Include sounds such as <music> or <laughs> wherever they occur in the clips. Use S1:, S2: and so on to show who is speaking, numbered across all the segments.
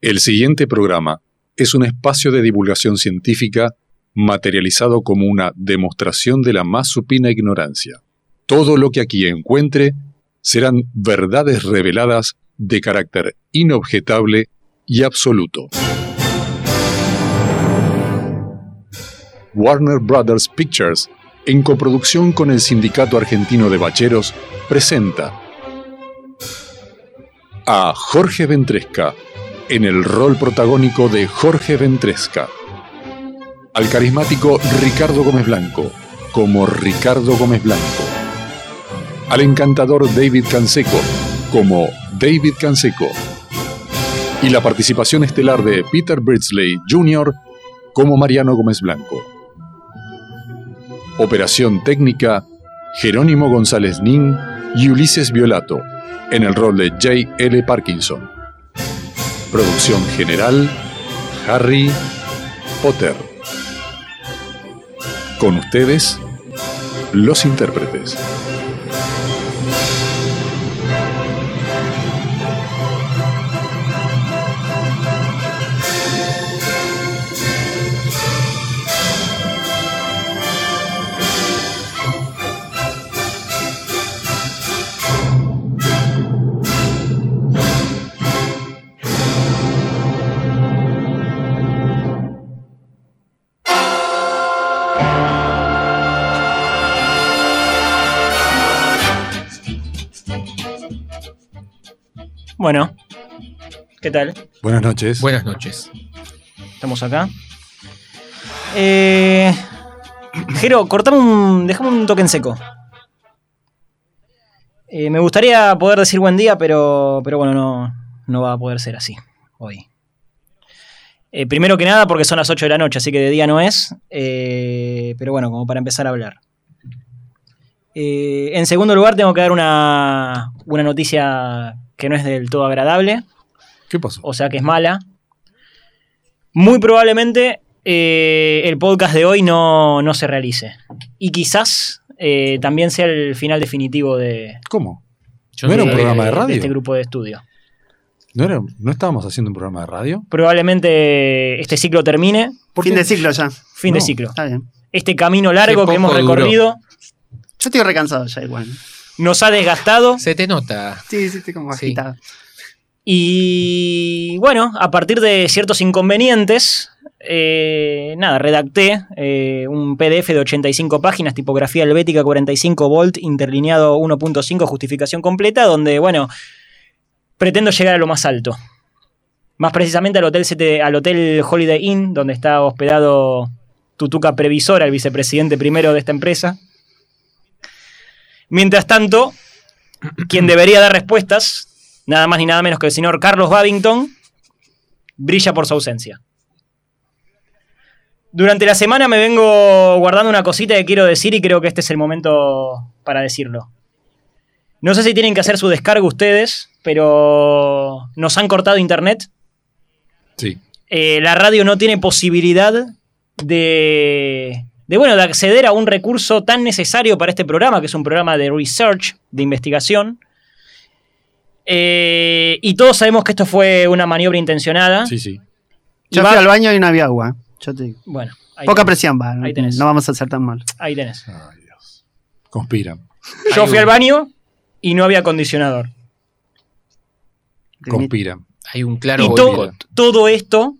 S1: El siguiente programa es un espacio de divulgación científica materializado como una demostración de la más supina ignorancia. Todo lo que aquí encuentre serán verdades reveladas de carácter inobjetable y absoluto. Warner Brothers Pictures, en coproducción con el Sindicato Argentino de Bacheros, presenta a Jorge Ventresca en el rol protagónico de Jorge Ventresca, al carismático Ricardo Gómez Blanco como Ricardo Gómez Blanco, al encantador David Canseco como David Canseco y la participación estelar de Peter Bridsley Jr. como Mariano Gómez Blanco. Operación técnica Jerónimo González Nin y Ulises Violato en el rol de J. L. Parkinson. Producción general, Harry Potter. Con ustedes, los intérpretes.
S2: Bueno, ¿qué tal?
S1: Buenas noches.
S3: Buenas noches.
S2: Estamos acá. Eh, Jero, cortame un. Dejame un toque en seco. Eh, me gustaría poder decir buen día, pero, pero bueno, no, no va a poder ser así hoy. Eh, primero que nada, porque son las 8 de la noche, así que de día no es. eh, pero bueno, como para empezar a hablar. Eh, en segundo lugar, tengo que dar una, una noticia que no es del todo agradable.
S1: ¿Qué pasó?
S2: o sea que es mala. Muy probablemente eh, el podcast de hoy no, no se realice. Y quizás eh, también sea el final definitivo de,
S1: ¿Cómo?
S3: Yo
S1: ¿No era un
S3: creo que-
S1: programa de radio?
S2: de este grupo de estudio.
S1: ¿No, era- no estábamos haciendo un programa de radio?
S2: Probablemente este ciclo termine,
S1: ¿Por
S4: fin
S1: qué?
S4: de ciclo ya.
S2: fin de
S1: No.
S2: ciclo.
S4: Está bien.
S2: Este camino
S3: Qué
S2: largo
S3: poco
S2: que hemos
S3: duró.
S2: recorrido
S4: Yo estoy recansado ya igual.
S2: nos ha desgastado
S3: Se te nota.
S4: Sí, sí, estoy como
S3: Sí.
S4: agitado.
S2: y bueno, a partir de ciertos inconvenientes, eh, nada, redacté eh, un PDF de 85 páginas, tipografía helvética 45 volt, interlineado 1.5, justificación completa, donde, bueno, pretendo llegar a lo más alto. Más precisamente al hotel, CT al hotel Holiday Inn, donde está hospedado Tutuca Previsora, el vicepresidente primero de esta empresa. Mientras tanto, quien debería dar respuestas, nada más ni nada menos que el señor Carlos Babington, brilla por su ausencia. Durante la semana me vengo guardando una cosita que quiero decir y creo que este es el momento para decirlo. No sé si tienen que hacer su descargo ustedes, pero nos han cortado internet.
S1: Sí.
S2: Eh, la radio no tiene posibilidad de, de, bueno, de acceder a un recurso tan necesario para este programa, que es un programa de research, de investigación. Eh, y todos sabemos que esto fue una maniobra intencionada.
S1: Sí, sí.
S2: Y
S4: Yo
S2: va-
S4: fui al baño y no había agua. Yo te digo.
S2: Bueno, ahí,
S4: Poca
S2: tenés,
S4: presión va.
S2: Ahí tenés.
S4: No vamos a hacer tan mal.
S2: ahí tenés.
S1: Ay, Dios. Conspiran.
S2: Yo
S3: Ah, Hay
S2: fui
S3: un-
S2: al baño y no había acondicionador.
S1: Conspiran.
S3: Hay un claro
S2: y
S1: todo-
S3: boicot.
S2: Todo esto,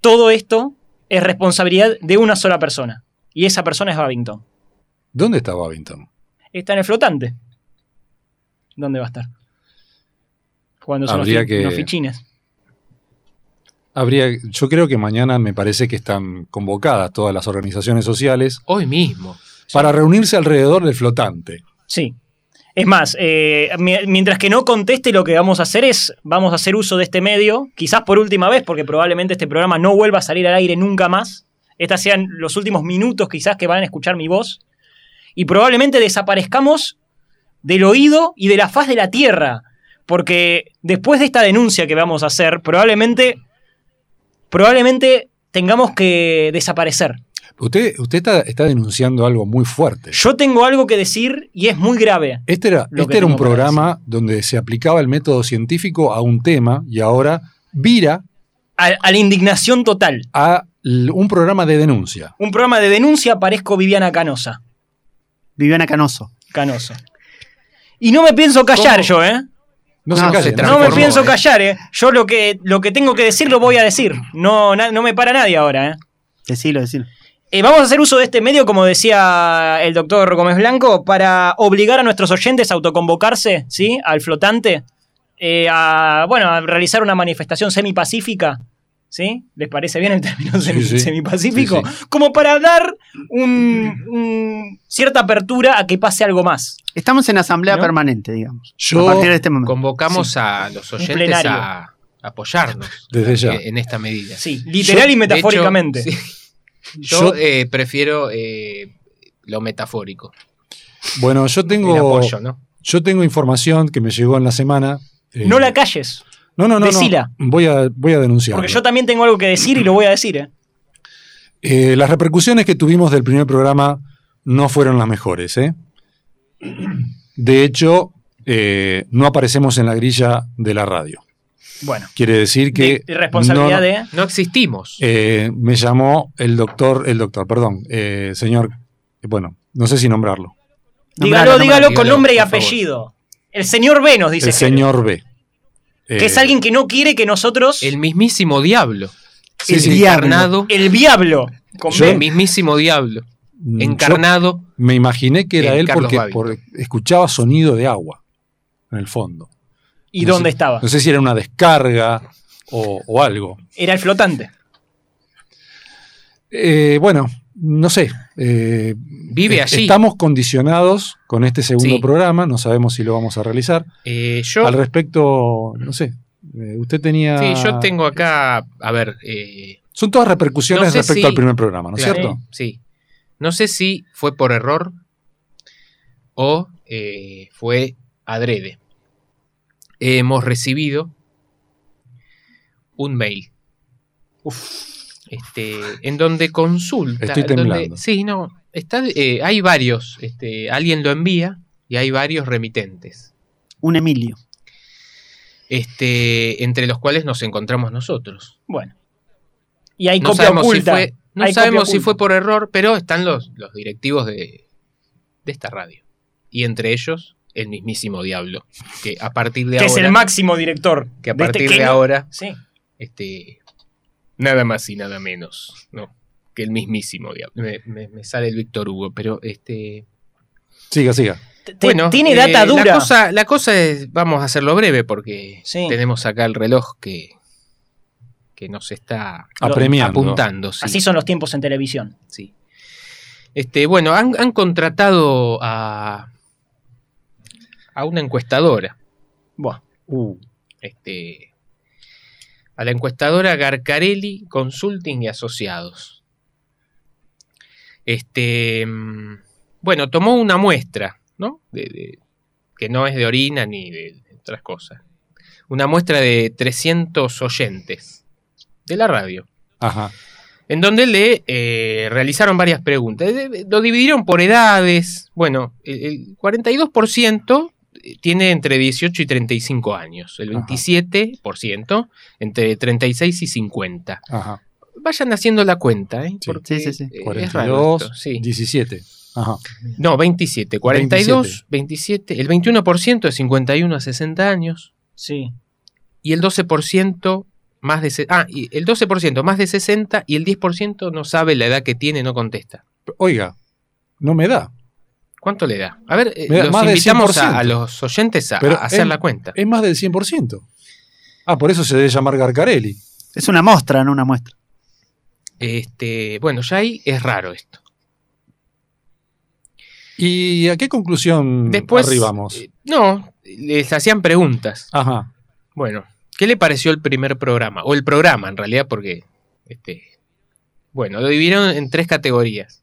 S2: todo esto es responsabilidad de una sola persona. Y esa persona es Babington.
S1: ¿Dónde está Babington?
S2: Está en el flotante. ¿Dónde va a estar? Jugando son los,
S1: Habría
S2: fi-
S1: que-
S2: los fichines.
S1: Habría, yo creo que mañana me parece que están convocadas todas las organizaciones sociales
S3: Hoy mismo.
S1: para reunirse alrededor del flotante.
S2: Sí. Es más, eh, mi- mientras que no conteste, lo que vamos a hacer es, vamos a hacer uso de este medio, quizás por última vez, porque probablemente este programa no vuelva a salir al aire nunca más. Estas sean los últimos minutos quizás que van a escuchar mi voz. Y probablemente desaparezcamos del oído y de la faz de la tierra. Porque después de esta denuncia que vamos a hacer, probablemente, probablemente tengamos que desaparecer.
S1: Usted, usted está, está denunciando algo muy fuerte.
S2: Yo tengo algo que decir y es muy grave.
S1: Este era,
S2: Lo que
S1: este era un
S2: tengo para
S1: programa donde se aplicaba el método científico a un tema y ahora vira
S2: a, a la indignación total.
S1: a l- un programa de denuncia.
S2: Un programa de denuncia parezco Viviana Canosa.
S4: Viviana Canoso.
S2: Canoso. Y no me pienso callar yo, ¿eh?
S1: No,
S4: No,
S1: se
S4: se
S1: callen.
S2: No me
S3: Transformó,
S2: pienso
S3: eh.
S2: callar, ¿eh? Yo lo que, lo que tengo que decir lo voy a decir. No, na- no me para nadie ahora, ¿eh?
S4: Decilo, decilo.
S2: Eh, vamos a hacer uso de este medio, como decía el doctor Gómez Blanco, para obligar a nuestros oyentes a autoconvocarse, ¿sí? Al flotante, eh, a, bueno, a realizar una manifestación semipacífica, ¿sí? ¿Les parece bien el término
S1: Sí,
S2: semi-
S1: sí.
S2: semipacífico?
S1: Sí,
S2: Como para dar un, un- cierta apertura a que pase algo más.
S4: Estamos en asamblea
S2: ¿No?
S4: permanente, digamos.
S1: Yo,
S4: a partir de este momento.
S3: Convocamos a los oyentes
S2: plenario.
S3: a apoyarnos
S1: <laughs> desde ya,
S3: en esta medida.
S2: Sí, literal
S3: Yo,
S2: y
S1: <laughs>
S2: metafóricamente.
S3: de hecho, sí.
S1: Yo-
S3: Yo eh, prefiero eh, lo metafórico.
S1: bueno, yo
S3: El
S1: tengo,
S3: apoyo, ¿no?
S1: yo tengo información que me llegó en la semana. eh,
S2: No la calles,
S1: No, no, no. no.
S2: Decila.
S1: Voy a, voy a denunciar.
S2: porque yo también tengo algo que decir y lo voy a decir, ¿eh?
S1: Eh, las repercusiones que tuvimos del primer programa no fueron las mejores. ¿eh? De hecho, eh, no aparecemos en la grilla de la radio.
S2: Bueno,
S1: Quiere decir que.
S2: de- responsabilidad
S1: no-
S2: de...
S3: No existimos.
S1: eh, me llamó el doctor, el doctor, perdón, eh, señor, bueno, no sé si nombrarlo.
S2: Dígalo, dígalo
S4: Nombralo, nombralo.
S2: con
S3: dígalo,
S2: nombre y
S3: por favor.
S2: apellido. El señor B nos dice.
S1: el
S2: Jero,
S1: señor B.
S2: Que es
S1: Eh,
S2: alguien que no quiere que nosotros.
S3: El mismísimo diablo.
S1: sí,
S4: el
S1: sí,
S4: día- Diablo.
S3: Encarnado.
S2: el diablo. Con
S1: Yo-
S2: B.
S3: El mismísimo diablo.
S1: mm, yo
S3: Encarnado.
S1: me imaginé que era
S3: el
S1: él
S3: Carlos
S1: porque
S3: Babi.
S1: por- escuchaba sonido de agua en el fondo.
S2: ¿Y
S1: No
S2: dónde
S1: sé-
S2: estaba?
S1: No sé si era una descarga o, o algo.
S2: Era el flotante.
S1: Eh, bueno, no sé. eh,
S3: Vive
S1: est-
S3: allí.
S1: Estamos condicionados con este segundo
S3: Sí.
S1: programa, no sabemos si lo vamos a realizar.
S3: Eh, yo,
S1: Al respecto, no sé. eh, usted tenía.
S3: sí, yo tengo acá. A ver. eh,
S1: Son todas repercusiones
S3: No sé
S1: respecto
S3: si-
S1: al primer programa, ¿no es
S3: claro,
S1: cierto?
S3: Sí. No sé si fue por error o eh, fue adrede. Hemos recibido un mail. Este, en donde consulta.
S1: Estoy
S3: en donde-
S1: temblando.
S3: sí, no. Está, eh, hay varios. Este, alguien lo envía y hay varios remitentes.
S4: Un Emilio.
S3: Este, entre los cuales nos encontramos nosotros.
S2: Bueno. Y hay
S3: no
S2: copia
S3: sabemos, si
S2: oculta.
S3: fue, no
S2: Hay copia
S3: sabemos si
S2: oculta.
S3: fue por error, pero están los, los directivos de, de esta radio. Y entre ellos, el mismísimo Diablo, que a partir de
S2: que
S3: ahora.
S2: es el máximo director.
S3: que a
S2: de este
S3: partir de,
S2: que no-
S3: ahora,
S2: Sí.
S3: este, nada más y nada menos, ¿no? Que el mismísimo Diablo. Me, me- me sale el Víctor Hugo, pero este.
S1: Siga, siga.
S2: Te- te-
S3: bueno,
S2: tiene
S3: eh,
S2: data dura.
S3: La cosa, la cosa es, vamos a hacerlo breve porque
S2: Sí.
S3: tenemos acá el reloj que, que nos está
S2: Lo-
S1: Apremiando.
S3: apuntando. sí.
S2: Así son los tiempos en televisión.
S3: Sí. Este, bueno, han, han contratado a, a una encuestadora.
S2: Buah.
S3: Este, a la encuestadora Garcarelli Consulting y Asociados. Este, mm, bueno, tomó una muestra, ¿no? De- de- que no es de orina ni de, de otras cosas. Una muestra de 300 oyentes de la radio
S1: Ajá.
S3: en donde le eh, realizaron varias preguntas. Eh, Lo dividieron por edades. Bueno, el, el 42% eh, tiene entre 18 y 35 años, el
S1: Ajá.
S3: 27% entre 36 y 50.
S1: Ajá.
S3: Vayan haciendo la cuenta, ¿eh?
S1: Sí.
S3: Porque,
S4: Sí, sí, sí.
S3: eh, es raro
S1: 42,
S3: esto, sí.
S1: 17. Ajá.
S3: No, 27, 42, 27. El 21% de 51 a 60 años
S2: Sí.
S3: y el 12% más de se- ah, y el 12% más de 60 y el 10% no sabe la edad que tiene, no contesta.
S1: Oiga, no me da.
S3: ¿Cuánto le da? A ver, eh,
S1: Me da
S3: los
S1: más del
S3: invitamos a,
S1: 100%.
S3: a los oyentes a,
S1: Pero
S3: a hacer
S1: en-
S3: la cuenta.
S1: Es más del 100%. Ah, por eso se debe llamar Garcarelli.
S4: Es una muestra, no una muestra.
S3: Este, bueno, ya ahí es raro esto.
S1: ¿Y a qué conclusión
S3: Después
S1: arribamos?
S3: eh, no, les hacían preguntas.
S1: Ajá.
S3: Bueno, ¿qué le pareció el primer programa? O el programa en realidad, porque este, bueno, lo dividieron en tres categorías.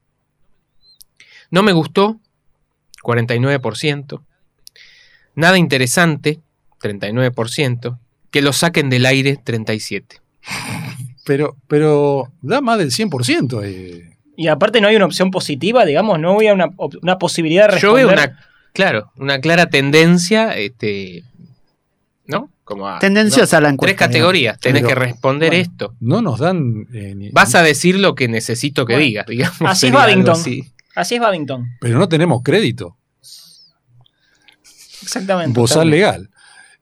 S3: No me gustó, 49%. Nada interesante, 39%. Que lo saquen del aire, 37%.
S1: <laughs> Pero, pero da más del 100%. eh.
S2: Y aparte no hay una opción positiva, digamos, no había una, op- una posibilidad de
S3: Yo
S2: responder.
S3: veo una, claro, una clara tendencia, este, ¿no? Como ah,
S4: Tendenciosa la
S3: no, tres
S4: encuesta. digamos.
S3: categorías, tenés
S1: Pero,
S3: que responder
S1: bueno.
S3: esto.
S1: No nos dan. eh, ni-
S3: Vas a decir lo que necesito que
S2: Bueno,
S3: digas, digamos.
S2: así es
S3: sería algo
S2: Babington.
S3: así.
S2: Así es Babington.
S1: Pero no tenemos crédito.
S2: Exactamente.
S1: Bozal legal.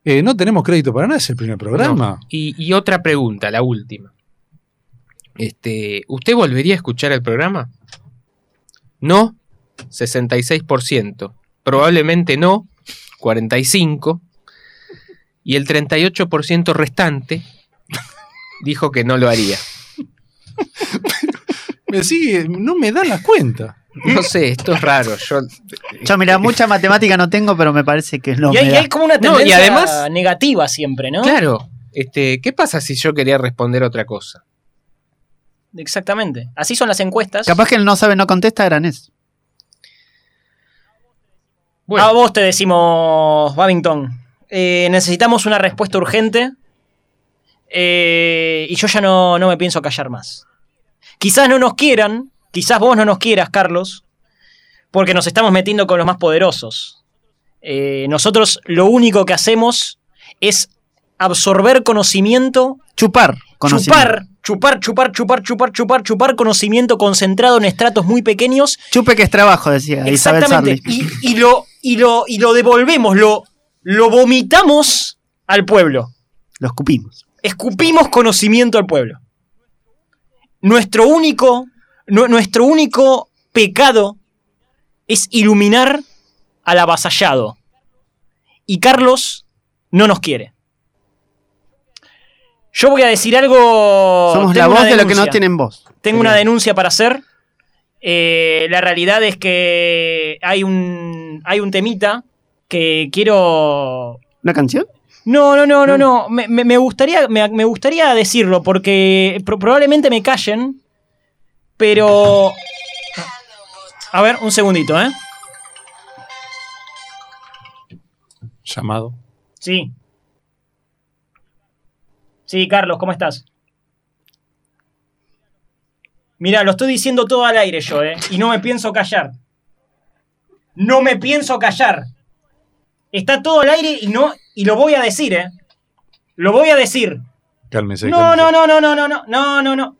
S1: Eh, no tenemos crédito para nada, es el primer programa.
S3: Y, y otra pregunta, la última. Este, ¿Usted volvería a escuchar el programa? No, 66%. Probablemente no, 45%. Y el 38% restante <laughs> dijo que no lo haría.
S1: Me sigue, no me dan las
S2: <laughs>
S1: cuentas.
S3: No sé, esto es raro. Yo,
S4: Yo, mira, mucha matemática no tengo, pero me parece que no
S2: y hay,
S4: me
S2: y
S4: da.
S2: hay como una
S3: No, y
S2: tendencia
S3: además-
S2: negativa siempre, ¿no?
S3: Claro. Este, ¿Qué pasa si yo quería responder otra cosa?
S2: Exactamente. Así son las encuestas.
S4: Capaz que el no sabe, no contesta, gran es.
S3: Bueno,
S2: A vos te decimos, Babington. Eh, necesitamos una respuesta urgente. Eh, y yo ya no, no me pienso callar más. Quizás no nos quieran, quizás vos no nos quieras, Carlos, porque nos estamos metiendo con los más poderosos. Eh, nosotros lo único que hacemos es absorber conocimiento,
S4: Chupar. conocimiento.
S2: chupar, chupar, chupar, chupar, chupar, chupar, chupar conocimiento concentrado en estratos muy pequeños
S4: Chupe que es trabajo, decía Isabel
S2: Exactamente.
S4: Sarli.
S2: Y, y lo, y, lo, y lo devolvemos, lo, lo vomitamos al pueblo.
S4: Lo escupimos.
S2: Escupimos conocimiento al pueblo. Nuestro único, nu- nuestro único pecado es iluminar al avasallado. Y Carlos no nos quiere. Yo voy a decir algo.
S4: Somos la
S2: Oh, tengo
S4: voz
S2: una
S4: de lo que no
S2: denuncia.
S4: tienen voz.
S2: Tengo una denuncia para hacer. Eh, la realidad es que hay un, hay un temita que quiero...
S4: ¿Una canción?
S2: No, no, no, no, no. Me, me- me gustaría, me, me gustaría decirlo porque pro- probablemente me callen, pero... A ver, un segundito, ¿eh?
S1: Llamado.
S2: Sí. Sí, Carlos, ¿cómo estás? Mira, lo estoy diciendo todo al aire yo, ¿eh? Y no me pienso callar. No me pienso callar. Está todo al aire y no. Y lo voy a decir, ¿eh? Lo voy a decir.
S1: Cálmese.
S2: No,
S1: cálmese.
S2: no, no, no, no, no, no, no, no, no.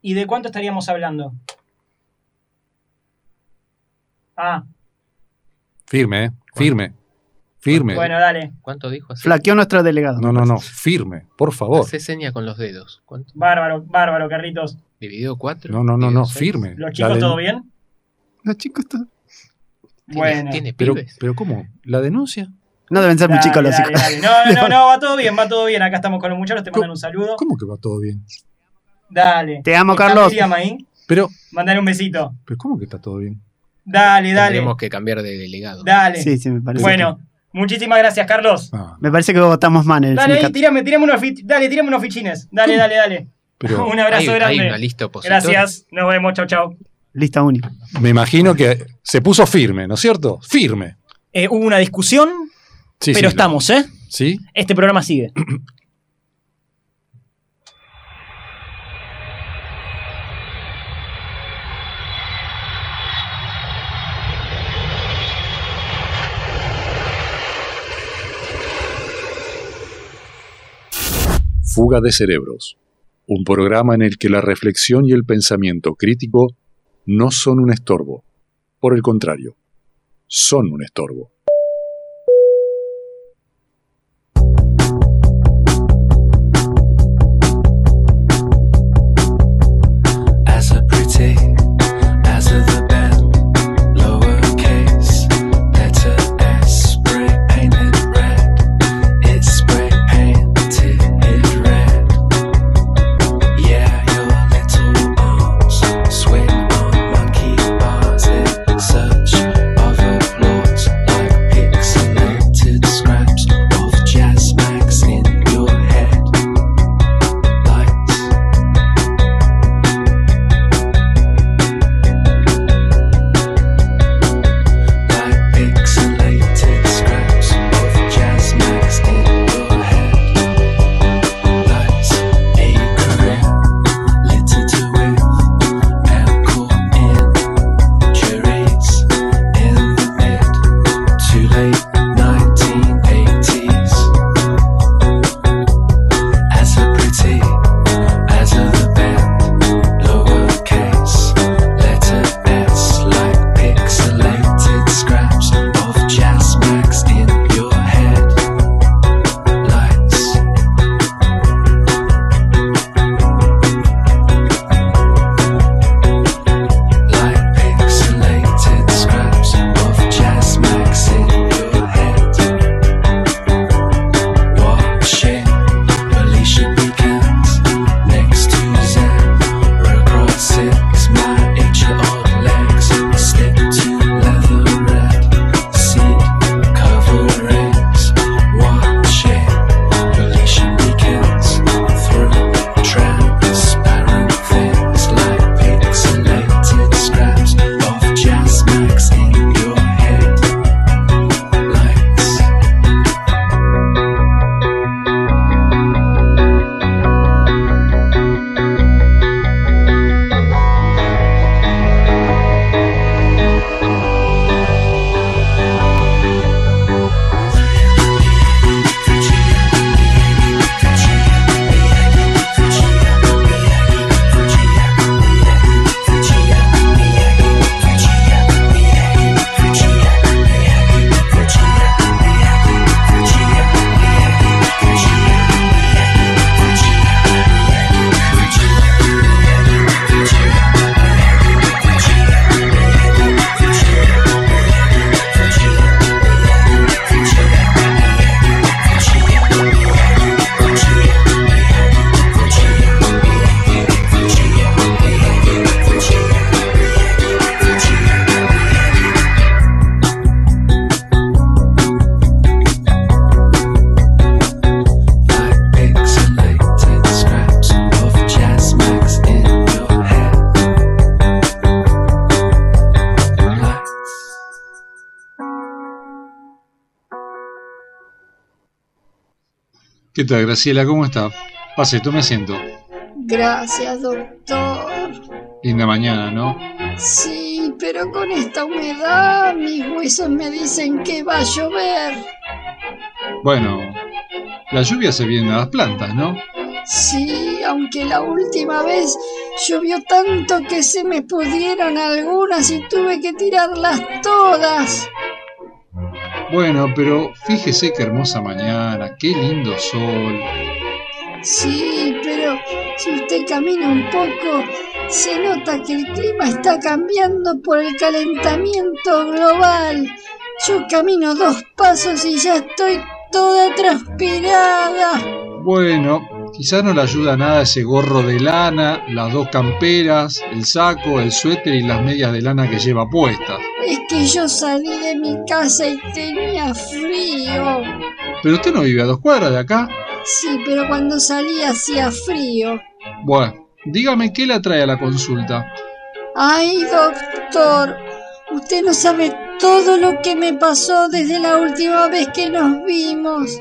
S2: ¿Y de cuánto estaríamos hablando? Ah,
S1: Firme, eh. Firme. Firme.
S2: bueno, dale.
S3: ¿Cuánto dijo así?
S4: Flaqueó nuestro delegado.
S1: No, no, no. Firme, por favor.
S3: Hace seña con los dedos. ¿Cuánto?
S2: Bárbaro, bárbaro, Carlitos.
S3: ¿Dividido 4?
S1: No, no, no, no. Firme.
S2: ¿Los
S1: La
S2: chicos
S1: de-
S2: todo bien?
S4: Los chicos to-
S2: Bueno.
S3: ¿Tiene
S1: Pero,
S3: pibes?
S1: pero ¿cómo? ¿La denuncia?
S4: No deben ser muy
S2: Dale,
S4: chicos los
S2: dale,
S4: hijos.
S2: dale.
S1: <laughs>
S2: No,
S4: <laughs>
S2: no, no, no, va todo bien, va todo bien. Acá estamos con los muchachos, te mandan un saludo.
S1: ¿Cómo que va todo bien?
S2: Dale.
S4: Te amo,
S2: ¿Está
S4: Carlos.
S2: Miriam ahí?
S1: Pero,
S2: Mandale un besito.
S1: pero ¿cómo que está todo bien?
S2: Dale, dale.
S3: Tendremos que cambiar de delegado.
S2: Dale.
S4: Sí, sí, me parece.
S2: bueno, muchísimas gracias, Carlos.
S1: Ah,
S4: Me parece que votamos mal en el
S2: Dale ahí,
S4: sindicato.
S2: tirame, tirame unos, fi- dale, tirame unos fichines. Dale, dale, dale.
S1: pero
S2: <laughs> un abrazo
S3: hay, hay
S2: grande.
S3: una lista opositora.
S2: gracias, nos vemos, chau, chau.
S4: Lista única.
S1: me imagino que se puso firme, ¿no es cierto? Firme.
S2: Eh, hubo una discusión,
S1: Sí,
S2: pero
S1: sí,
S2: estamos, ¿eh?
S1: ¿Sí?
S2: Este programa sigue.
S1: Fuga de Cerebros, un programa en el que la reflexión y el pensamiento crítico no son un estorbo, por el contrario, son un estorbo.
S5: as a pretty, as a the band, lowercase, letter S, spray painted red. It's spray painted red. Yeah, your little arms swing on monkey bars in search of applause like
S6: ¿Qué tal, Graciela? ¿Cómo está? Pase, tome asiento.
S7: Gracias, doctor.
S6: Linda mañana, ¿no?
S7: Sí, pero con esta humedad mis huesos me dicen que va a llover.
S6: Bueno, la lluvia hace bien a las plantas, ¿no?
S7: Sí, aunque la última vez llovió tanto que se me pudieron algunas y tuve que tirarlas todas.
S6: Bueno, pero fíjese qué hermosa mañana, qué lindo sol.
S7: Sí, pero si usted camina un poco, se nota que el clima está cambiando por el calentamiento global. Yo camino dos pasos y ya estoy toda transpirada.
S6: Bueno, quizás no le ayuda nada ese gorro de lana, las dos camperas, el saco, el suéter y las medias de lana que lleva puestas.
S7: Es que yo salí de mi casa y tenía frío.
S6: Pero usted no vive a dos cuadras de acá.
S7: Sí, pero cuando salí hacía frío.
S6: Bueno, dígame qué le atrae a la consulta.
S7: Ay, doctor, usted no sabe todo lo que me pasó desde la última vez que nos vimos.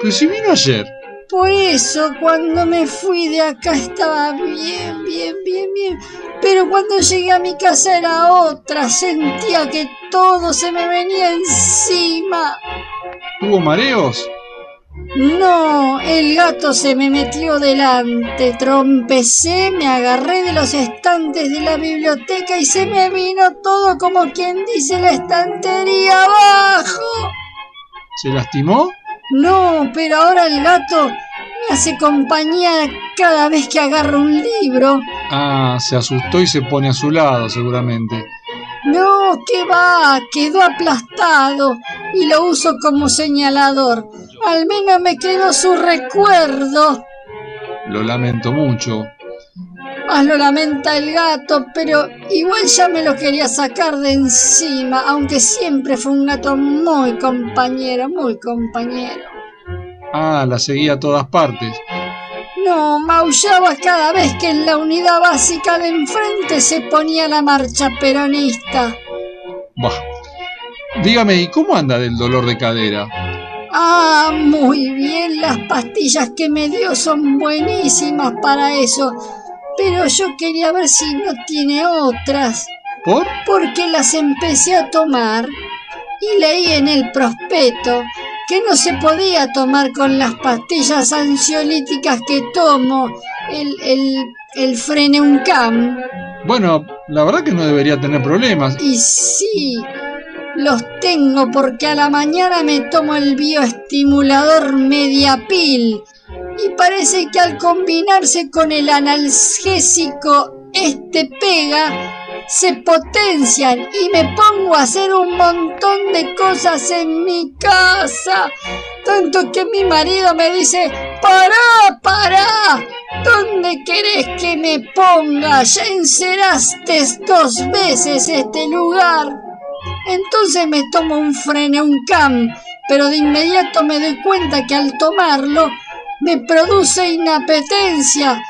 S6: Pero si vino ayer.
S7: Por eso cuando me fui de acá estaba bien, bien, bien, bien. Pero cuando llegué a mi casa era otra, sentía que todo se me venía encima.
S6: ¿Tuvo mareos?
S7: No, el gato se me metió delante, trompecé, me agarré de los estantes de la biblioteca y se me vino todo como quien dice la estantería abajo.
S6: ¿Se lastimó?
S7: No, pero ahora el gato me hace compañía cada vez que agarro un libro.
S6: Ah, se asustó y se pone a su lado seguramente.
S7: No, que va, quedó aplastado y lo uso como señalador. Al menos me quedó su recuerdo.
S6: Lo lamento mucho.
S7: Más Ah, lo lamenta el gato, pero igual ya me lo quería sacar de encima, aunque siempre fue un gato muy compañero, muy compañero.
S6: Ah, la seguía a todas partes.
S7: No, maullaba cada vez que en la unidad básica de enfrente se ponía la marcha peronista.
S6: Bah. Dígame, ¿y cómo anda del dolor de cadera?
S7: Ah, muy bien, las pastillas que me dio son buenísimas para eso. Pero yo quería ver si no tiene otras,
S6: ¿Por?
S7: porque las empecé a tomar y leí en el prospecto que no se podía tomar con las pastillas ansiolíticas que tomo el, el, el Freneuncam.
S6: Bueno, la verdad que no debería tener problemas.
S7: Y sí, los tengo porque a la mañana me tomo el bioestimulador Mediapil. Y parece que al combinarse con el analgésico este pega, se potencian y me pongo a hacer un montón de cosas en mi casa. Tanto que mi marido me dice, ¡Pará, pará! ¿Dónde querés que me ponga? Ya enceraste dos veces este lugar. Entonces me tomo un freno, un cam, pero de inmediato me doy cuenta que al tomarlo me produce inapetencia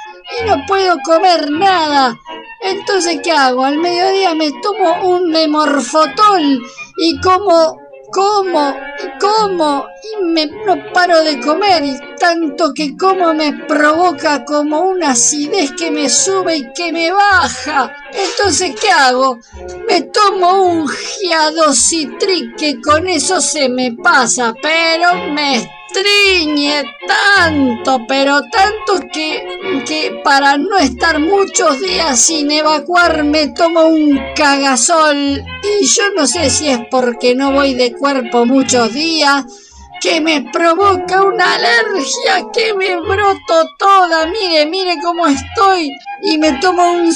S7: y no puedo comer nada. Entonces, ¿qué hago? Al mediodía me tomo un demorfotol y como, como, y como, y me, no paro de comer. Y tanto que como me provoca como una acidez que me sube y que me baja. Entonces, ¿qué hago? Me tomo un giadocitric que con eso se me pasa, pero me estriñe tanto, pero tanto que, que para no estar muchos días sin evacuar me tomo un cagasol. Y yo no sé si es porque no voy de cuerpo muchos días, que me provoca una alergia que me broto toda. Mire, mire cómo estoy. Y me tomo un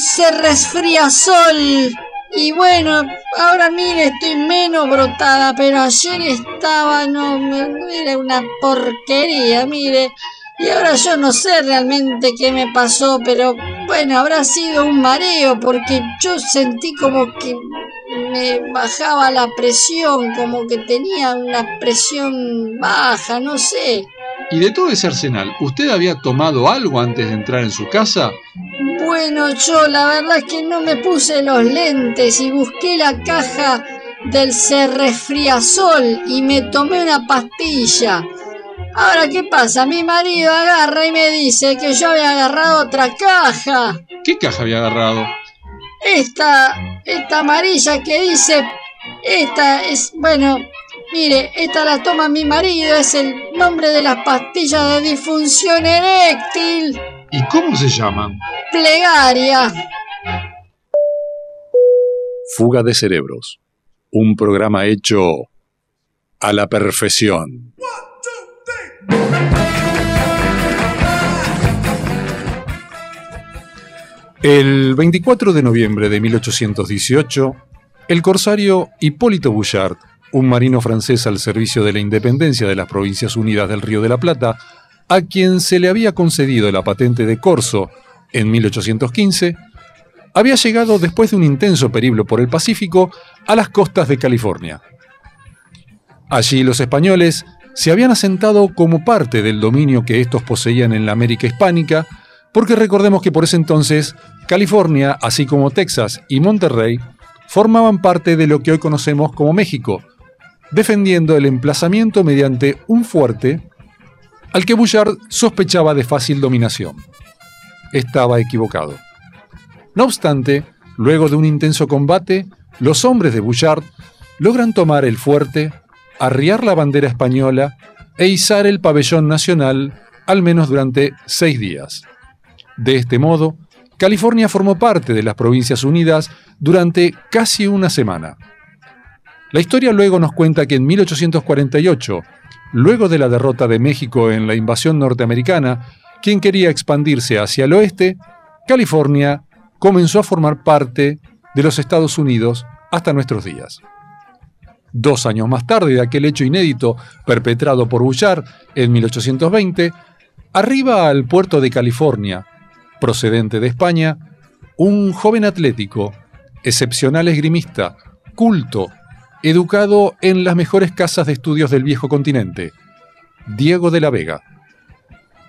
S7: cerresfriazol. Y bueno, ahora mire, estoy menos brotada, pero ayer estaba, no, me- era una porquería, mire. Y ahora yo no sé realmente qué me pasó, pero bueno, habrá sido un mareo, porque yo sentí como que me bajaba la presión, como que tenía una presión baja, no sé.
S6: Y de todo ese arsenal, ¿usted había tomado algo antes de entrar en su casa?
S7: Bueno, yo la verdad es que no me puse los lentes y busqué la caja del Cerrefriazol y me tomé una pastilla. Ahora, ¿qué pasa? Mi marido agarra y me dice que yo había agarrado otra caja.
S6: ¿Qué caja había agarrado?
S7: Esta, esta amarilla que dice, esta es, bueno, mire, esta la toma mi marido, es el nombre de las pastillas de disfunción eréctil,
S6: ¿Y cómo se llaman?
S7: plegaria.
S1: Fuga de Cerebros, un programa hecho a la perfección. El 24 de noviembre de 1818, el corsario Hipólito Bouchard, un marino francés al servicio de la independencia de las Provincias Unidas del Río de la Plata, a quien se le había concedido la patente de corso en 1815, había llegado después de un intenso periplo por el Pacífico a las costas de California. Allí los españoles se habían asentado como parte del dominio que estos poseían en la América hispánica, porque recordemos que por ese entonces California, así como Texas y Monterrey, formaban parte de lo que hoy conocemos como México, defendiendo el emplazamiento mediante un fuerte al que Bullard sospechaba de fácil dominación. Estaba equivocado. No obstante, luego de un intenso combate, los hombres de Bullard logran tomar el fuerte, arriar la bandera española e izar el pabellón nacional al menos durante seis días. De este modo, California formó parte de las Provincias Unidas durante casi una semana. La historia luego nos cuenta que en 1848, luego de la derrota de México en la invasión norteamericana, quien quería expandirse hacia el oeste, California comenzó a formar parte de los Estados Unidos hasta nuestros días. Dos años más tarde de aquel hecho inédito perpetrado por Bullard en 1820, arriba al puerto de California, procedente de España, un joven atlético, excepcional esgrimista, culto, educado en las mejores casas de estudios del viejo continente, Diego de la Vega.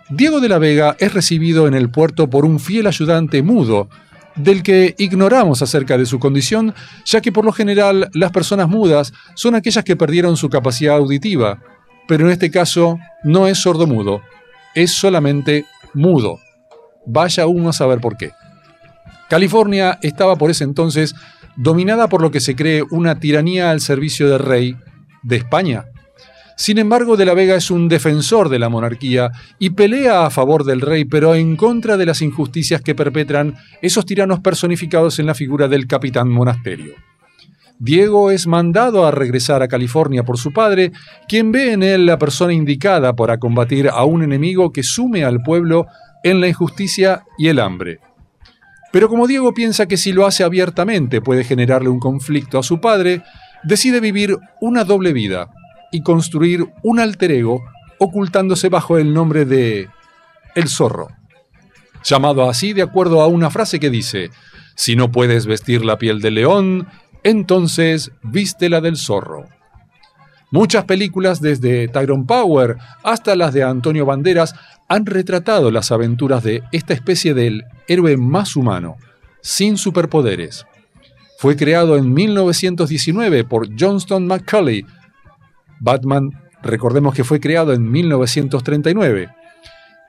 S1: Diego de la Vega es recibido en el puerto por un fiel ayudante mudo, del que ignoramos acerca de su condición, ya que por lo general las personas mudas son aquellas que perdieron su capacidad auditiva, pero en este caso no es sordomudo, es solamente mudo. Vaya uno a saber por qué. California estaba por ese entonces dominada por lo que se cree una tiranía al servicio del rey de España. Sin embargo, de la Vega es un defensor de la monarquía y pelea a favor del rey, pero en contra de las injusticias que perpetran esos tiranos personificados en la figura del capitán monasterio. Diego es mandado a regresar a California por su padre, quien ve en él la persona indicada para combatir a un enemigo que sume al pueblo en la injusticia y el hambre. Pero como Diego piensa que si lo hace abiertamente puede generarle un conflicto a su padre, decide vivir una doble vida y construir un alter ego ocultándose bajo el nombre de El Zorro. Llamado así de acuerdo a una frase que dice, si no puedes vestir la piel del león, entonces vístela del zorro. Muchas películas, desde Tyrone Power hasta las de Antonio Banderas, han retratado las aventuras de esta especie del héroe más humano, sin superpoderes. Fue creado en 1919 por Johnston McCulley. Batman, recordemos que fue creado en 1939.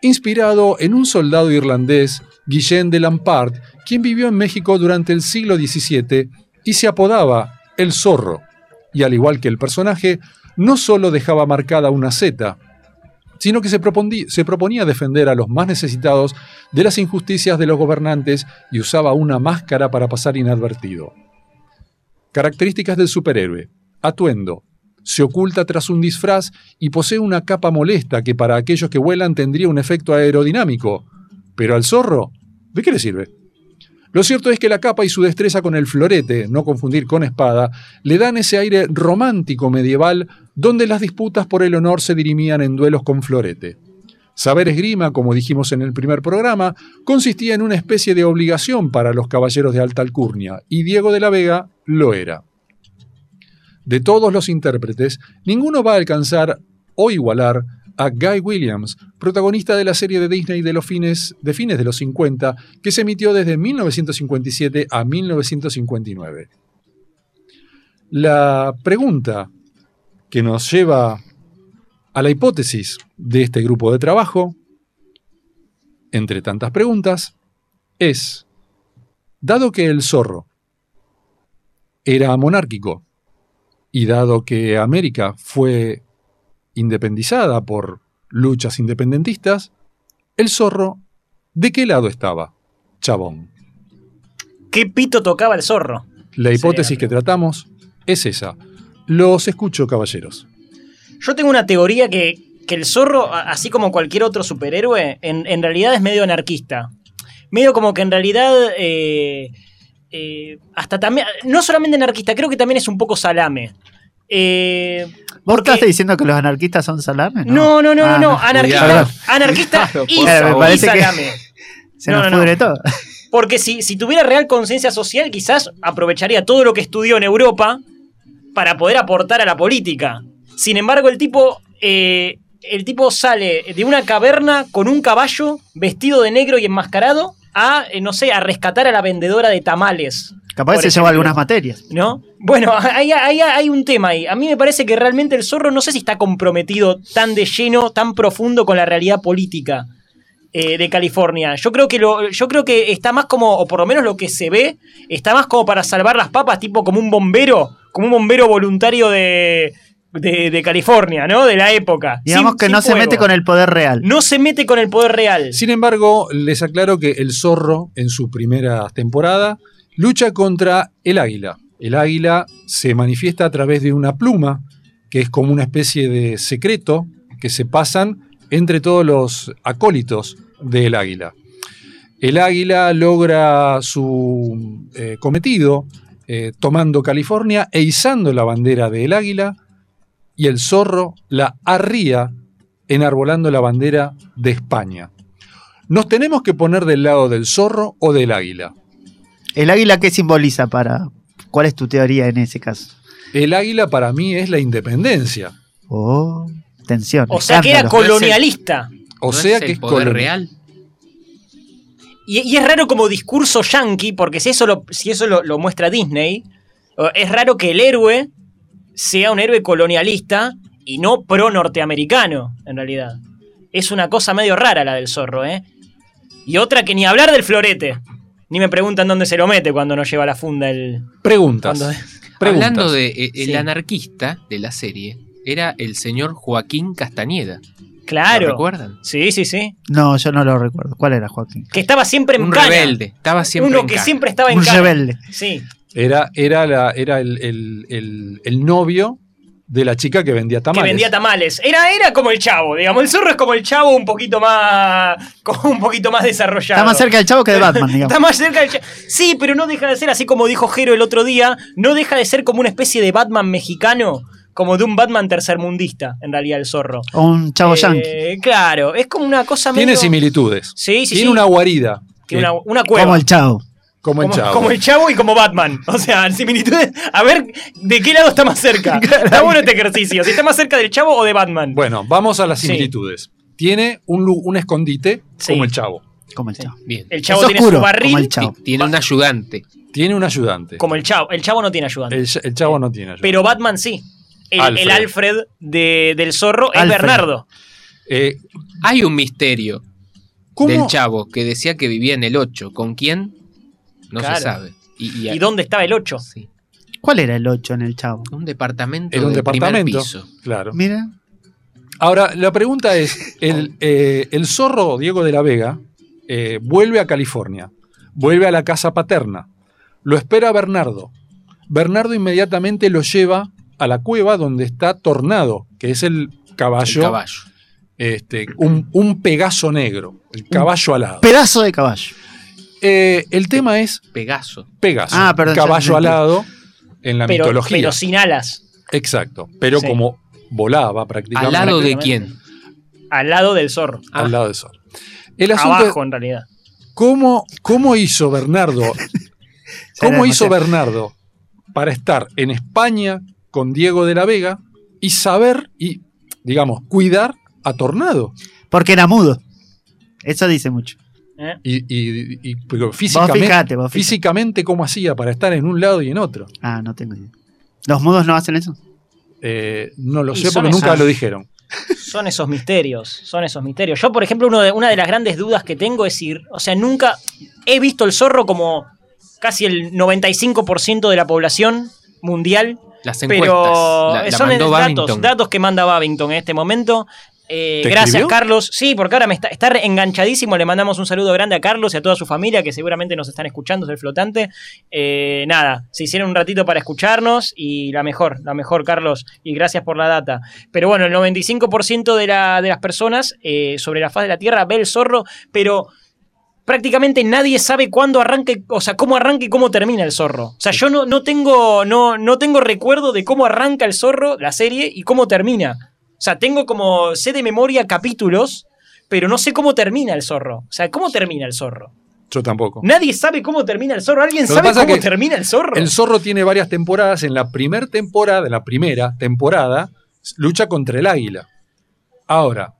S1: Inspirado en un soldado irlandés, Guillén de Lampard, quien vivió en México durante el siglo XVII y se apodaba El Zorro, y al igual que el personaje, no solo dejaba marcada una Z, sino que se, propondí- se proponía defender a los más necesitados de las injusticias de los gobernantes y usaba una máscara para pasar inadvertido. Características del superhéroe. Atuendo. Se oculta tras un disfraz y posee una capa molesta que para aquellos que vuelan tendría un efecto aerodinámico. Pero al zorro, ¿de qué le sirve? Lo cierto es que la capa y su destreza con el florete, no confundir con espada, le dan ese aire romántico medieval donde las disputas por el honor se dirimían en duelos con florete. Saber esgrima, como dijimos en el primer programa, consistía en una especie de obligación para los caballeros de alta alcurnia, y Diego de la Vega lo era. De todos los intérpretes, ninguno va a alcanzar o igualar a Guy Williams, protagonista de la serie de Disney de los fines de fines de los 50, que se emitió desde 1957 a 1959. La pregunta que nos lleva a la hipótesis de este grupo de trabajo, entre tantas preguntas, es, dado que el zorro era monárquico y dado que América fue independizada por luchas independentistas, el zorro, ¿de qué lado estaba? Chabón.
S2: ¿Qué pito tocaba el zorro?
S1: La hipótesis
S2: Sí,
S1: que tratamos es esa. Los escucho, caballeros.
S2: Yo tengo una teoría que, que el zorro, a- así como cualquier otro superhéroe, en, en realidad es medio anarquista. Medio como que en realidad. eh, eh, hasta también. No solamente anarquista, creo que también es un poco salame. Eh,
S4: ¿Vos
S2: Porque-
S4: estás diciendo que los anarquistas son salames?
S2: no, no, no, no,
S4: Ah,
S2: no, Anarquista,
S3: cuidado.
S2: anarquista
S3: Cuidado,
S2: y,
S3: por
S4: favor. Me
S2: y
S4: parece que-
S2: salame.
S4: <laughs> Se
S2: no,
S4: nos
S2: no, no.
S4: pudre todo.
S2: Porque si, si tuviera real conciencia social, quizás aprovecharía todo lo que estudió en Europa para poder aportar a la política. Sin embargo, el tipo, eh, el tipo sale de una caverna con un caballo vestido de negro y enmascarado a, eh, no sé, a rescatar a la vendedora de tamales.
S4: Capaz
S2: Por
S4: se lleva
S2: ejemplo.
S4: algunas materias.
S2: ¿No? Bueno, hay, hay- hay un tema ahí. A mí me parece que realmente el zorro no sé si está comprometido tan de lleno, tan profundo con la realidad política eh, de California. Yo creo, que lo, yo creo que está más como, o por lo menos lo que se ve, está más como para salvar las papas, tipo como un bombero, como un bombero voluntario de, de, de California, ¿no? De la época.
S4: Digamos
S2: Sin-
S4: que
S2: sin
S4: no se
S2: fuego.
S4: mete con el poder real.
S2: No se mete con el poder real.
S1: Sin embargo, les aclaro que el zorro, en su primera temporada, lucha contra el águila. El águila se manifiesta a través de una pluma, que es como una especie de secreto que se pasan entre todos los acólitos del águila. El águila logra su eh, cometido eh, tomando California e izando la bandera del águila y el zorro la arría enarbolando la bandera de España. ¿Nos tenemos que poner del lado del zorro o del águila?
S4: ¿El águila qué simboliza para.? ¿Cuál es tu teoría en ese caso?
S1: El águila para mí es la independencia.
S4: Oh, tensión.
S2: O sea que era
S4: escándalo.
S2: colonialista.
S1: O
S3: ¿No
S1: sea
S3: es
S1: que
S3: el
S1: es
S3: poder
S1: colon-
S3: real.
S2: Y, y es raro como discurso yankee, porque si eso lo, si eso lo, lo muestra Disney, eh, es raro que el héroe sea un héroe colonialista y no pro norteamericano, en realidad. Es una cosa medio rara la del zorro, ¿eh? Y otra que ni hablar del florete. Ni me preguntan dónde se lo mete cuando no lleva la funda el.
S1: Preguntas.
S2: cuando-
S1: <laughs> preguntas.
S3: Hablando de eh, el
S2: Sí.
S3: anarquista de la serie, era el señor Joaquín Castañeda. ¿Lo
S2: Claro.
S3: recuerdan?
S2: Sí, sí, sí.
S4: No, yo no lo recuerdo. ¿Cuál era, Joaquín?
S2: Que estaba siempre en
S3: Un
S2: cana.
S3: rebelde. Estaba siempre
S2: Uno
S3: en
S2: que
S3: cana.
S2: siempre estaba en
S4: Un
S2: cana.
S4: rebelde.
S2: Sí.
S1: Era, era, la- era el, el- el- el novio de la chica que vendía tamales.
S2: Que vendía tamales. Era, era como el chavo, digamos. El zorro es como el chavo un poquito más. <laughs> como un poquito más desarrollado.
S4: Está más cerca del chavo que de Batman, digamos.
S2: Está más cerca del chavo. Sí, pero no deja de ser, así como dijo Jero el otro día, no deja de ser como una especie de Batman mexicano, como de un Batman tercermundista, en realidad, el zorro.
S4: O un chavo
S2: Eh,
S4: yankee.
S2: Claro, es como una cosa
S1: Tiene
S2: medio-
S1: similitudes.
S2: Sí, sí,
S1: Tiene
S2: sí.
S1: una guarida.
S2: Tiene
S1: que-
S2: una, una cueva.
S4: Como el chavo.
S1: como el
S2: Como-
S1: chavo.
S2: como el Chavo y como Batman. O sea, similitudes. A ver, ¿de qué lado está más
S1: <laughs>
S2: cerca? Está bueno este ejercicio. Si está más cerca del Chavo o de Batman.
S1: Bueno, vamos a las
S2: Sí.
S1: similitudes. Tiene un, lu- un escondite
S2: Sí.
S1: como el chavo.
S4: Como el chavo.
S3: Bien.
S2: el Chavo
S4: es
S2: tiene
S4: oscuro,
S2: su barril.
S4: como el chavo.
S3: Ti- Tiene un ayudante.
S1: Tiene un ayudante.
S2: Como el chavo. El chavo no tiene ayudante.
S1: El, el chavo no tiene ayudante.
S2: pero Batman sí. El
S1: Alfred.
S2: el Alfred, de- Eh, del zorro es
S4: Alfred.
S2: Bernardo.
S1: Eh,
S3: Hay un misterio
S1: ¿cómo-
S3: del chavo que decía que vivía en el 8. ¿Con quién? No
S2: Claro.
S3: se sabe. Y, y-
S2: ¿Y dónde estaba el 8?
S3: Sí.
S4: ¿Cuál era el 8 en el chavo?
S3: Un departamento.
S1: Era un
S3: del primer
S1: departamento.
S3: piso.
S1: Claro.
S4: Mira.
S1: Ahora, la pregunta es: el, eh, el zorro Diego de la Vega eh, vuelve a California, vuelve a la casa paterna, lo espera Bernardo. Bernardo inmediatamente lo lleva a la cueva donde está Tornado, que es el
S3: El
S1: caballo,
S3: caballo.
S1: este, un, un pegaso negro, el caballo alado.
S4: Pedazo de caballo.
S1: Eh, el tema es
S3: Pegaso.
S1: Pegaso,
S4: Ah, perdón, ya
S1: caballo
S4: entendí.
S1: alado en la
S2: Pero,
S1: mitología.
S2: pero sin alas.
S1: Exacto, pero
S2: Sí.
S1: como volaba prácticamente
S3: ¿Al lado de
S2: prácticamente.
S3: quién?
S2: Al lado del zorro. Ah,
S1: al lado del zorro. El asunto es-
S2: Abajo, en realidad.
S1: ¿Cómo, cómo hizo
S4: <laughs>
S1: Bernardo? ¿Cómo
S4: Era
S1: hizo
S4: demasiado.
S1: Bernardo para estar en España con Diego de la Vega y saber y, digamos, cuidar a Tornado?
S4: Porque era mudo. Eso dice mucho.
S1: Y, y- y- pero
S4: Eh. Vos
S1: físicamente,
S4: fijate, vos fijate.
S1: físicamente, ¿cómo hacía para estar en un lado y en otro?
S4: Ah, no tengo idea. ¿Los mudos no hacen eso?
S1: Eh, no lo
S2: Y
S1: sé
S2: son
S1: porque nunca
S2: esas-
S1: lo dijeron.
S2: Son esos misterios, son esos misterios. Yo, por ejemplo, uno de, una de las grandes dudas que tengo es ir, o sea, nunca he visto el zorro como casi el 95% de la población mundial,
S3: Las encuestas.
S2: pero
S3: la, la
S2: son
S3: mandó
S2: datos,
S3: Babington.
S2: datos que manda Babington en este momento. Eh,
S1: ¿Te
S2: gracias,
S1: escribió?
S2: Carlos. Sí, porque ahora me está, está enganchadísimo. Le mandamos un saludo grande a Carlos y a toda su familia que seguramente nos están escuchando, es el flotante. Eh, nada, se hicieron un ratito para escucharnos y la mejor, la mejor, Carlos. Y gracias por la data. Pero bueno, el 95% de, la- de las personas eh, sobre la faz de la Tierra ve el zorro, pero prácticamente nadie sabe cuándo arranca, y- o sea, cómo arranca y cómo termina el zorro. O sea, yo no, no, tengo, no, no tengo recuerdo de cómo arranca el zorro, la serie, y cómo termina. O sea, tengo como, sé de memoria capítulos, pero no sé cómo termina el zorro. O sea, ¿cómo termina el zorro?
S1: Yo tampoco.
S2: Nadie sabe cómo termina el zorro. ¿Alguien
S1: Lo que
S2: sabe
S1: pasa
S2: cómo
S1: que
S2: termina el zorro?
S1: El zorro tiene varias temporadas. En la primera temporada, en la primera temporada, lucha contra el águila. Ahora,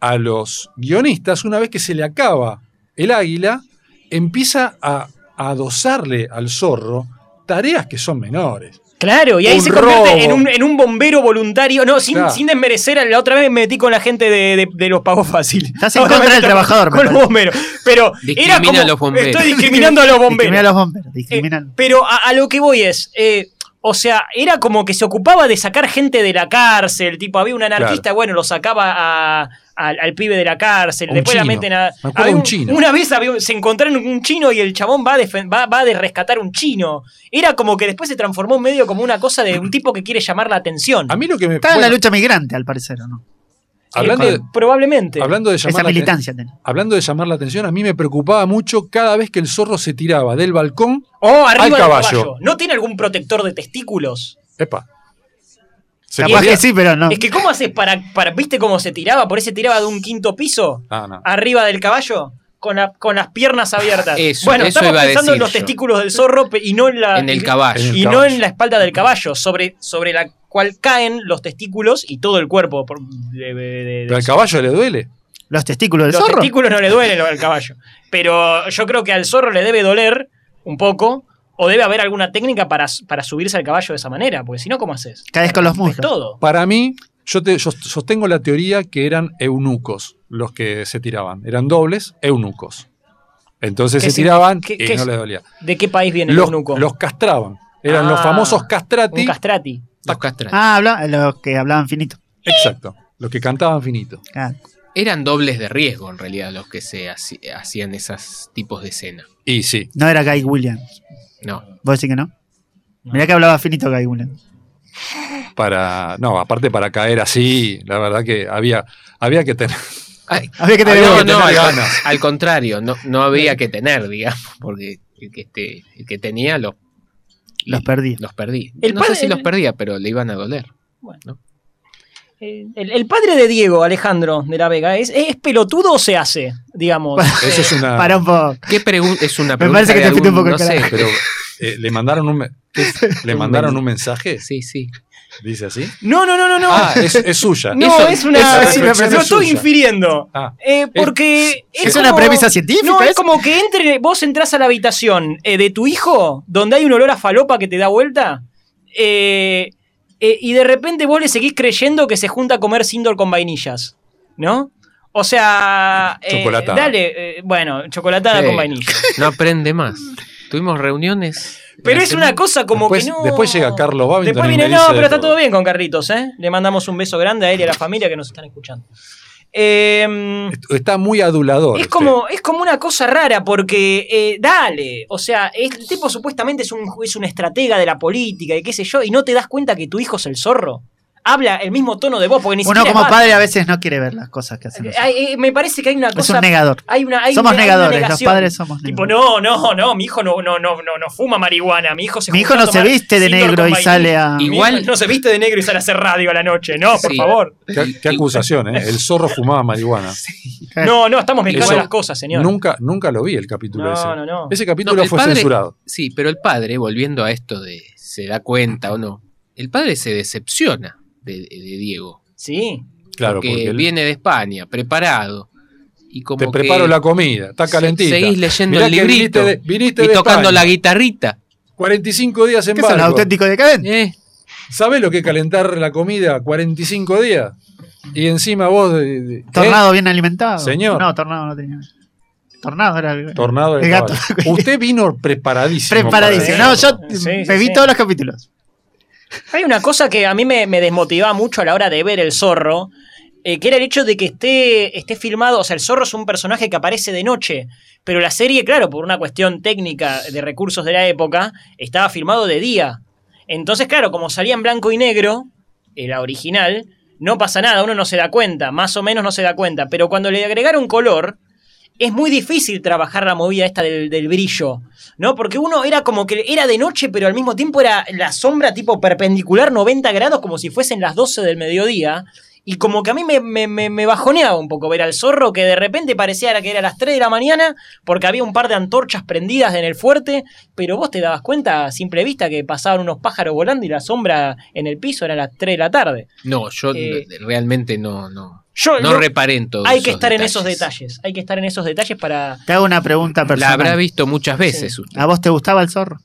S1: a los guionistas, una vez que se le acaba el águila, empieza a a adosarle al zorro tareas que son menores.
S2: Claro, y ahí
S1: Un
S2: se convierte
S1: robo.
S2: en un, en un bombero voluntario. No, sin,
S1: Claro.
S2: sin desmerecer. a- La otra vez me metí con la gente de, de- de los pagos fáciles.
S4: Estás en
S2: Ahora
S4: contra
S2: me
S4: del
S2: meto
S4: trabajador, me
S2: Con los
S4: parece.
S2: bomberos. Pero
S3: Discrimina
S2: era como,
S3: a los bomberos.
S2: Estoy discriminando a los
S4: <laughs> Discrimina a
S2: bomberos.
S4: los bomberos, discrimina-
S2: Pero a, a lo que voy es. eh, o sea, era como que se ocupaba de sacar gente de la cárcel. Tipo, había un anarquista, bueno, lo sacaba a- al, al pibe de la cárcel.
S1: A un
S2: después la
S1: chino.
S2: meten a.
S1: Me acuerdo
S2: había
S1: un chino.
S2: Una vez había un- se encontraron un chino y el chabón va a, defen- va, va a de rescatar un chino. Era como que después se transformó en medio como una cosa de un tipo que quiere llamar la atención.
S1: A mí lo que me.
S4: Está en la
S1: bueno,
S4: lucha migrante, al parecer, ¿o no?
S1: hablando,
S2: Eh,
S1: de,
S2: probablemente.
S1: hablando de llamar
S4: Esa
S1: la atención-
S4: militancia tenía.
S1: Hablando de llamar la atención, a mí me preocupaba mucho cada vez que el zorro se tiraba del balcón.
S2: o Oh, arriba
S1: al
S2: del
S1: caballo.
S2: ¿No tiene algún protector de testículos?
S1: Epa. Se
S4: Capaz
S1: podía-
S4: que sí, pero no.
S2: Es que ¿cómo haces para, para... ¿Viste cómo se tiraba? Por ese tiraba de un quinto piso
S1: Ah, no.
S2: arriba del caballo con, la- con las piernas abiertas.
S3: Eso-
S2: bueno,
S3: eso
S2: estamos
S3: iba a
S2: pensando en
S3: decir
S2: los
S3: yo.
S2: testículos del zorro pe- y no en la...
S3: En el
S2: y-
S3: caballo.
S1: En el
S2: Y no
S1: caballo.
S2: en la espalda del caballo, sobre, sobre la cual caen los testículos y todo el cuerpo. por- de- de- de-
S1: Pero al caballo le duele.
S4: Los testículos del
S2: los
S4: zorro.
S2: testículos no le duelen al caballo. Pero yo creo que al zorro le debe doler un poco. O debe haber alguna técnica para, para subirse al caballo de esa manera. Porque si no, ¿cómo haces?
S4: Caes con los muslos.
S2: Todo.
S1: Para mí, yo, te- yo sostengo la teoría que eran eunucos los que se tiraban. Eran dobles eunucos. Entonces
S2: ¿Qué
S1: se
S2: si-
S1: tiraban
S2: qué-
S1: y
S2: qué
S1: no
S2: es-
S1: les dolía.
S2: ¿De qué país viene
S1: Los,
S2: el eunuco?
S1: los castraban. Eran los
S2: Ah,
S1: famosos castrati.
S2: Un castrati.
S3: Los castratos.
S4: Ah, habla, los que hablaban finito.
S1: Exacto. Los que cantaban finito.
S4: Ah,
S3: Eran dobles de riesgo en realidad los que se haci- hacían esos tipos de escena.
S1: Y sí.
S4: no era Guy Williams.
S3: No.
S4: ¿Vos decís que no? Mirá que hablaba finito Guy Williams.
S1: Para. No, aparte para caer así, la verdad que había, había que
S4: <laughs>
S1: tener.
S3: Ay,
S4: Había que
S3: ah,
S4: tener
S3: no,
S4: huevos.
S3: no,
S1: tener
S3: al,
S1: ganas.
S3: al contrario, no, no había que tener, digamos, porque el que, este- el que tenía los,
S4: Los perdí.
S3: los perdí.
S2: El
S3: no sé
S2: padre-
S3: si los perdía, pero le iban a doler.
S2: Eh, El, el padre de Diego, Alejandro de la Vega, ¿es, es pelotudo o se hace? Digamos. Eh,
S1: Eso <laughs> es una.
S4: Pará un poco.
S3: ¿Qué pregunta? Es una
S4: Ah. <laughs> Me
S3: pregunta.
S4: parece que
S3: de
S4: te fuiste un
S3: algún-
S4: poco
S3: no
S4: el
S3: sé,
S4: carajo.
S1: Pero eh, le mandaron un me-
S4: <laughs>
S1: le mandaron un mensaje,
S3: pero- Sí, sí.
S1: dice así.
S2: No, no, no, no, no.
S1: Ah, es, es suya.
S2: no,
S3: eso-
S2: es una.
S1: esa
S2: lo
S1: reflexión es
S2: estoy
S1: suya.
S2: infiriendo.
S1: Ah,
S2: Eh, porque
S4: Es una premisa científica,
S2: No, es
S4: ¿es?
S2: como que entre, vos entras a la habitación eh, de tu hijo, donde hay un olor a falopa que te da vuelta, eh, eh, y de repente vos le seguís creyendo que se junta a comer Sindor con vainillas, ¿no? O sea, eh,
S1: Chocolatada.
S2: dale, eh, bueno, chocolatada
S3: Sí.
S2: con vainilla.
S3: No aprende más. Tuvimos reuniones.
S2: Pero
S3: la
S2: es
S3: semana-
S2: una cosa como
S1: después,
S2: que no.
S1: después llega Carlos Babington
S2: Después
S1: y me
S2: viene, no,
S1: dice de
S2: pero está
S1: todo.
S2: todo bien con Carlitos, ¿eh? Le mandamos un beso grande a él y a la familia que nos están escuchando. Eh,
S1: Está muy adulador.
S2: Es
S1: usted.
S2: como, es como una cosa rara, porque eh, dale, o sea, es- el tipo supuestamente es un, es un estratega de la política y qué sé yo, y no te das cuenta que tu hijo es el zorro. Habla el mismo tono de voz, porque ni
S4: Uno
S2: siquiera.
S4: como
S2: es
S4: padre a veces no quiere ver las cosas que hacen.
S2: Batman.
S4: los hijos.
S2: Ay, eh, me parece que hay una
S4: Es
S2: cosa.
S4: un negador.
S2: hay una, hay
S4: Somos
S2: una- hay una
S4: negadores, los
S2: negación.
S4: padres somos
S2: Tipo,
S4: negadores.
S2: no, no, no, mi hijo no, no, no, no, no fuma marihuana, mi hijo se
S4: Mi hijo
S2: juntó a
S4: no se
S2: tomar
S4: viste de
S2: Sindor
S4: negro
S2: con
S4: y
S2: vainilla.
S4: sale a.
S2: Mi hijo
S3: Igual-
S2: no se viste de negro y sale a hacer radio a la noche, no, por
S3: Sí.
S2: favor.
S1: Qué, qué acusación, ¿eh? El zorro fumaba
S2: <laughs>
S1: marihuana.
S2: No, no, estamos mezclando
S1: Eso-
S2: las cosas, señor.
S1: Nunca, nunca lo vi el capítulo ese.
S2: no, no, no.
S1: Ese
S3: No,
S1: capítulo
S3: el
S1: fue
S3: padre-
S1: censurado.
S3: Sí, pero el padre, volviendo a esto de se da cuenta o no, el padre se decepciona de, de Diego.
S2: Sí.
S1: Claro,
S3: porque,
S1: porque él-
S3: viene de España, preparado. Y como
S1: te
S3: que
S1: preparo la comida, está
S3: se-
S1: calentita.
S3: Seguís leyendo
S1: Mirá
S3: el
S1: que
S3: librito
S1: viniste de- viniste
S3: y
S1: de
S3: tocando
S1: España.
S3: la guitarrita.
S1: 45 días en
S4: ¿Qué son
S1: barco.
S4: los auténticos decadentes?
S3: Eh,
S1: ¿Sabés lo que es calentar la comida 45 días? Y encima vos. de- de- ¿eh?
S4: Tornado bien alimentado.
S1: Señor.
S4: No, tornado no tenía. Tornado era el,
S1: Tornado de
S4: el gato.
S1: caballo. Usted vino preparadísimo.
S4: Preparadísimo.
S1: para
S4: No,
S1: esto.
S4: yo
S2: Sí, sí,
S4: me vi
S2: sí.
S4: todos los capítulos.
S2: Hay una cosa que a mí me, me desmotivaba mucho a la hora de ver el zorro, eh, que era el hecho de que esté, esté filmado, o sea, el zorro es un personaje que aparece de noche, pero la serie, claro, por una cuestión técnica de recursos de la época, estaba filmado de día. Entonces, claro, como salía en blanco y negro, eh, la original, no pasa nada, uno no se da cuenta, más o menos no se da cuenta, pero cuando le agregaron color... Es muy difícil trabajar la movida esta del, del brillo. ¿no? Porque uno era como que era de noche, pero al mismo tiempo era la sombra tipo perpendicular 90 grados, como si fuesen las 12 del mediodía. Y como que a mí me, me- me- me bajoneaba un poco ver al zorro, que de repente parecía que era las 3 de la mañana, porque había un par de antorchas prendidas en el fuerte, pero vos te dabas cuenta a simple vista que pasaban unos pájaros volando y la sombra en el piso era las 3 de la tarde.
S3: No, yo
S2: Eh,
S3: realmente no, no,
S2: Yo,
S3: no
S2: yo-
S3: reparé en todos
S2: hay que
S3: esos
S2: estar en esos detalles, hay que estar en esos detalles para...
S4: Te hago una pregunta
S3: La habrá
S4: personal.
S3: visto muchas veces usted.
S4: ¿A vos te gustaba el zorro?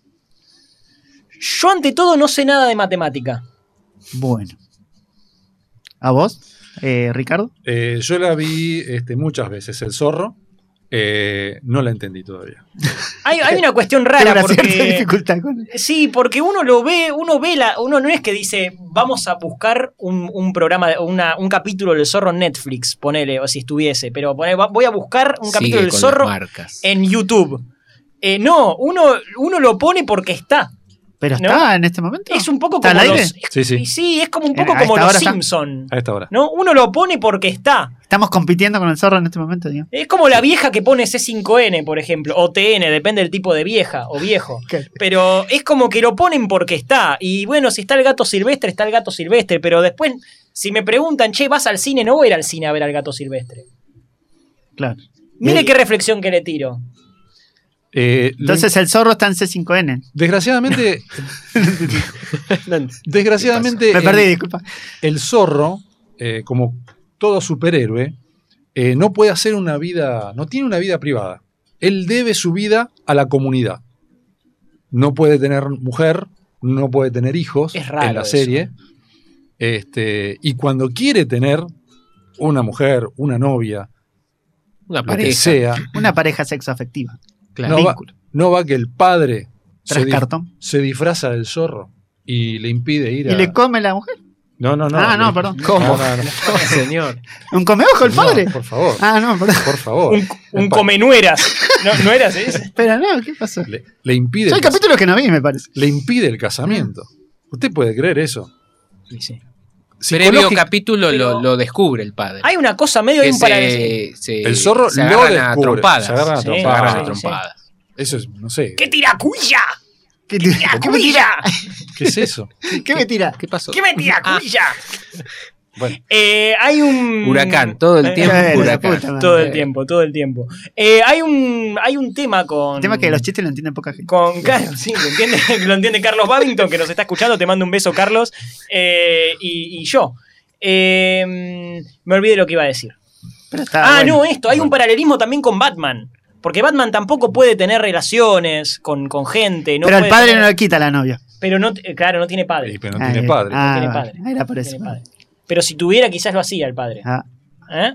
S2: Yo ante todo no sé nada de matemática.
S4: Bueno. ¿A vos, eh, Ricardo?
S1: Eh, yo la vi este, muchas veces, El Zorro. Eh, no la entendí todavía.
S2: Hay,
S4: <laughs>
S2: hay una cuestión
S4: Tengo
S2: rara
S4: una
S2: porque...
S4: cierta dificultad con
S2: Sí, porque uno lo ve, uno ve la, uno no es que dice, vamos a buscar un, un programa, de- una- un capítulo del zorro en Netflix, ponele, o si estuviese, pero pone, va- voy a buscar un
S3: Sigue
S2: capítulo del
S3: con
S2: zorro
S3: las marcas.
S2: en YouTube. Eh, no, uno, uno lo pone porque está.
S4: ¿Pero
S2: ¿No?
S4: está en este momento?
S2: Es un poco
S4: ¿Está
S2: como
S4: al aire?
S2: los.
S1: Sí, sí.
S2: y sí, es como un
S4: En-
S2: poco
S4: a
S2: como
S4: esta
S2: los
S4: hora está.
S2: Simpson.
S1: A esta hora.
S2: ¿No? Uno lo pone porque está.
S4: Estamos compitiendo con el zorro en este momento, digo.
S2: Es como la vieja que pone C5N, por ejemplo, o TN, depende del tipo de vieja o
S4: <laughs>
S2: viejo. Pero es como que lo ponen porque está. Y bueno, si está el gato silvestre, está el gato silvestre. Pero después, si me preguntan, che, ¿vas al cine? No voy a ir al cine a ver al gato silvestre.
S4: Claro.
S2: Mire
S4: Y-
S2: qué reflexión que le tiro.
S1: Eh,
S4: Entonces el zorro está en C5N.
S2: <laughs>
S1: desgraciadamente, desgraciadamente
S4: Me
S1: el-
S4: perdí, disculpa.
S1: El, zorro, eh, como todo superhéroe, eh, no puede hacer una vida, no tiene una vida privada. Él debe su vida a la comunidad. No puede tener mujer, no puede tener hijos
S2: Es raro
S1: en la
S2: eso.
S1: serie. Este, y cuando quiere tener una mujer, una novia,
S3: Una
S1: lo que
S3: pareja.
S1: sea,
S4: Una pareja sexo afectiva.
S3: Claro.
S1: no, va, no va que el padre
S4: Tras
S1: se, di-
S4: cartón.
S1: se disfraza del zorro y le impide ir
S4: Y
S1: a.
S4: le come la mujer.
S1: no, no, no.
S4: ah, no,
S1: le-
S4: perdón.
S1: No,
S3: ¿Cómo?
S1: no, no.
S4: <laughs>
S3: señor.
S4: ¿Un comeojo el
S1: No,
S4: padre?
S1: por favor,
S4: Ah, no, perdón.
S1: por favor.
S2: Un, un comenueras. ¿No, no era así?
S4: Espera, no, ¿qué pasó?
S1: Le, le impide
S4: Yo
S1: el
S4: hay
S1: cas-
S4: capítulos que no vi, me parece.
S1: le impide el casamiento. ¿Usted puede creer eso?
S3: Previo
S1: Psicológico-
S3: capítulo
S2: Pero-
S3: lo, lo descubre el padre.
S2: Hay una cosa medio
S3: Que
S2: un paralelo.
S3: se, se-
S1: El zorro
S3: se
S1: lo
S3: agarran a
S1: descubre,
S3: trompadas.
S1: se agarran a
S3: Sí,
S1: trompadas.
S3: se agarran a
S2: Sí, sí.
S3: trompadas.
S1: Ah, Eso es, no sé.
S2: ¡Qué tiracuya!
S4: ¿Qué,
S2: ¡Qué tiracuya!
S1: ¿Qué es eso?
S4: <laughs> ¿Qué Ah. me tira?
S3: ¿Qué pasó?
S2: ¡Qué me
S4: <laughs>
S2: tiracuya!
S1: Bueno.
S2: Eh, hay un.
S3: Huracán, todo el tiempo
S4: Eh, la
S3: huracán.
S4: puta madre.
S2: Todo el tiempo, todo el tiempo. Eh, hay un hay un tema con.
S4: El tema es que los chistes lo entienden poca gente.
S2: Con claro, sí, lo entiende, <laughs> lo entiende Carlos Babington, que nos está escuchando. Te mando un beso, Carlos. Eh, y, y yo. Eh, me olvidé lo que iba a decir.
S4: Pero
S2: Ah,
S4: está bueno.
S2: no, esto. Hay un paralelismo también con Batman. Porque Batman tampoco puede tener relaciones con, con gente. No
S4: Pero el
S2: puede
S4: padre
S2: tener-
S4: no le quita a la novia.
S2: Pero no, eh, claro, no tiene padre.
S1: Eh, pero
S4: Ah,
S1: no tiene
S4: eh,
S1: padre.
S4: Ah,
S2: tiene
S4: vale.
S2: padre.
S4: Era por
S2: No
S4: eso.
S2: tiene padre. Pero si tuviera, quizás lo hacía el padre.
S4: Ah,
S2: ¿Eh?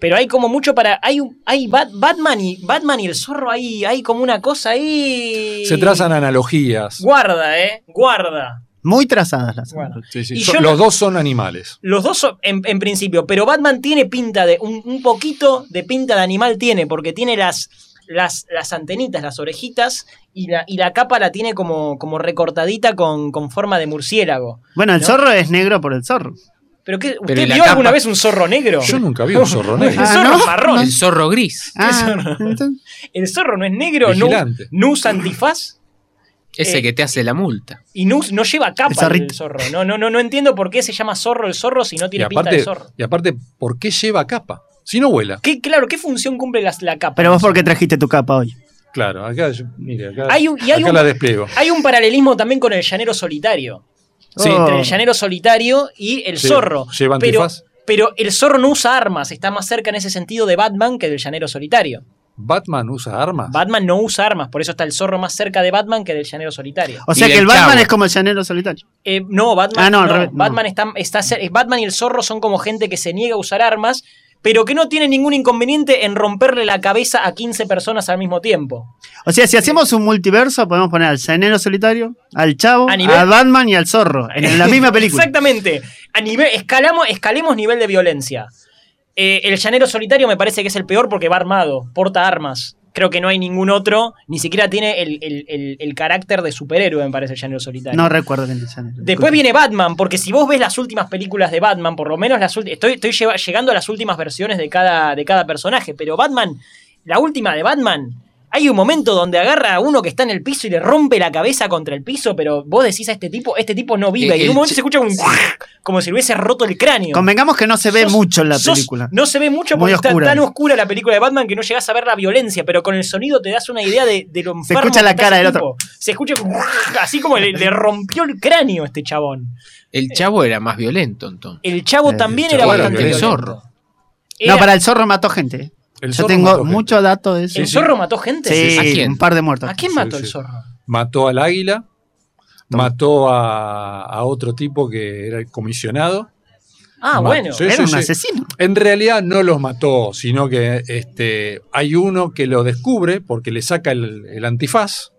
S2: Pero hay como mucho para. Hay, un- hay Bat- Batman, y, Batman y el zorro ahí. Hay como una cosa ahí.
S1: Se trazan analogías.
S2: Guarda, ¿eh? Guarda.
S4: muy trazadas las.
S2: Bueno.
S1: Sí, sí,
S2: Y
S1: son-
S2: yo no-
S1: los dos son animales.
S2: Los dos son- en, en principio, pero Batman tiene pinta de. Un, un poquito de pinta de animal tiene, porque tiene las. Las, las antenitas, las orejitas y la, y la capa la tiene como, como recortadita con, con forma de murciélago.
S4: Bueno, el
S2: ¿No?
S4: zorro es negro por el zorro.
S2: ¿Pero qué? ¿Usted
S3: Pero ¿y la
S2: vio
S3: capa?
S2: alguna vez un zorro negro?
S1: Yo nunca vi un
S2: <laughs>
S1: zorro negro.
S2: El
S4: Ah,
S2: zorro
S4: ¿no?
S2: es marrón.
S3: El
S2: <laughs>
S3: zorro gris.
S4: Ah,
S2: zorro?
S4: entonces-
S2: El zorro no es negro, no,
S1: Vigilante.
S2: no usa antifaz.
S3: Ese
S2: Eh,
S3: que te hace la multa.
S2: Y no, no lleva
S4: El
S2: capa el,
S4: zorrito.
S2: zorro. No, no, no, no entiendo por qué se llama zorro el zorro si no
S1: Y
S2: tiene pinta de
S1: aparte,
S2: zorro.
S1: y aparte, ¿por qué lleva capa? Si no vuela.
S2: ¿Qué, claro, ¿qué función cumple la, la capa?
S4: Pero vos, ¿por qué trajiste tu capa hoy?
S1: Claro, acá, yo- mire, acá,
S2: Hay un- y hay
S1: acá
S2: un-
S1: la despliego.
S2: Hay un paralelismo también con el llanero solitario.
S1: Sí.
S4: Oh,
S2: Entre el llanero solitario y el
S1: Lleva-
S2: zorro.
S1: lleva
S2: pero,
S1: antifaz.
S2: pero el zorro no usa armas, está más cerca en ese sentido de Batman que del llanero solitario.
S1: ¿Batman usa armas?
S2: Batman no usa armas, por eso está el zorro más cerca de Batman que del llanero solitario.
S4: O sea
S3: Y
S4: que
S3: del
S4: el Batman
S3: Chavo.
S4: es como el llanero solitario.
S2: Eh, no, Batman,
S4: Ah, no, al
S2: no,
S4: revés, no.
S2: Batman está, está cer- eh, Batman y el zorro son como gente que se niega a usar armas, pero que no tiene ningún inconveniente en romperle la cabeza a 15 personas al mismo tiempo.
S4: O sea, si hacemos un multiverso, podemos poner al llanero solitario, al Chavo,
S2: A nivel-
S4: a Batman y al
S2: <laughs>
S4: Zorro. En la misma película.
S2: Exactamente. A nivel, escalamos, escalemos nivel de violencia. Eh, el llanero solitario me parece que es el peor porque va armado, porta armas. Creo que no hay ningún otro, ni siquiera tiene el, el- el- el carácter de superhéroe, me parece el llanero solitario.
S4: No recuerdo bien el llanero.
S2: Después viene Batman, porque si vos ves las últimas películas de Batman, por lo menos las últimas. Estoy, estoy lleva- llegando a las últimas versiones de cada, de cada personaje, pero Batman, la última de Batman, hay un momento donde agarra a uno que está en el piso y le rompe la cabeza contra el piso, pero vos decís a este tipo, este tipo no vive.
S3: Eh,
S2: y en
S3: el
S2: un momento
S3: ch-
S2: se escucha un. <laughs> como si le hubiese roto el cráneo.
S4: Convengamos que no se ve
S2: Sos-
S4: mucho en la
S2: sos-
S4: película.
S2: No se ve mucho
S4: Muy
S2: porque está
S4: oscura.
S2: tan oscura la película de Batman que no llegás a ver la violencia, pero con el sonido te das una idea de, de lo
S4: Se
S2: enfermo
S4: escucha
S2: que
S4: la
S2: está
S4: cara
S2: ese
S4: del
S2: tipo. Se escucha así como le, le rompió el cráneo a este chabón.
S3: El chavo era más violento entonces.
S2: El chavo
S4: El
S2: también
S1: Chavo
S2: era
S1: era
S2: bastante
S1: violento.
S2: violento. Era-
S4: No, para el Zorro mató gente.
S1: El
S4: Yo
S1: zorro mató
S4: tengo
S1: gente.
S4: muchos datos de eso.
S2: ¿El zorro mató gente?
S4: Sí,
S3: ¿A quién?
S4: un par de muertos.
S2: ¿A quién
S1: Sí,
S2: mató
S1: sí.
S2: el zorro?
S1: Mató al águila, mató a, a otro tipo que era el comisionado.
S2: Ah,
S1: Mató-
S2: bueno.
S1: sí,
S4: Era
S1: sí,
S4: un
S1: sí.
S4: asesino.
S1: En realidad no los mató, sino que este, hay uno que lo descubre porque le saca el, el antifaz,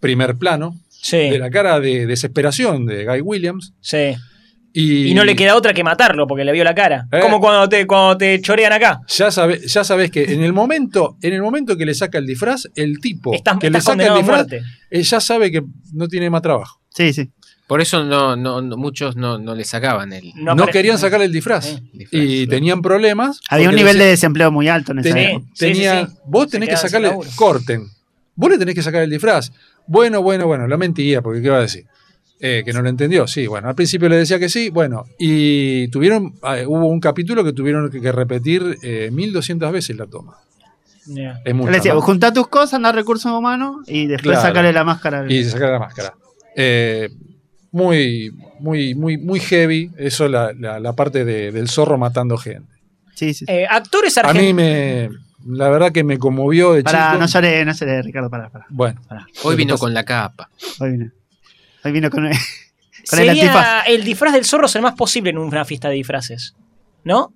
S1: primer plano,
S2: Sí,
S1: de la cara de desesperación de Guy Williams.
S2: sí.
S1: Y,
S2: Y no le queda otra que matarlo porque le vio la cara.
S1: Eh.
S2: Como cuando te, cuando te chorean acá.
S1: Ya sabes, ya sabés que en el momento, en el momento que le saca el disfraz, el tipo
S2: Estás,
S1: que le
S2: estás
S1: saca el
S2: condenado a
S1: disfraz,
S2: muerte.
S1: eh, ya sabe que no tiene más trabajo.
S4: Sí, sí.
S3: Por eso no, no, no- muchos no, no le sacaban el,
S1: No,
S2: apare-
S1: querían sacarle el disfraz.
S2: Eh.
S3: el disfraz.
S1: Y tenían problemas.
S4: Había un
S1: porque
S4: nivel de
S1: decían-
S4: desempleo muy alto en esa
S2: Sí.
S1: Tenía-
S4: época.
S1: tenía-
S2: sí, sí.
S1: Vos
S2: Se
S1: tenés que
S2: quedaban sin
S1: sacarle,
S2: laburo.
S1: corten. Vos le tenés que sacar el disfraz. Bueno, bueno, bueno, la mentía, porque ¿qué va a decir? Eh, que no lo entendió, sí, bueno, al principio le decía que sí, bueno, y tuvieron, ah, hubo un capítulo que tuvieron que, que repetir eh, 1200 veces la toma.
S2: Yeah.
S1: Es
S4: Yo
S1: mucho.
S4: le decía,
S1: ¿no?
S4: junta tus cosas, anda a recursos humanos y después
S1: Claro.
S4: sacarle la máscara. al-
S1: Y se saca la máscara. Eh, muy, muy, muy, muy heavy, eso la, la- la parte de- del zorro matando gente.
S4: Sí, sí.
S2: Eh, actores
S1: A mí
S2: argentinos.
S1: me, la verdad que me conmovió de
S4: Pará,
S1: chico.
S4: no lloré, no lloré, Ricardo, pará, pará.
S1: Bueno,
S3: Hoy vino con la capa.
S4: Hoy vino. Hoy vino con. <laughs> con el
S2: Sería
S4: antifaz.
S2: el disfraz del zorro es el más posible en una fiesta de disfraces. ¿No?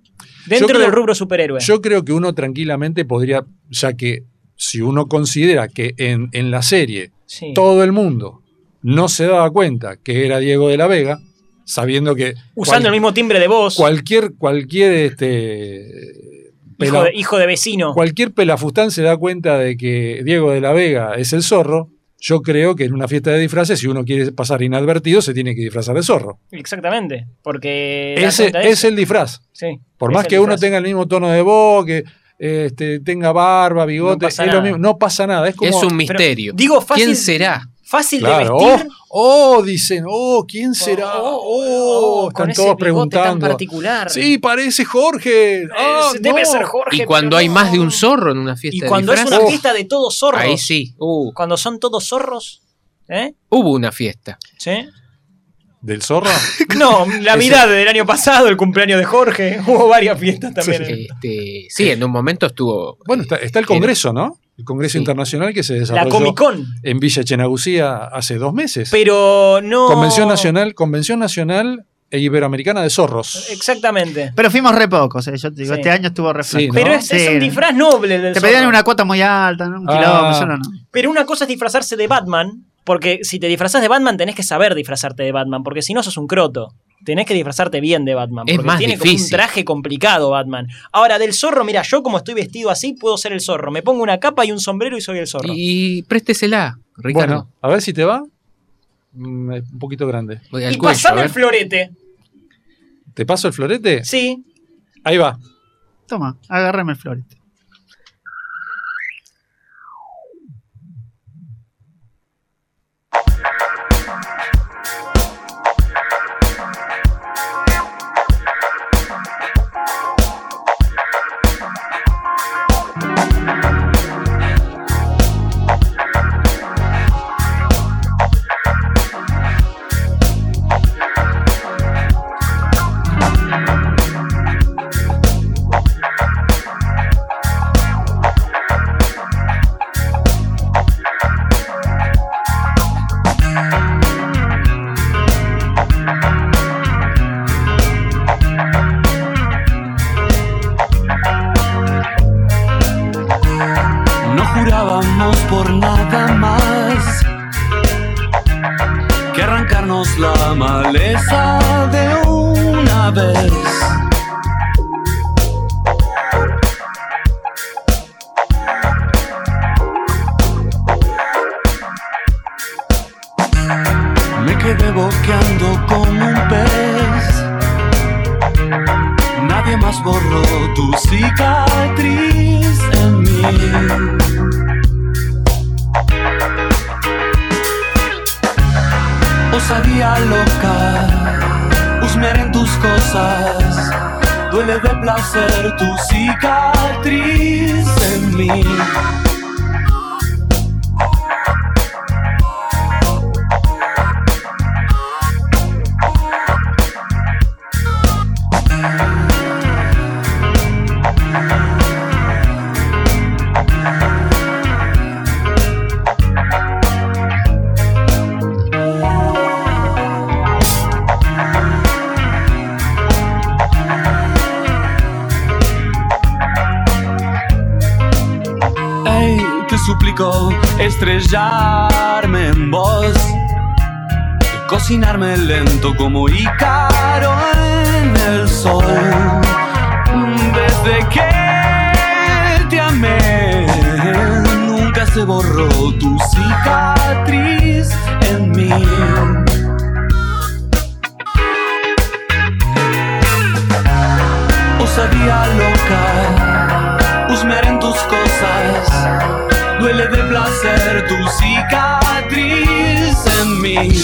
S2: Dentro
S1: creo-
S2: del rubro superhéroe.
S1: Yo creo que uno tranquilamente podría, ya que si uno considera que en, en la serie
S2: Sí.
S1: todo el mundo no se daba cuenta que era Diego de la Vega, sabiendo que
S2: Usando
S1: cual-
S2: el mismo timbre de voz.
S1: cualquier, cualquier este
S2: hijo,
S1: pela-
S2: de, hijo de vecino.
S1: cualquier pelafustán se da cuenta de que Diego de la Vega es el zorro. Yo creo que en una fiesta de disfraces, si uno quiere pasar inadvertido, se tiene que disfrazar de zorro.
S2: Exactamente. Porque. da
S1: Ese
S2: cuenta de
S1: es
S2: eso.
S1: el disfraz.
S2: Sí,
S1: Por
S2: es
S1: más
S2: el
S1: que uno
S2: disfraz.
S1: tenga el mismo tono de voz, que este, tenga barba, bigote,
S2: No
S1: es
S2: pasa
S1: lo
S2: nada.
S1: mismo. No pasa nada. Es como.
S3: es un misterio.
S2: Digo, fácil.
S3: ¿Quién será?
S2: Fácil
S1: Claro,
S2: de vestir.
S1: Oh, oh, dicen, oh, ¿quién será? Oh,
S2: con
S1: están
S2: ese
S1: todos
S2: bigote tan
S1: preguntando.
S2: particular.
S1: sí, parece Jorge. Ah,
S2: Eh, debe
S1: no.
S2: ser Jorge.
S3: Y
S2: pero
S3: cuando
S2: no.
S3: hay más de un zorro en una fiesta
S4: Este
S2: Y cuando
S3: de
S2: es una
S3: disfraces,
S2: fiesta de todos zorros.
S3: ahí sí. Uh,
S2: Cuando son todos zorros. ¿Eh?
S3: hubo una fiesta.
S1: <laughs>
S2: ¿Sí?
S1: ¿Del zorro?
S2: No, la mirada del año pasado, el cumpleaños de Jorge. <laughs> Hubo varias fiestas también.
S3: Este, sí, en un momento estuvo.
S1: Bueno,
S3: eh,
S1: está, está el Congreso, ¿no? El Congreso
S3: Sí.
S1: Internacional que se
S2: La
S1: desarrolló
S2: Comic Con.
S1: en Villa Chenagucía hace dos meses.
S2: Pero no.
S1: Convención Nacional, Convención Nacional e Iberoamericana de Zorros.
S2: Exactamente.
S4: Pero fuimos re pocos, eh, yo te digo,
S2: Sí.
S4: este año estuvo re
S1: Sí, ¿no?
S4: flaco.
S2: Pero es, es
S4: Sí.
S2: un disfraz noble del
S4: Te pedían
S2: zorro.
S4: una cuota muy alta, ¿no? un
S1: Ah.
S4: quilombo, yo no, no.
S2: Pero una cosa es disfrazarse de Batman, porque si te disfrazás de Batman tenés que saber disfrazarte de Batman, porque si no sos un croto. Tenés que disfrazarte bien de Batman,
S3: Es
S2: porque
S3: más
S2: tiene como un
S3: difícil.
S2: traje complicado Batman. Ahora, del zorro, mira, yo como estoy vestido así, puedo ser el zorro. Me pongo una capa y un sombrero y soy el zorro. Y,
S3: Y, y préstesela, Ricardo.
S1: Bueno, a ver si te va. Mm, es un poquito grande.
S3: Voy al cuello, a
S2: pasame
S3: ver.
S2: el florete.
S1: ¿Te paso el florete?
S2: Sí.
S1: Ahí va.
S4: Toma, agárrame el florete.
S5: cambiamos por nada más que arrancarnos la maleza de una vez. Me quedé boqueando como un pez. Nadie más borró tu cicatriz en mí. Osadía loca, husmear en tus cosas. Duele de placer tu cicatriz en mí. Ey, te suplico estrellarme en vos, cocinarme lento como Ícaro en el sol. Desde que te amé, nunca se borró tu cicatriz en mí. Osadía loca, husmear en tus cosas. Duele de placer tu cicatriz en mí.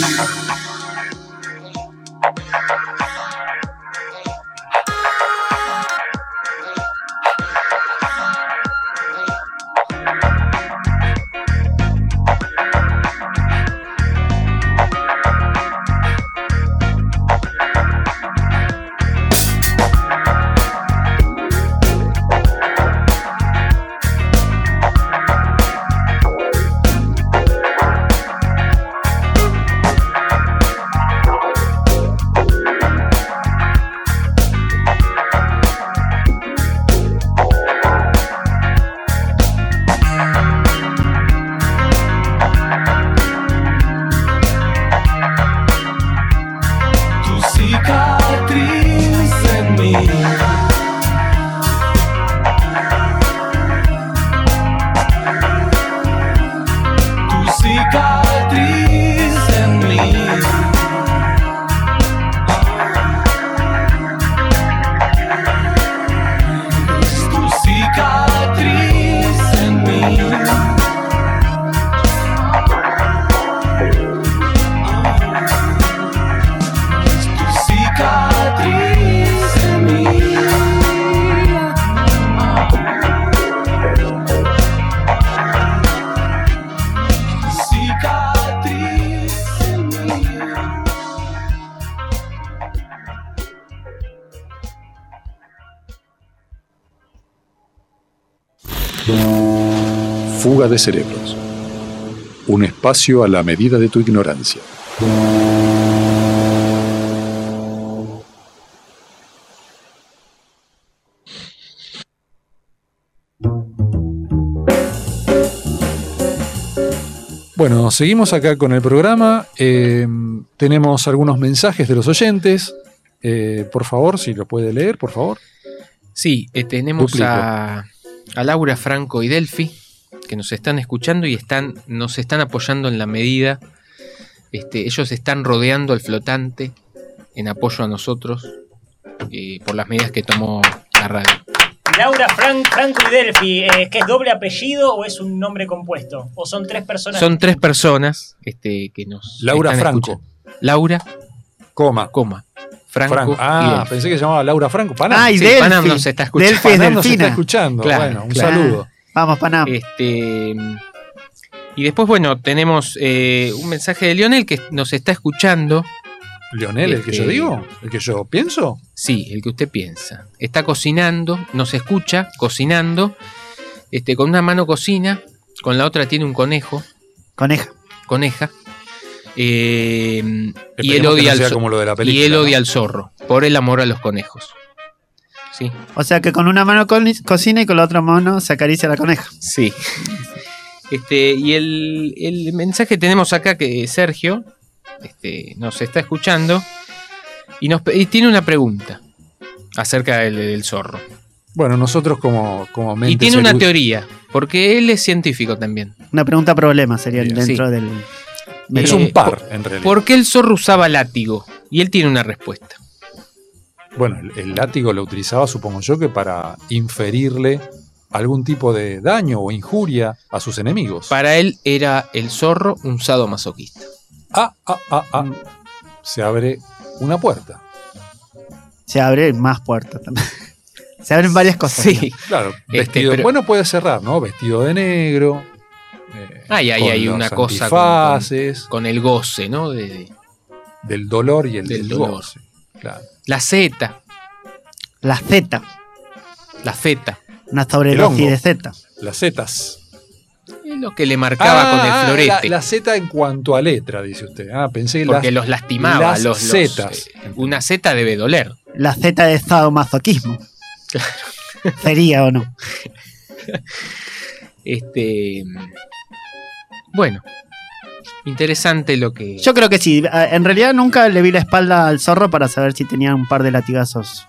S5: Tu cicatriz en mí. tu cicatriz en mí. Tu cicatriz en mí. Tu cicatriz en mí. cicatriz en mí.
S1: Fuga de cerebros. Un espacio a la medida de tu ignorancia. Bueno, seguimos acá con el programa. Eh, tenemos algunos mensajes de los oyentes. Eh, por favor, si lo puede leer, por favor.
S3: Sí, eh, tenemos
S1: Duplico.
S3: a, a Laura Franco y Delphi, que nos están escuchando y están, nos están apoyando en la medida. Este, ellos están rodeando al flotante en apoyo a nosotros eh, por las medidas que tomó la radio.
S2: Laura Fran- Franco y Delphi, eh, ¿qué es doble apellido o es un nombre compuesto? ¿O son tres personas?
S3: Son tres personas este, que nos.
S1: Laura
S3: están
S1: Franco,
S3: escuchando. Laura,
S1: coma.
S3: coma, Franco.
S1: Franco.
S3: y
S1: Ah,
S3: Delphi.
S1: pensé que se llamaba Laura Franco. Panam.
S4: Ah, y
S3: Sí,
S4: Delphi.
S3: Panam nos está escuchando.
S4: Delphi es
S1: Panam nos está
S4: Delfina.
S1: escuchando.
S3: Claro,
S1: bueno, un
S3: claro.
S1: saludo.
S4: Vamos, Panam.
S3: Este, y después, bueno, tenemos eh, un mensaje de Lionel que nos está escuchando.
S1: Lionel, el que yo
S3: Este-
S1: digo, el que yo pienso.
S3: Sí, el que usted piensa. Está cocinando, nos escucha cocinando. Este, con una mano cocina, con la otra tiene un conejo,
S4: Coneja.
S3: coneja. eh, y
S1: Esperemos
S3: él
S1: que
S3: odia
S1: no
S3: al
S1: sea
S3: zo-
S1: como lo de la película.
S3: y él odia
S1: ¿no?
S3: al zorro por el amor a los conejos. Sí.
S4: O sea que con una mano co- cocina y con la otra mano se acaricia la coneja.
S3: Sí. Este, y el, el mensaje que tenemos acá que Sergio este, nos está escuchando y, nos, y tiene una pregunta acerca del, del zorro.
S1: Bueno, nosotros como, como
S3: Y
S1: mentes
S3: tiene una
S1: eruditas-
S3: teoría, porque él es científico también.
S4: Una pregunta problema sería
S1: Bien,
S4: dentro
S3: sí.
S4: del.
S1: Es
S3: Eh,
S1: un par, en realidad.
S3: ¿Por qué el zorro usaba látigo? Y él tiene una respuesta.
S1: Bueno, el, el látigo lo utilizaba, supongo yo, que para inferirle algún tipo de daño o injuria a sus enemigos.
S3: Para él era el zorro un sadomasoquista.
S1: Ah, ah, ah, ah. Se abre una puerta.
S4: Se abre más puertas también. <laughs> Se abren varias cosas.
S3: Sí.
S1: Claro,
S3: Este,
S1: vestido.
S3: pero-
S1: Bueno, puede cerrar, ¿no? Vestido de negro. eh,
S3: Ay, ay,
S1: con
S3: hay
S1: los
S3: una cosa con-
S1: antifaces,
S3: Con el goce, ¿no? De, de-
S1: del dolor y el
S3: del
S1: del
S3: dolor.
S1: goce. Claro.
S3: la zeta,
S4: ¿no? La Z.
S3: la feta.
S4: Una
S1: El hongo.
S4: sobredosis de Z.
S1: Las zetas.
S3: Es lo que le marcaba con el florete.
S1: Ah, La, la Z en cuanto a letra, dice usted. Ah, pensé que las-
S3: porque los lastimaba.
S1: las
S3: los, los,
S1: zetas.
S3: eh, una zeta debe doler. <laughs>
S4: La Z de sadomasoquismo. Sería o no.
S3: Este. Bueno. Interesante lo que.
S4: Yo creo que sí. A- En realidad nunca le vi la espalda al zorro para saber si tenía un par de latigazos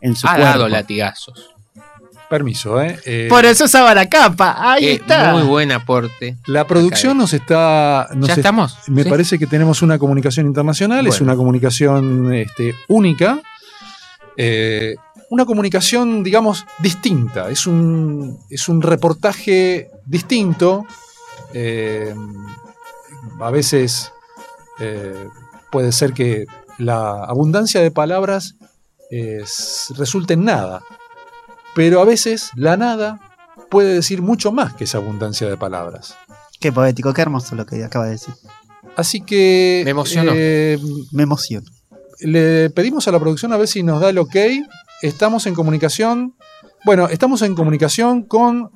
S4: en su
S3: ha
S4: cuerpo.
S3: dado latigazos.
S1: Permiso, ¿eh? Eh,
S4: Por eso usaba la capa. Ahí
S3: Eh,
S4: está.
S3: Muy buen aporte.
S1: La producción nos está. nos
S3: ¿Ya
S1: está-
S3: estamos?
S1: Me
S3: ¿Sí?
S1: parece que tenemos una comunicación internacional, es
S3: Bueno.
S1: una comunicación este, única, eh, una comunicación, digamos, distinta. Es un, es un reportaje distinto, eh, a veces eh, puede ser que la abundancia de palabras es- resulte en nada, pero a veces la nada puede decir mucho más que esa abundancia de palabras.
S4: Qué poético, qué hermoso lo que acaba de decir.
S1: Así que.
S3: Me emocionó.
S1: eh,
S4: Me emociono.
S1: le pedimos a la producción a ver si nos da el ok. Estamos en comunicación. Bueno, estamos en comunicación con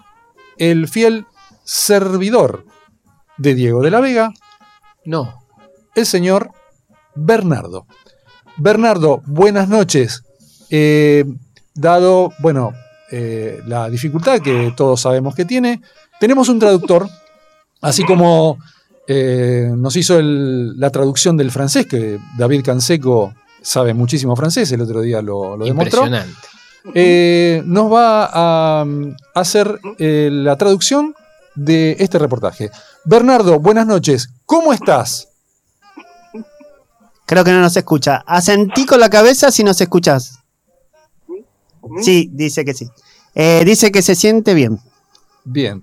S1: el fiel servidor de Diego de la Vega,
S3: No.
S1: el señor Bernardo. Bernardo, buenas noches. Eh, dado, bueno, eh, la dificultad que todos sabemos que tiene, tenemos un traductor, así como eh, nos hizo el- la traducción del francés, que David Canseco sabe muchísimo francés, el otro día lo, lo demostró.
S3: Impresionante.
S1: Eh, nos va a mm, hacer eh, la traducción de este reportaje. Bernardo, buenas noches. ¿Cómo estás?
S4: Creo que no nos escucha. Asentí con la cabeza si nos escuchas. Sí, dice que sí. Eh, dice que se siente bien,
S1: Bien.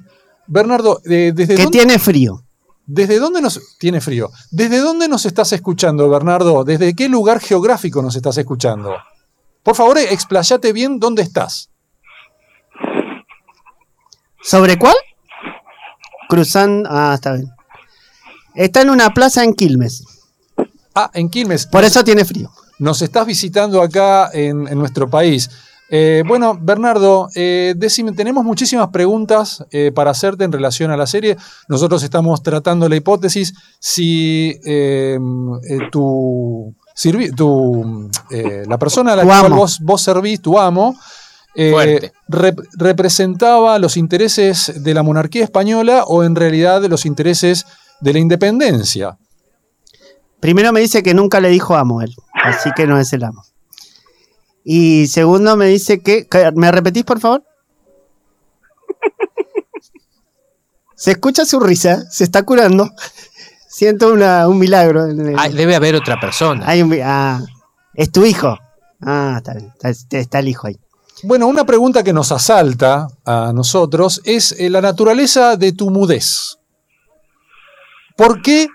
S1: Bernardo, eh, ¿desde,
S4: que
S1: dónde,
S4: tiene frío.
S1: ¿desde dónde nos... Tiene frío. ¿Desde dónde nos estás escuchando, Bernardo? ¿Desde qué lugar geográfico nos estás escuchando? Por favor, eh, explayate bien dónde estás.
S4: ¿Sobre cuál? Cruzando. Ah, está bien. Está en una plaza en Quilmes.
S1: Ah, en Quilmes.
S4: Por eso tiene frío.
S1: Nos estás visitando acá en, en nuestro país. Eh, bueno, Bernardo, eh, decime, tenemos muchísimas preguntas eh, para hacerte en relación a la serie. Nosotros estamos tratando la hipótesis si eh, eh, tu, sirvi- tu, eh, la persona a la
S4: Tu
S1: cual
S4: amo.
S1: vos, vos servís, tu amo, eh,
S3: Fuerte.
S1: rep- representaba los intereses de la monarquía española o en realidad los intereses de la independencia.
S4: Primero me dice que nunca le dijo amo él, así que no es el amo. Y segundo me dice que, que- ¿Me repetís, por favor? Se escucha su risa, se está curando. Siento una- un milagro. en el-
S3: Ah, debe haber otra persona.
S4: Hay un mi- ah, es tu hijo. Ah, está bien, está- está- está el hijo ahí.
S1: Bueno, una pregunta que nos asalta a nosotros es eh, la naturaleza de tu mudez. ¿Por qué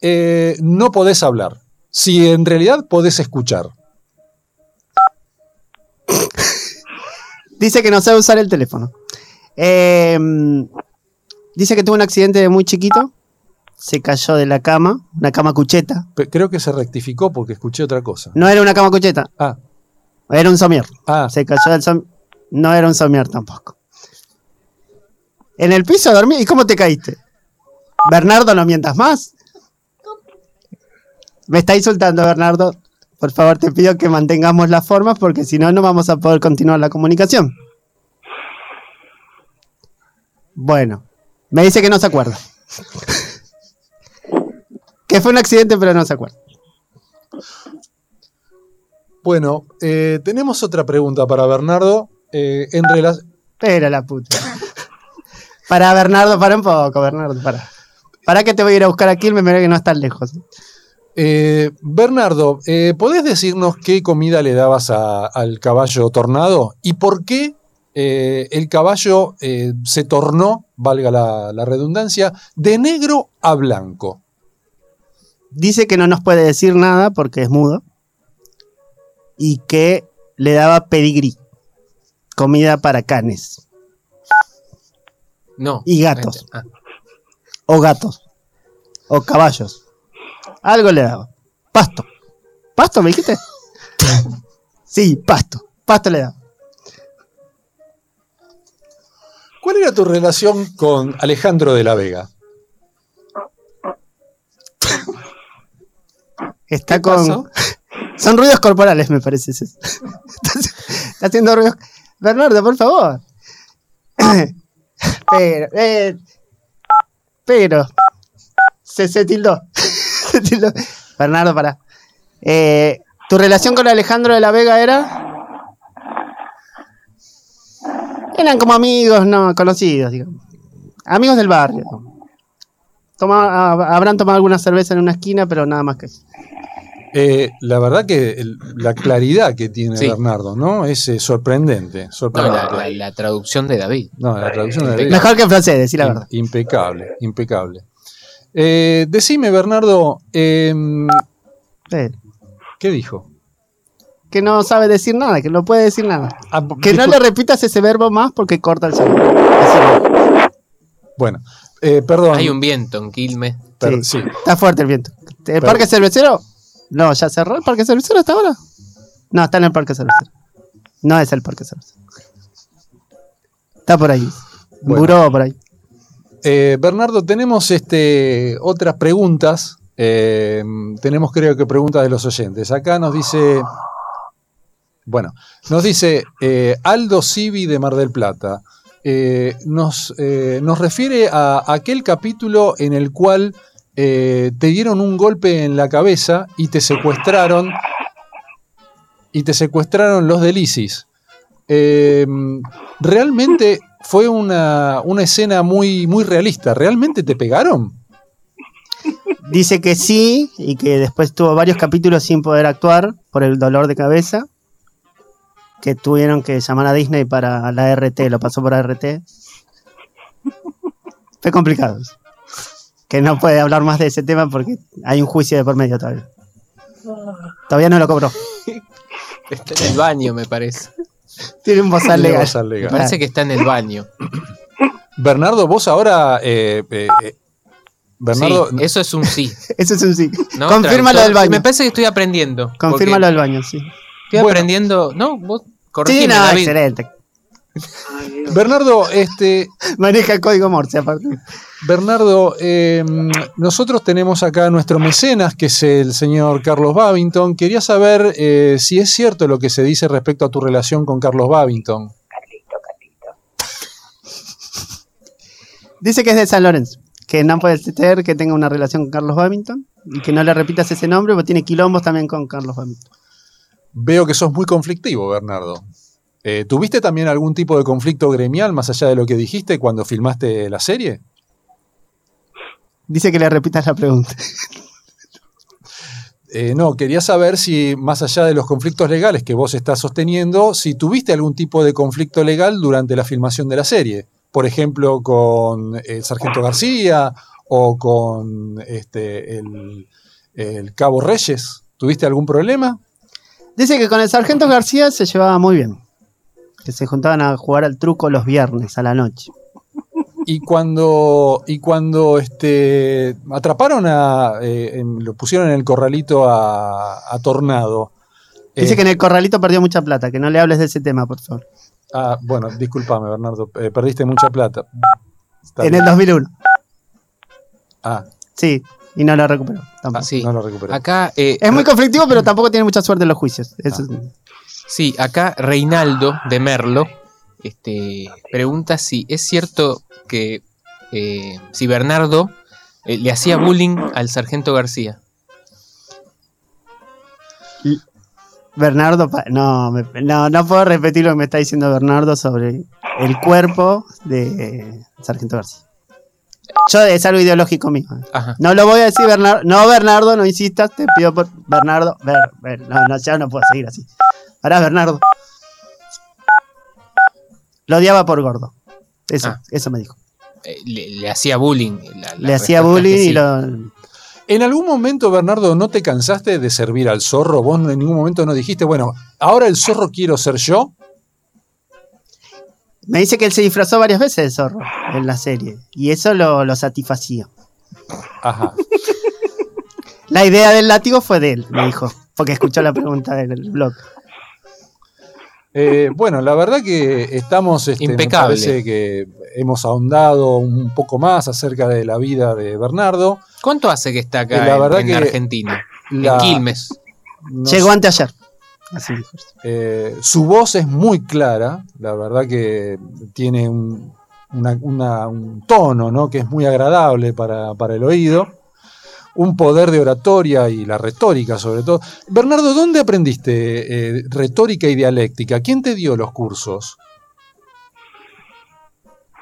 S1: eh, no podés hablar? Si en realidad podés escuchar.
S4: Dice que no sabe usar el teléfono. Eh, dice que tuvo un accidente de muy chiquito. Se cayó de la cama, una cama cucheta.
S1: Pe- Creo que se rectificó porque escuché otra cosa.
S4: No era una cama cucheta,
S1: Ah,
S4: Era un somier.
S1: ah,
S4: Se cayó del somier. No era un somier tampoco. En el piso dormí. ¿Y cómo te caíste? Bernardo, no mientas más. Me está insultando, Bernardo. Por favor, te pido que mantengamos las formas porque si no, no vamos a poder continuar la comunicación. Bueno, Me dice que no se acuerda. <laughs> que fue un accidente, pero no se acuerda.
S1: Bueno, eh, tenemos otra pregunta para Bernardo. eh, en rela-
S4: Pero la puta. Para Bernardo, para un poco, Bernardo, para. Para que te voy a ir a buscar aquí, me miré que no es tan lejos.
S1: eh, Bernardo, eh, ¿podés decirnos qué comida le dabas a- al caballo tornado? ¿Y por qué eh, el caballo eh, se tornó, valga la, la redundancia, de negro a blanco?
S4: Dice que no nos puede decir nada porque es mudo. Y que le daba pedigrí. Comida para canes.
S3: No.
S4: Y gatos.
S3: Ah,
S4: O gatos. O caballos. Algo le daba. Pasto. ¿Pasto me dijiste? sí, pasto. Pasto le daba.
S1: ¿Cuál era tu relación con Alejandro de la Vega?
S4: Está con. <laughs> Son ruidos corporales, me parece. <laughs> Está está haciendo ruidos. Bernardo, por favor. <coughs> Pero. eh, pero. Se, se tildó. <laughs> Se tildó. Bernardo, pará. Eh, ¿Tu relación con Alejandro de la Vega era? Eran como amigos, no, conocidos, digamos. Amigos del barrio. Toma- hab- habrán tomado alguna cerveza en una esquina, pero nada más que eso.
S1: Eh, la verdad que el- la claridad que tiene
S3: Sí.
S1: Bernardo, ¿no? Es eh, sorprendente.
S3: no,
S1: sorprendente.
S3: la, la- la traducción de David.
S1: No, la traducción de la Vega.
S4: Mejor que en francés, decir la
S1: Im-
S4: verdad.
S1: Impecable, impecable. Eh, decime, Bernardo, em,
S4: Eh,
S1: ¿qué dijo?
S4: que no sabe decir nada, que no puede decir nada.
S1: Ah, p-
S4: Que no
S1: discul-
S4: le repitas ese verbo más porque corta el sonido.
S1: Bueno, eh, perdón.
S3: Hay un viento en Quilmes.
S1: per-
S4: sí.
S1: sí.
S4: Está fuerte el viento. ¿El
S1: Pero-
S4: parque cervecero? No, ¿ya cerró el parque cervecero hasta ahora? No, está en el parque cervecero. No es el parque cervecero. Está por ahí.
S1: Bueno.
S4: Buró por ahí.
S1: Eh, Bernardo, tenemos este, otras preguntas. Eh, tenemos, creo que, preguntas de los oyentes. Acá nos dice. Bueno, nos dice eh, Aldo Civi de Mar del Plata. Eh, nos, eh, nos refiere a aquel capítulo en el cual eh, te dieron un golpe en la cabeza y te secuestraron. Y te secuestraron los del ISIS. Eh, realmente fue una, una escena muy, muy realista. ¿Realmente te pegaron?
S4: Dice que sí y que después tuvo varios capítulos sin poder actuar por el dolor de cabeza. Que tuvieron que llamar a Disney para la RT, lo pasó por RT. Fue complicado. Que no puede hablar más de ese tema porque hay un juicio de por medio todavía. Todavía no lo cobró.
S3: Está en el baño, me parece.
S4: <laughs> Tiene un bozal
S1: Le
S4: legal.
S1: vas a alegar.
S4: Claro.
S3: Parece que está en el baño.
S1: Bernardo, vos ahora. eh, eh, eh, Bernardo,
S3: Sí, eso es un
S4: <laughs>
S3: sí.
S4: Eso es un sí.
S3: ¿no?
S4: Confirma lo
S3: Traductor.
S4: del baño.
S3: Me parece que estoy aprendiendo.
S4: Confirma
S3: porque
S4: lo del baño, sí.
S3: Estoy
S1: Bueno.
S3: aprendiendo. No, vos corregime,
S4: Sí, no,
S3: David.
S4: excelente.
S1: Bernardo, este,
S4: Maneja el código Morse aparte.
S1: Bernardo, eh, nosotros tenemos acá a nuestro mecenas, que es el señor Carlos Babington. Quería saber eh, si es cierto lo que se dice respecto a tu relación con Carlos Babington.
S4: Dice que es de San Lorenzo, que no puede ser que tenga una relación con Carlos Babington y que no le repitas ese nombre porque tiene quilombos también con Carlos Babington.
S1: Veo que sos muy conflictivo, Bernardo. Eh, ¿Tuviste también algún tipo de conflicto gremial más allá de lo que dijiste cuando filmaste la serie?
S4: Dice que le repitas la pregunta.
S1: Eh, no, quería saber si, más allá de los conflictos legales que vos estás sosteniendo, si tuviste algún tipo de conflicto legal durante la filmación de la serie. Por ejemplo, con el sargento García o con este, el, el cabo Reyes. ¿Tuviste algún problema?
S4: Dice que con el sargento García se llevaba muy bien. Que se juntaban a jugar al truco los viernes a la noche.
S1: Y cuando, y cuando este, atraparon a. eh, en- lo pusieron en el corralito a, a Tornado.
S4: Dice
S1: eh,
S4: que en el corralito perdió mucha plata, que no le hables de ese tema, por favor.
S1: ah, bueno, discúlpame, Bernardo, eh, perdiste mucha plata. Está
S4: en
S1: bien.
S4: el 2001.
S1: Ah,
S4: Sí, y no lo recuperó
S1: Ah,
S4: tampoco.
S3: sí.
S1: No lo recuperé.
S3: Acá, eh,
S4: Es muy conflictivo, pero tampoco tiene mucha suerte en los juicios. Eso sí.
S3: sí, acá Reinaldo de Merlo este, pregunta si es cierto que eh, si Bernardo eh, le hacía bullying al sargento García.
S4: Bernardo, pa- no, me- no, no puedo repetir lo que me está diciendo Bernardo sobre el cuerpo de eh, Sargento García. Yo es algo ideológico eh. mismo.
S3: Ajá.
S4: No lo voy a decir, Bernardo. No, Bernardo, no insistas, te pido por Bernardo. Ber- Ber- no, no, ya no puedo seguir así. Pará, Bernardo. Lo odiaba por gordo. Eso,
S3: Ah.
S4: eso me dijo.
S3: Eh, le, le hacía bullying. la- la
S4: Le hacía
S3: respuesta
S4: bullying
S3: es que
S4: y
S3: sí.
S4: lo.
S1: ¿En algún momento, Bernardo, no te cansaste de servir al zorro? ¿Vos en ningún momento no dijiste, bueno, ahora el zorro quiero ser yo?
S4: Me dice que él se disfrazó varias veces de zorro en la serie. Y eso lo, lo satisfacía.
S1: Ajá.
S4: La idea del látigo fue de él, me dijo. Porque escuchó la pregunta del blog.
S1: Eh, bueno, la verdad que estamos este, me
S3: Impecable.
S1: parece que hemos ahondado un poco más acerca de la vida de Bernardo.
S3: ¿Cuánto hace que está acá
S1: Eh, la
S3: en-
S1: verdad
S3: en,
S1: que
S3: Argentina?
S1: La-
S3: En Quilmes.
S1: no
S4: Llegó anteayer. Así dijo.
S1: Eh, su voz es muy clara, la verdad que tiene un, una- una- un tono ¿no? que es muy agradable para, para el oído, un poder de oratoria y la retórica sobre todo. Bernardo, ¿dónde aprendiste eh, retórica y dialéctica? ¿Quién te dio los cursos?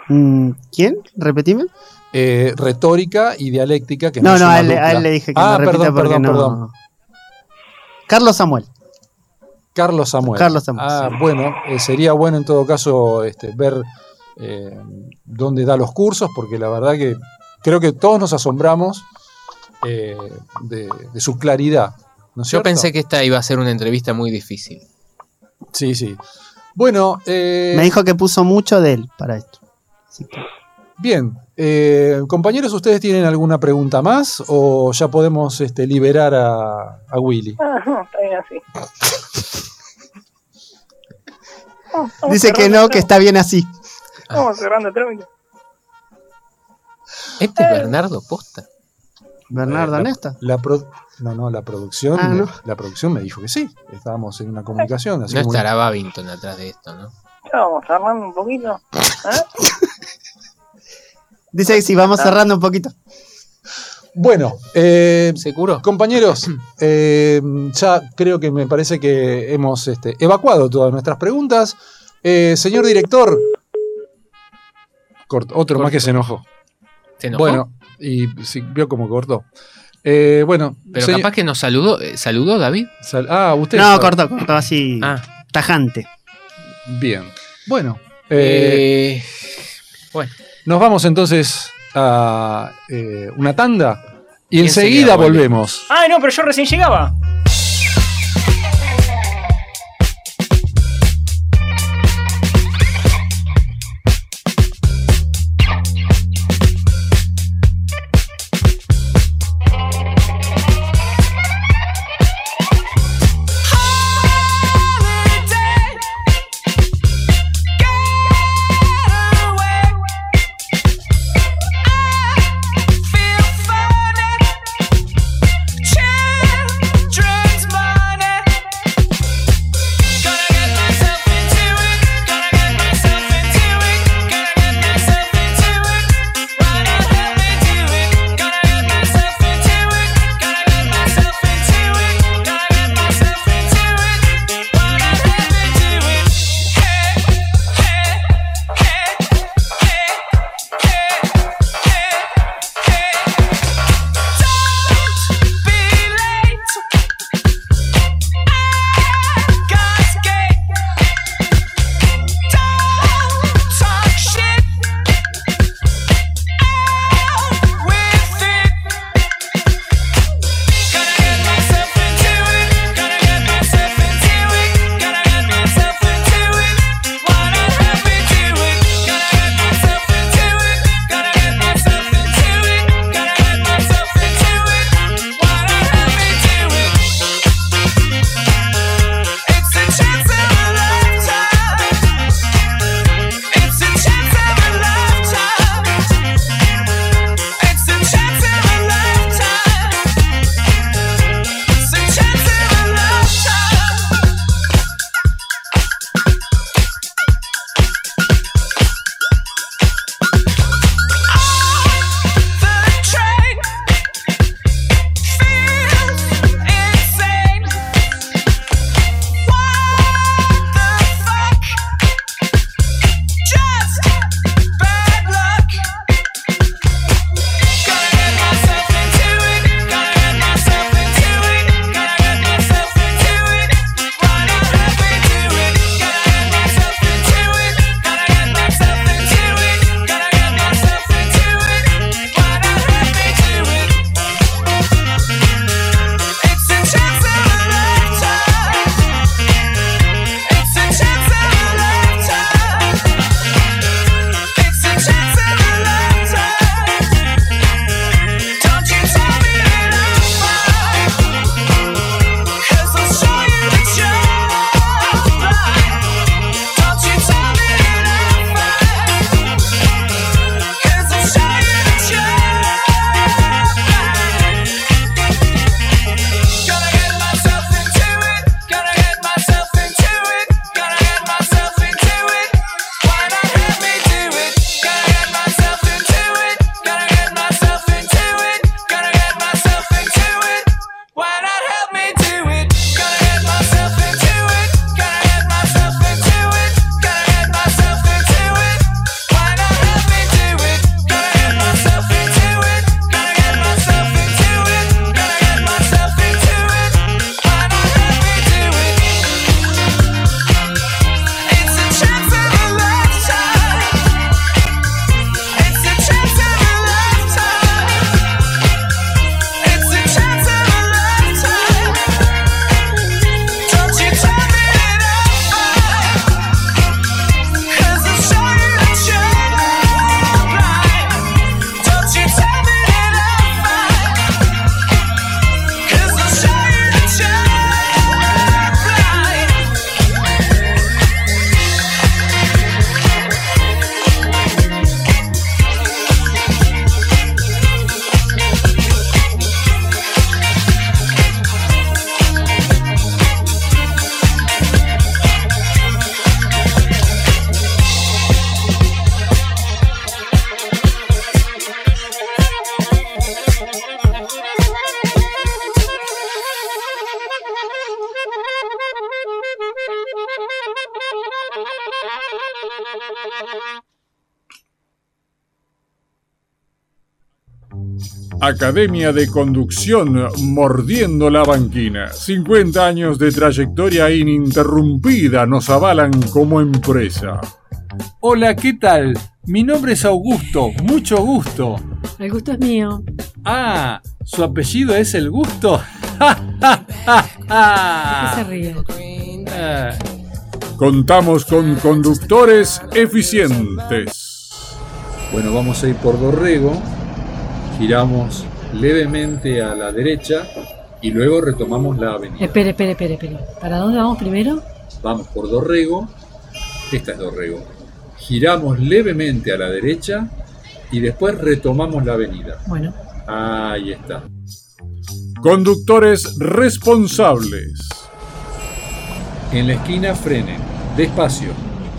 S4: Mm, ¿Quién? ¿Repetime?
S1: Eh, retórica y dialéctica que
S4: No,
S1: es
S4: no,
S1: una
S4: a él, le- a
S1: dupla.
S4: él le dije que
S1: Ah,
S4: no repita
S1: perdón,
S4: porque
S1: perdón,
S4: no.
S1: perdón.
S4: Carlos Samuel.
S1: Carlos Samuel.
S4: Carlos Samuel,
S1: Ah,
S4: sí.
S1: bueno, eh, sería bueno en todo caso este, ver eh, dónde da los cursos, porque la verdad que creo que todos nos asombramos eh, de, de su claridad. ¿no es
S3: Yo
S1: cierto?
S3: pensé que esta iba a ser una entrevista muy difícil.
S1: Sí, sí. Bueno, eh,
S4: Me dijo que puso mucho de él para esto. Así que-
S1: bien. Eh, compañeros, ¿ustedes tienen alguna pregunta más o ya podemos este, liberar a, a Willy?
S2: Ajá, está bien así. Vamos- vamos
S4: Dice que
S2: cerrando
S4: no,
S2: el
S4: que está bien así.
S2: trámite. Vamos cerrando el trámite.
S3: Este es Bernardo Posta.
S4: Bernardo
S1: Eh,
S4: Nesta.
S1: La pro- no, no, la producción,
S4: Ah, no.
S1: la producción me dijo que sí. Estábamos en una comunicación. así
S3: No
S1: como-
S3: estará Babington atrás de esto, ¿no?
S2: Ya vamos cerrando
S3: <laughs>
S2: un poquito. ¿eh?
S4: Dice que si vamos cerrando un poquito.
S1: Ah. Bueno, eh,
S3: ¿Se curó?
S1: Compañeros, eh, ya creo que me parece que hemos este, evacuado todas nuestras preguntas. Eh, señor director. Corto, otro
S3: Corto.
S1: más que se enojó.
S3: ¿Se enojó?
S1: Bueno, y sí, vio como cortó. Eh, bueno,
S3: Pero
S1: señor-
S3: capaz que nos saludó. eh, ¿Saludó David?
S1: sal- ah, usted.
S4: No,
S1: sabe.
S4: cortó, cortó así.
S3: Ah.
S4: Tajante.
S1: Bien. Bueno, eh,
S3: eh,
S1: nos vamos entonces a eh, una tanda y,
S3: Y
S1: enseguida
S3: enseguida
S1: volvemos.
S2: Ah,
S8: Ay, no, pero yo recién llegaba.
S9: Children
S10: Academia de Conducción Mordiendo la Banquina. 50 años de trayectoria ininterrumpida nos avalan como empresa.
S3: Hola, ¿qué tal? Mi nombre es Augusto, mucho gusto.
S11: El gusto es mío.
S3: Ah, ¿su apellido es el gusto? <laughs>
S11: ¿Por qué se ríe?
S3: Ah,
S10: Contamos con conductores eficientes.
S1: Bueno, vamos a ir por Dorrego, giramos levemente a la derecha y luego retomamos la avenida.
S11: Espere, espere, espere, espere. ¿Para dónde vamos primero?
S1: Vamos por Dorrego, esta es Dorrego. Giramos levemente a la derecha y después retomamos la avenida.
S11: Bueno,
S1: Ahí está.
S10: Conductores responsables.
S1: En la esquina frenen, despacio,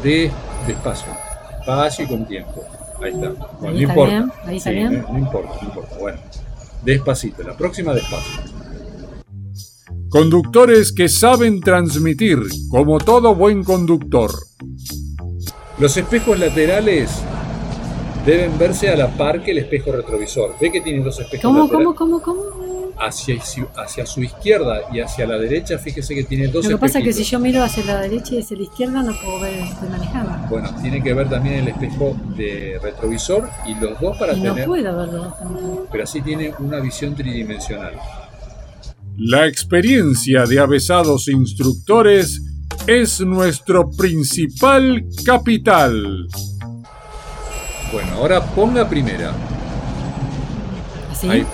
S1: de, despacio, despacio y con tiempo. Ahí está. Bueno,
S11: Ahí
S1: no
S11: está
S1: importa.
S11: bien, ahí está
S1: Sí, eh,
S11: bien.
S1: No, no importa, no importa. Bueno, despacito. La próxima despacio.
S10: Conductores que saben transmitir, como todo buen conductor.
S1: Los espejos laterales deben verse a la par que el espejo retrovisor. Ve que tiene dos espejos
S11: ¿cómo,
S1: laterales.
S11: cómo, cómo, cómo?
S1: Hacia, su- hacia su izquierda y hacia la derecha, fíjese que tiene dos
S11: Lo que pasa es que si
S1: espejitos.
S11: yo miro hacia la derecha y hacia la izquierda no puedo ver, estoy manejando.
S1: Bueno, tiene que ver también el espejo de retrovisor y los dos para
S11: Y no
S1: tener.
S11: puedo ver los dos juntos.
S1: Pero así tiene una visión tridimensional.
S10: La experiencia de avesados instructores es nuestro principal capital.
S1: Bueno, ahora ponga primera.
S11: ¿Así?
S1: Ahí.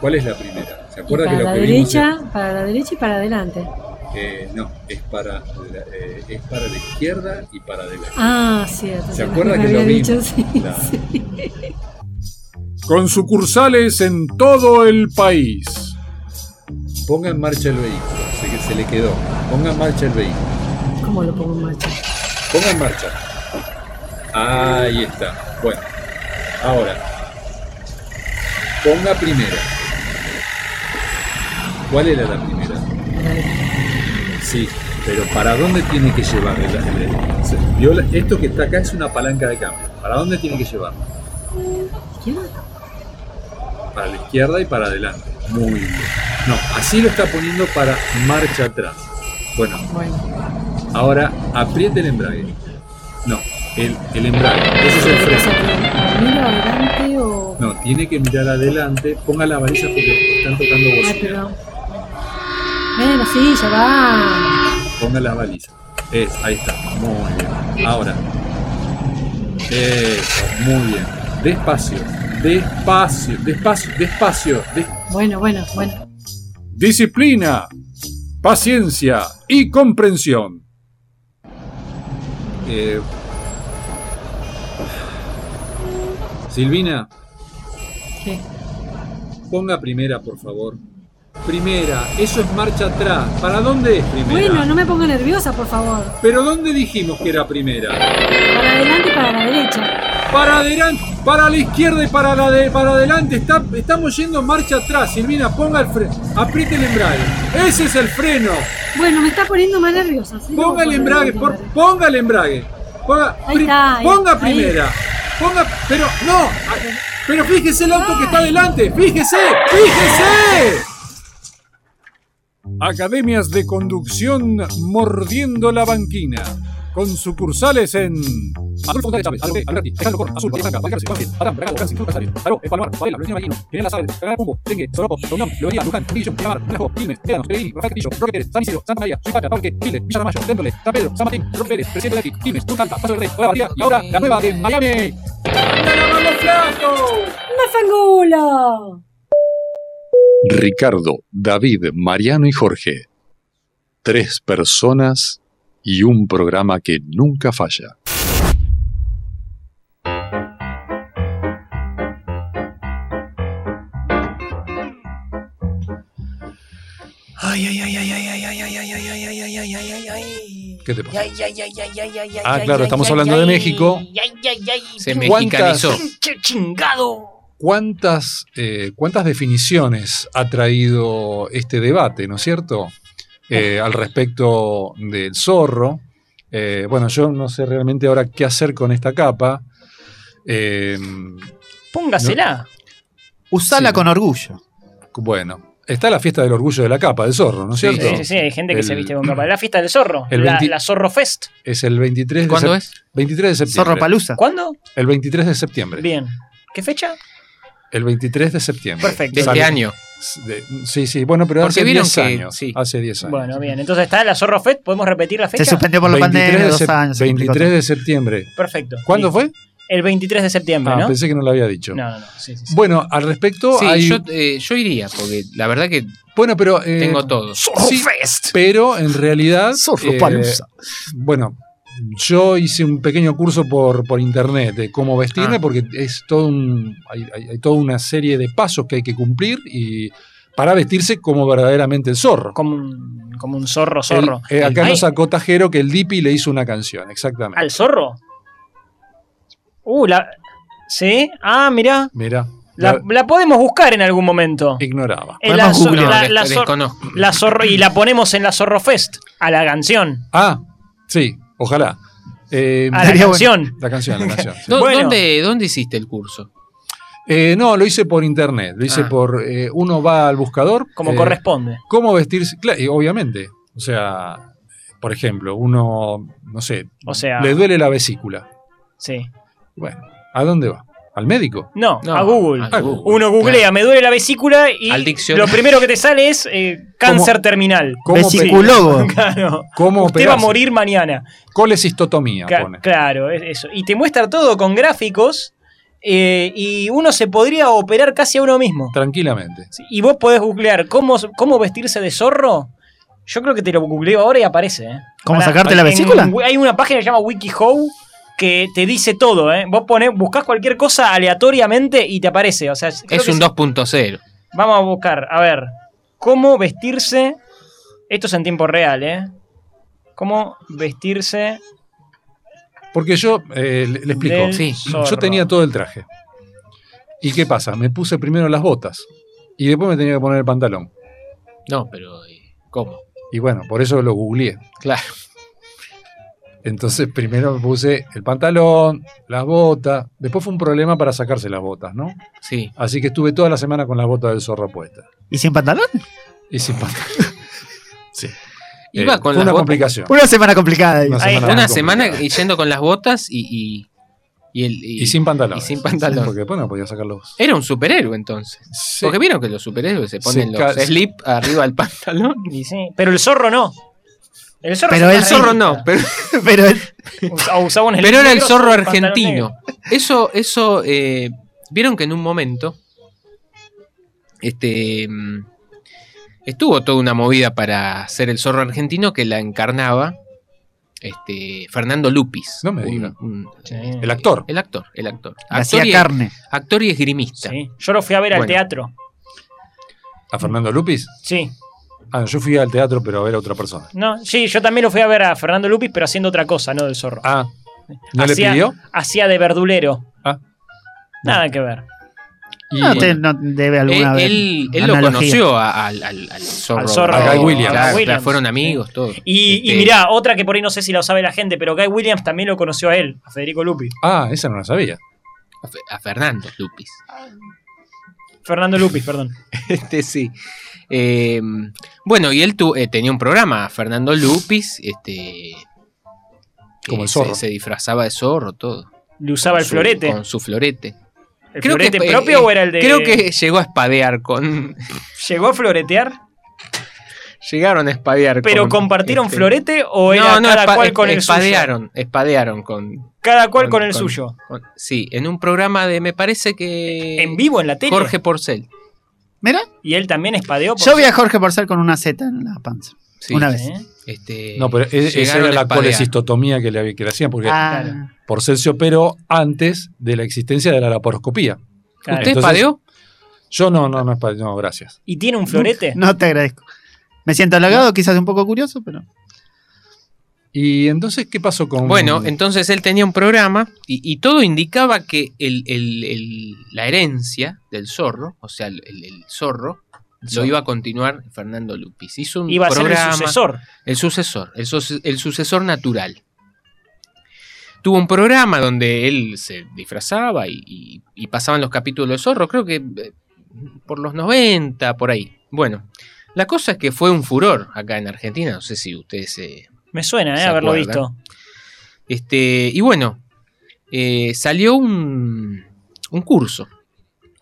S1: ¿Cuál es la primera? ¿Se
S11: Y
S1: acuerda
S11: para
S1: que lo
S11: la
S1: que vimos
S11: derecha, para la derecha y para adelante.
S1: es- eh, no, es para, la, eh, es para la izquierda y para adelante.
S11: Ah, cierto.
S1: ¿Se
S11: me
S1: acuerda
S11: me
S1: que lo
S11: había
S1: vimos?
S11: dicho? Sí,
S1: <laughs> Claro.
S11: sí.
S10: Con sucursales en todo el país.
S1: Ponga en marcha el vehículo. Sé que se le quedó. Ponga en marcha el vehículo.
S11: ¿Cómo lo pongo en marcha?
S1: Ponga en marcha. Ahí está. Bueno, ahora. Ponga primera. ¿Cuál era la primera? Sí, pero ¿para dónde tiene que llevar el, el- se- vio la- Esto que está acá es una palanca de cambio. ¿Para dónde tiene que llevar?
S11: ¿Izquierda?
S1: Para la izquierda y para adelante. Muy bien. No, así lo está poniendo para marcha atrás. Bueno,
S11: Bueno,
S1: ahora apriete el embrague. No, el, el embrague. Ese es el
S11: o sea,
S1: freno.
S11: que ¿miro adelante o.?
S1: No, tiene que mirar adelante. Ponga la varilla porque están tocando
S11: Ay,
S1: bocina.
S11: pero. Bueno, sí, ya va.
S1: Ponga las balizas. Es, ahí está. Muy bien. Ahora. Eso, muy bien. Despacio, despacio, despacio, despacio. des-
S11: Bueno, bueno, bueno.
S10: Disciplina, paciencia y comprensión.
S1: eh. Silvina,
S11: ¿Qué?
S1: ponga primera, por favor. Primera, eso es marcha atrás. ¿Para dónde es primera?
S11: Bueno, no me ponga nerviosa, por favor.
S1: Pero ¿dónde dijimos que era primera?
S11: Para adelante y para la derecha.
S1: Para adelante, para la izquierda y para la de, para adelante. Está- estamos yendo en marcha atrás, Silvina. Ponga el freno, apriete el embrague. Ese es el freno.
S11: Bueno, me está poniendo más nerviosa. sí, no
S1: Ponga el
S11: puedo
S1: embrague, por,
S11: poner
S1: ponga el embrague. Ponga,
S11: Ahí
S1: pri-
S11: está, ahí,
S1: ponga
S11: ahí.
S1: primera. Ponga, pero no, a- pero fíjese el auto que está delante. Fíjese, fíjese.
S10: Academias de conducción mordiendo la banquina. Con sucursales en. Adolfo González Chávez, Alberti, Alberti, Alejandro Corr, Azul, Barranca, Valcarce, Banfield, Adán, Bragado, Brasil, Cruz Casares, Taró, El Palomar, Varela, Luciana Marino, General Las Aves, General Pumbo, Tengue, Soropo, Reunión, Lobería, Luján, Trujillo, Miramar, Najo, Quilmes, Teanos, Pereguín, Rafael Castillo, Roque Pérez, San Isidro, Santa María, Suipacha, Parque, Chile, Villa Ramallo, Téntole, San Pedro, San Martín, Roque Pérez, Presidente de Aquí, Quilmes, Tucalpa, Paso del Rey, Nueva Batía y ahora la nueva de Miami.
S11: ¡Una fangula!
S10: Ricardo, David, Mariano y Jorge. Tres personas y un programa que nunca falla.
S9: Ay, ay, ay, ay, ay, ay, ay, ay, ay, ay, ay, ay, ay, ay, ay, ay.
S1: ¿Qué te pasa?
S9: Ay, ay, ay, ay, ay, ay, ay,
S1: Ah,
S9: ay,
S1: claro,
S9: ay,
S1: estamos
S9: ay,
S1: hablando de
S9: ay.
S1: México.
S9: Ay, ay, ay,
S12: Se
S9: ay,
S1: ¿Cuántas-
S12: mexicanizó.
S9: pinche chingado.
S1: ¿Cuántas, eh, cuántas definiciones ha traído este debate, no es cierto? Eh, al respecto del zorro. Eh, bueno, yo no sé realmente ahora qué hacer con esta capa. Eh,
S2: Póngasela.
S4: Usala con orgullo.
S1: Bueno, está la fiesta del orgullo de la capa, del zorro, ¿no es
S2: Sí,
S1: cierto?
S2: sí, sí, hay gente que se
S1: El-
S2: viste con capa. La fiesta del zorro,
S1: El
S2: la,
S1: 20
S2: la Zorro Fest.
S1: Es el 23 de
S2: ¿Cuándo
S1: sep-
S2: es?
S1: 23 de septiembre.
S4: Zorropalooza.
S2: ¿Cuándo?
S1: El 23 de septiembre.
S2: Bien. ¿Qué fecha?
S1: El 23 de septiembre.
S2: Perfecto. De este año.
S1: de- sí, sí, bueno, pero
S2: Porque
S1: hace
S2: vieron
S1: 10
S2: que-
S1: años. Hace 10 años.
S2: Bueno, bien. Entonces está la Zorro Fest. ¿Podemos repetir la fecha?
S1: 23 de sep- 23 de septiembre.
S2: Perfecto.
S1: ¿Cuándo
S2: Listo. El 23 de septiembre,
S1: Ah,
S2: ¿no?
S1: pensé que no lo había dicho.
S2: No, no, no. Sí, sí, sí.
S1: Bueno, al respecto
S3: Sí,
S1: hay...
S3: yo, eh, yo iría, porque la verdad que
S1: Bueno, pero. eh,
S3: tengo todo.
S1: sí, Pero en realidad. eh,
S3: Zorropalooza.
S1: bueno, yo hice un pequeño curso por, por internet de cómo
S2: Ah.
S1: vestirme, porque es todo un, hay, hay- hay toda una serie de pasos que hay que cumplir y para vestirse como verdaderamente el zorro.
S2: Como un, como un zorro, zorro.
S1: El- eh, acá
S2: Ay,
S1: lo sacó Tajero que el Dipi le hizo una canción, exactamente.
S2: ¿Al zorro? Uh, la. ¿Sí? Ah, mirá.
S1: Mira.
S2: La, la podemos buscar en algún momento.
S1: Ignoraba.
S2: Eh, la, zo- la- la zor-
S3: desconozco.
S2: la zorro- y la ponemos en la Zorro Fest, a la canción.
S1: Ah, sí, ojalá. Eh,
S2: Ah, la
S1: sería
S2: canción.
S1: bueno. La canción, la
S2: <laughs>
S1: canción. sí.
S3: ¿Dó- ¿Dónde, ¿Dónde hiciste el curso?
S1: Eh, no, lo hice por internet. Lo hice
S3: Ah.
S1: por. eh, uno va al buscador.
S2: Como
S1: eh,
S2: corresponde.
S1: ¿Cómo vestirse? Claro, y obviamente. O sea, por ejemplo, uno. No sé.
S2: O sea-
S1: Le duele la vesícula.
S2: Sí.
S1: Bueno, ¿a dónde va? ¿Al médico?
S2: No, a Google.
S1: a Google,
S2: Uno googlea, me duele la vesícula y
S1: Al
S2: lo
S1: diccionario.
S2: primero que te sale es eh, cáncer terminal.
S1: cómo
S2: Sí.
S1: Vesicólogo.
S2: <laughs> claro.
S1: ¿Cómo
S2: Usted va a
S1: operarse?
S2: morir mañana.
S1: Colecistotomía,
S2: Ca-
S1: pone.
S2: Claro, es eso. Y te muestra todo con gráficos eh, y uno se podría operar casi a uno mismo.
S1: Tranquilamente.
S2: Y vos podés googlear cómo, cómo vestirse de zorro. Yo creo que te lo googleo ahora y aparece. ¿eh?
S13: ¿Cómo
S2: Pará,
S13: sacarte la
S2: en-
S13: vesícula?
S2: hay una página que se llama WikiHow que te dice todo. ¿eh? Vos ponés, buscás cualquier cosa aleatoriamente y te aparece. O sea, creo
S3: Es
S2: que
S3: un
S2: sí.
S3: 2.0.
S2: Vamos a buscar, a ver. ¿Cómo vestirse? Esto es en tiempo real, ¿eh? ¿Cómo vestirse?
S1: Porque yo, eh, le, le explico,
S2: Del Sí.
S1: yo
S2: zorro.
S1: tenía todo el traje. ¿Y qué pasa? Me puse primero las botas y después me tenía que poner el pantalón.
S3: No, pero eh, ¿cómo?
S1: Y bueno, por eso lo googleé.
S3: Claro.
S1: Entonces primero me puse el pantalón, las botas. Después fue un problema para sacarse las botas, ¿no?
S3: Sí.
S1: Así que estuve toda la semana con las botas del zorro puestas.
S4: ¿Y sin pantalón?
S1: Y sin pantalón. sí.
S3: Iba
S1: Eh,
S3: con
S1: fue
S3: las
S1: una
S3: botas.
S1: complicación.
S4: Una semana
S1: Una
S4: complicada.
S3: Ahí
S1: semana
S3: está. Una
S1: complicada.
S3: semana y yendo con las botas y. y- y el- y-
S1: Y sin pantalón.
S3: y sin pantalón.
S1: porque después no podía sacarlos.
S3: Era un superhéroe entonces. Porque vieron que los superhéroes se ponen
S1: Se
S3: los
S1: ca-
S3: slip arriba del <laughs> pantalón.
S2: Y sí, pero el zorro no. El zorro,
S3: Pero
S2: es
S3: el
S2: una
S3: zorro
S2: revista.
S3: no. Pero,
S4: pero,
S2: Usa- usaba un
S3: pero era el
S2: negro,
S3: zorro
S2: un pantalón negro.
S3: argentino. Eso, eso. eh, vieron que en un momento. Este. mm, Estuvo toda una movida para ser el zorro argentino que la encarnaba. Este, Fernando Lupis.
S1: No me
S3: Un-
S1: diga.
S3: un-
S1: El actor.
S3: El actor, el actor.
S1: Le hacía
S3: Actor y-
S1: carne.
S3: Actor y esgrimista.
S2: Yo lo fui a ver al
S3: Bueno.
S2: teatro.
S1: ¿A Fernando Lupis?
S2: Sí.
S1: Ah, yo fui al teatro, pero era otra persona.
S2: No, sí, yo también lo fui a ver a Fernando Lupis, pero haciendo otra cosa, no del zorro.
S1: Ah. ¿No le
S2: Hacía-
S1: pidió?
S2: Hacía de verdulero.
S1: Ah.
S2: Nada que ver.
S13: No, usted no debe alguna
S3: él,
S13: vez.
S3: él- él lo
S13: analogía.
S3: conoció a- al, al, al zorro.
S2: Al zorro.
S1: A Guy Williams.
S3: Claro,
S2: A Guy
S3: claro,
S2: Williams,
S3: fueron amigos, todo.
S2: Y, y
S3: Este,
S2: mirá, otra que por ahí no sé si la sabe la gente, pero Guy Williams también lo conoció a él, a Federico Lupi.
S1: Ah, esa no la sabía.
S3: A, Fe- a Fernando Lupis.
S2: Fernando Lupis, perdón.
S3: <laughs> Este sí. Eh, bueno, y él tu- eh, tenía un programa, Fernando Lupis, este.
S1: Como
S3: que
S1: el zorro.
S3: Se, se disfrazaba de zorro, todo.
S2: Le usaba el
S3: Su-
S2: florete.
S3: Con su florete.
S2: ¿El
S3: Creo que
S2: florete
S3: fue- eh,
S2: propio o era el de.?
S3: Creo que llegó a espadear con.
S2: ¿Llegó a floretear?
S3: Llegaron a espadear
S2: ¿Pero compartieron
S3: este-
S2: florete o era
S3: No, no,
S2: cada
S3: espa-
S2: cual
S3: esp-
S2: con el suyo?
S3: espadearon, espadearon con.
S2: Cada cual con, el suyo.
S3: con- sí, en un programa de, me parece que.
S2: En vivo, en la tele.
S3: Jorge Porcel.
S4: Mira,
S2: Y él también espadeó. por
S4: yo vi a
S2: su-
S4: Jorge Porcel con una Z en la panza.
S3: Sí,
S4: una vez.
S3: sí. Este,
S1: No, pero e- esa
S3: llegaron
S1: era
S3: a
S1: la
S3: espadear.
S1: colecistotomía que le, había- que le hacían, porque
S4: Ah.
S1: Porcel se operó antes de la existencia de la laparoscopía.
S2: Claro.
S1: Entonces,
S3: ¿Usted espadeó?
S1: Yo no, no, no espadeó, no, gracias.
S2: ¿Y tiene un florete?
S4: No te agradezco. Me siento halagado, quizás un poco curioso, pero.
S1: ¿Y entonces qué pasó con...?
S3: Bueno, entonces él tenía un programa y, y todo indicaba que el- el- el- la herencia del zorro, o sea, el, el- el zorro, lo
S2: zorro.
S3: iba a continuar Fernando Lupis. Hizo un
S2: Iba a ser el
S3: programa,
S2: sucesor.
S3: El sucesor, el, suce- el sucesor natural. Tuvo un programa donde él se disfrazaba y, y- y pasaban los capítulos del zorro. Creo que eh, por los 90, por ahí. Bueno, la cosa es que fue un furor acá en Argentina, no sé si ustedes se,
S2: Me suena,
S3: ¿Se
S2: ¿eh? Haberlo
S3: acuerdan?
S2: visto.
S3: Este, y bueno, eh, salió un, un curso.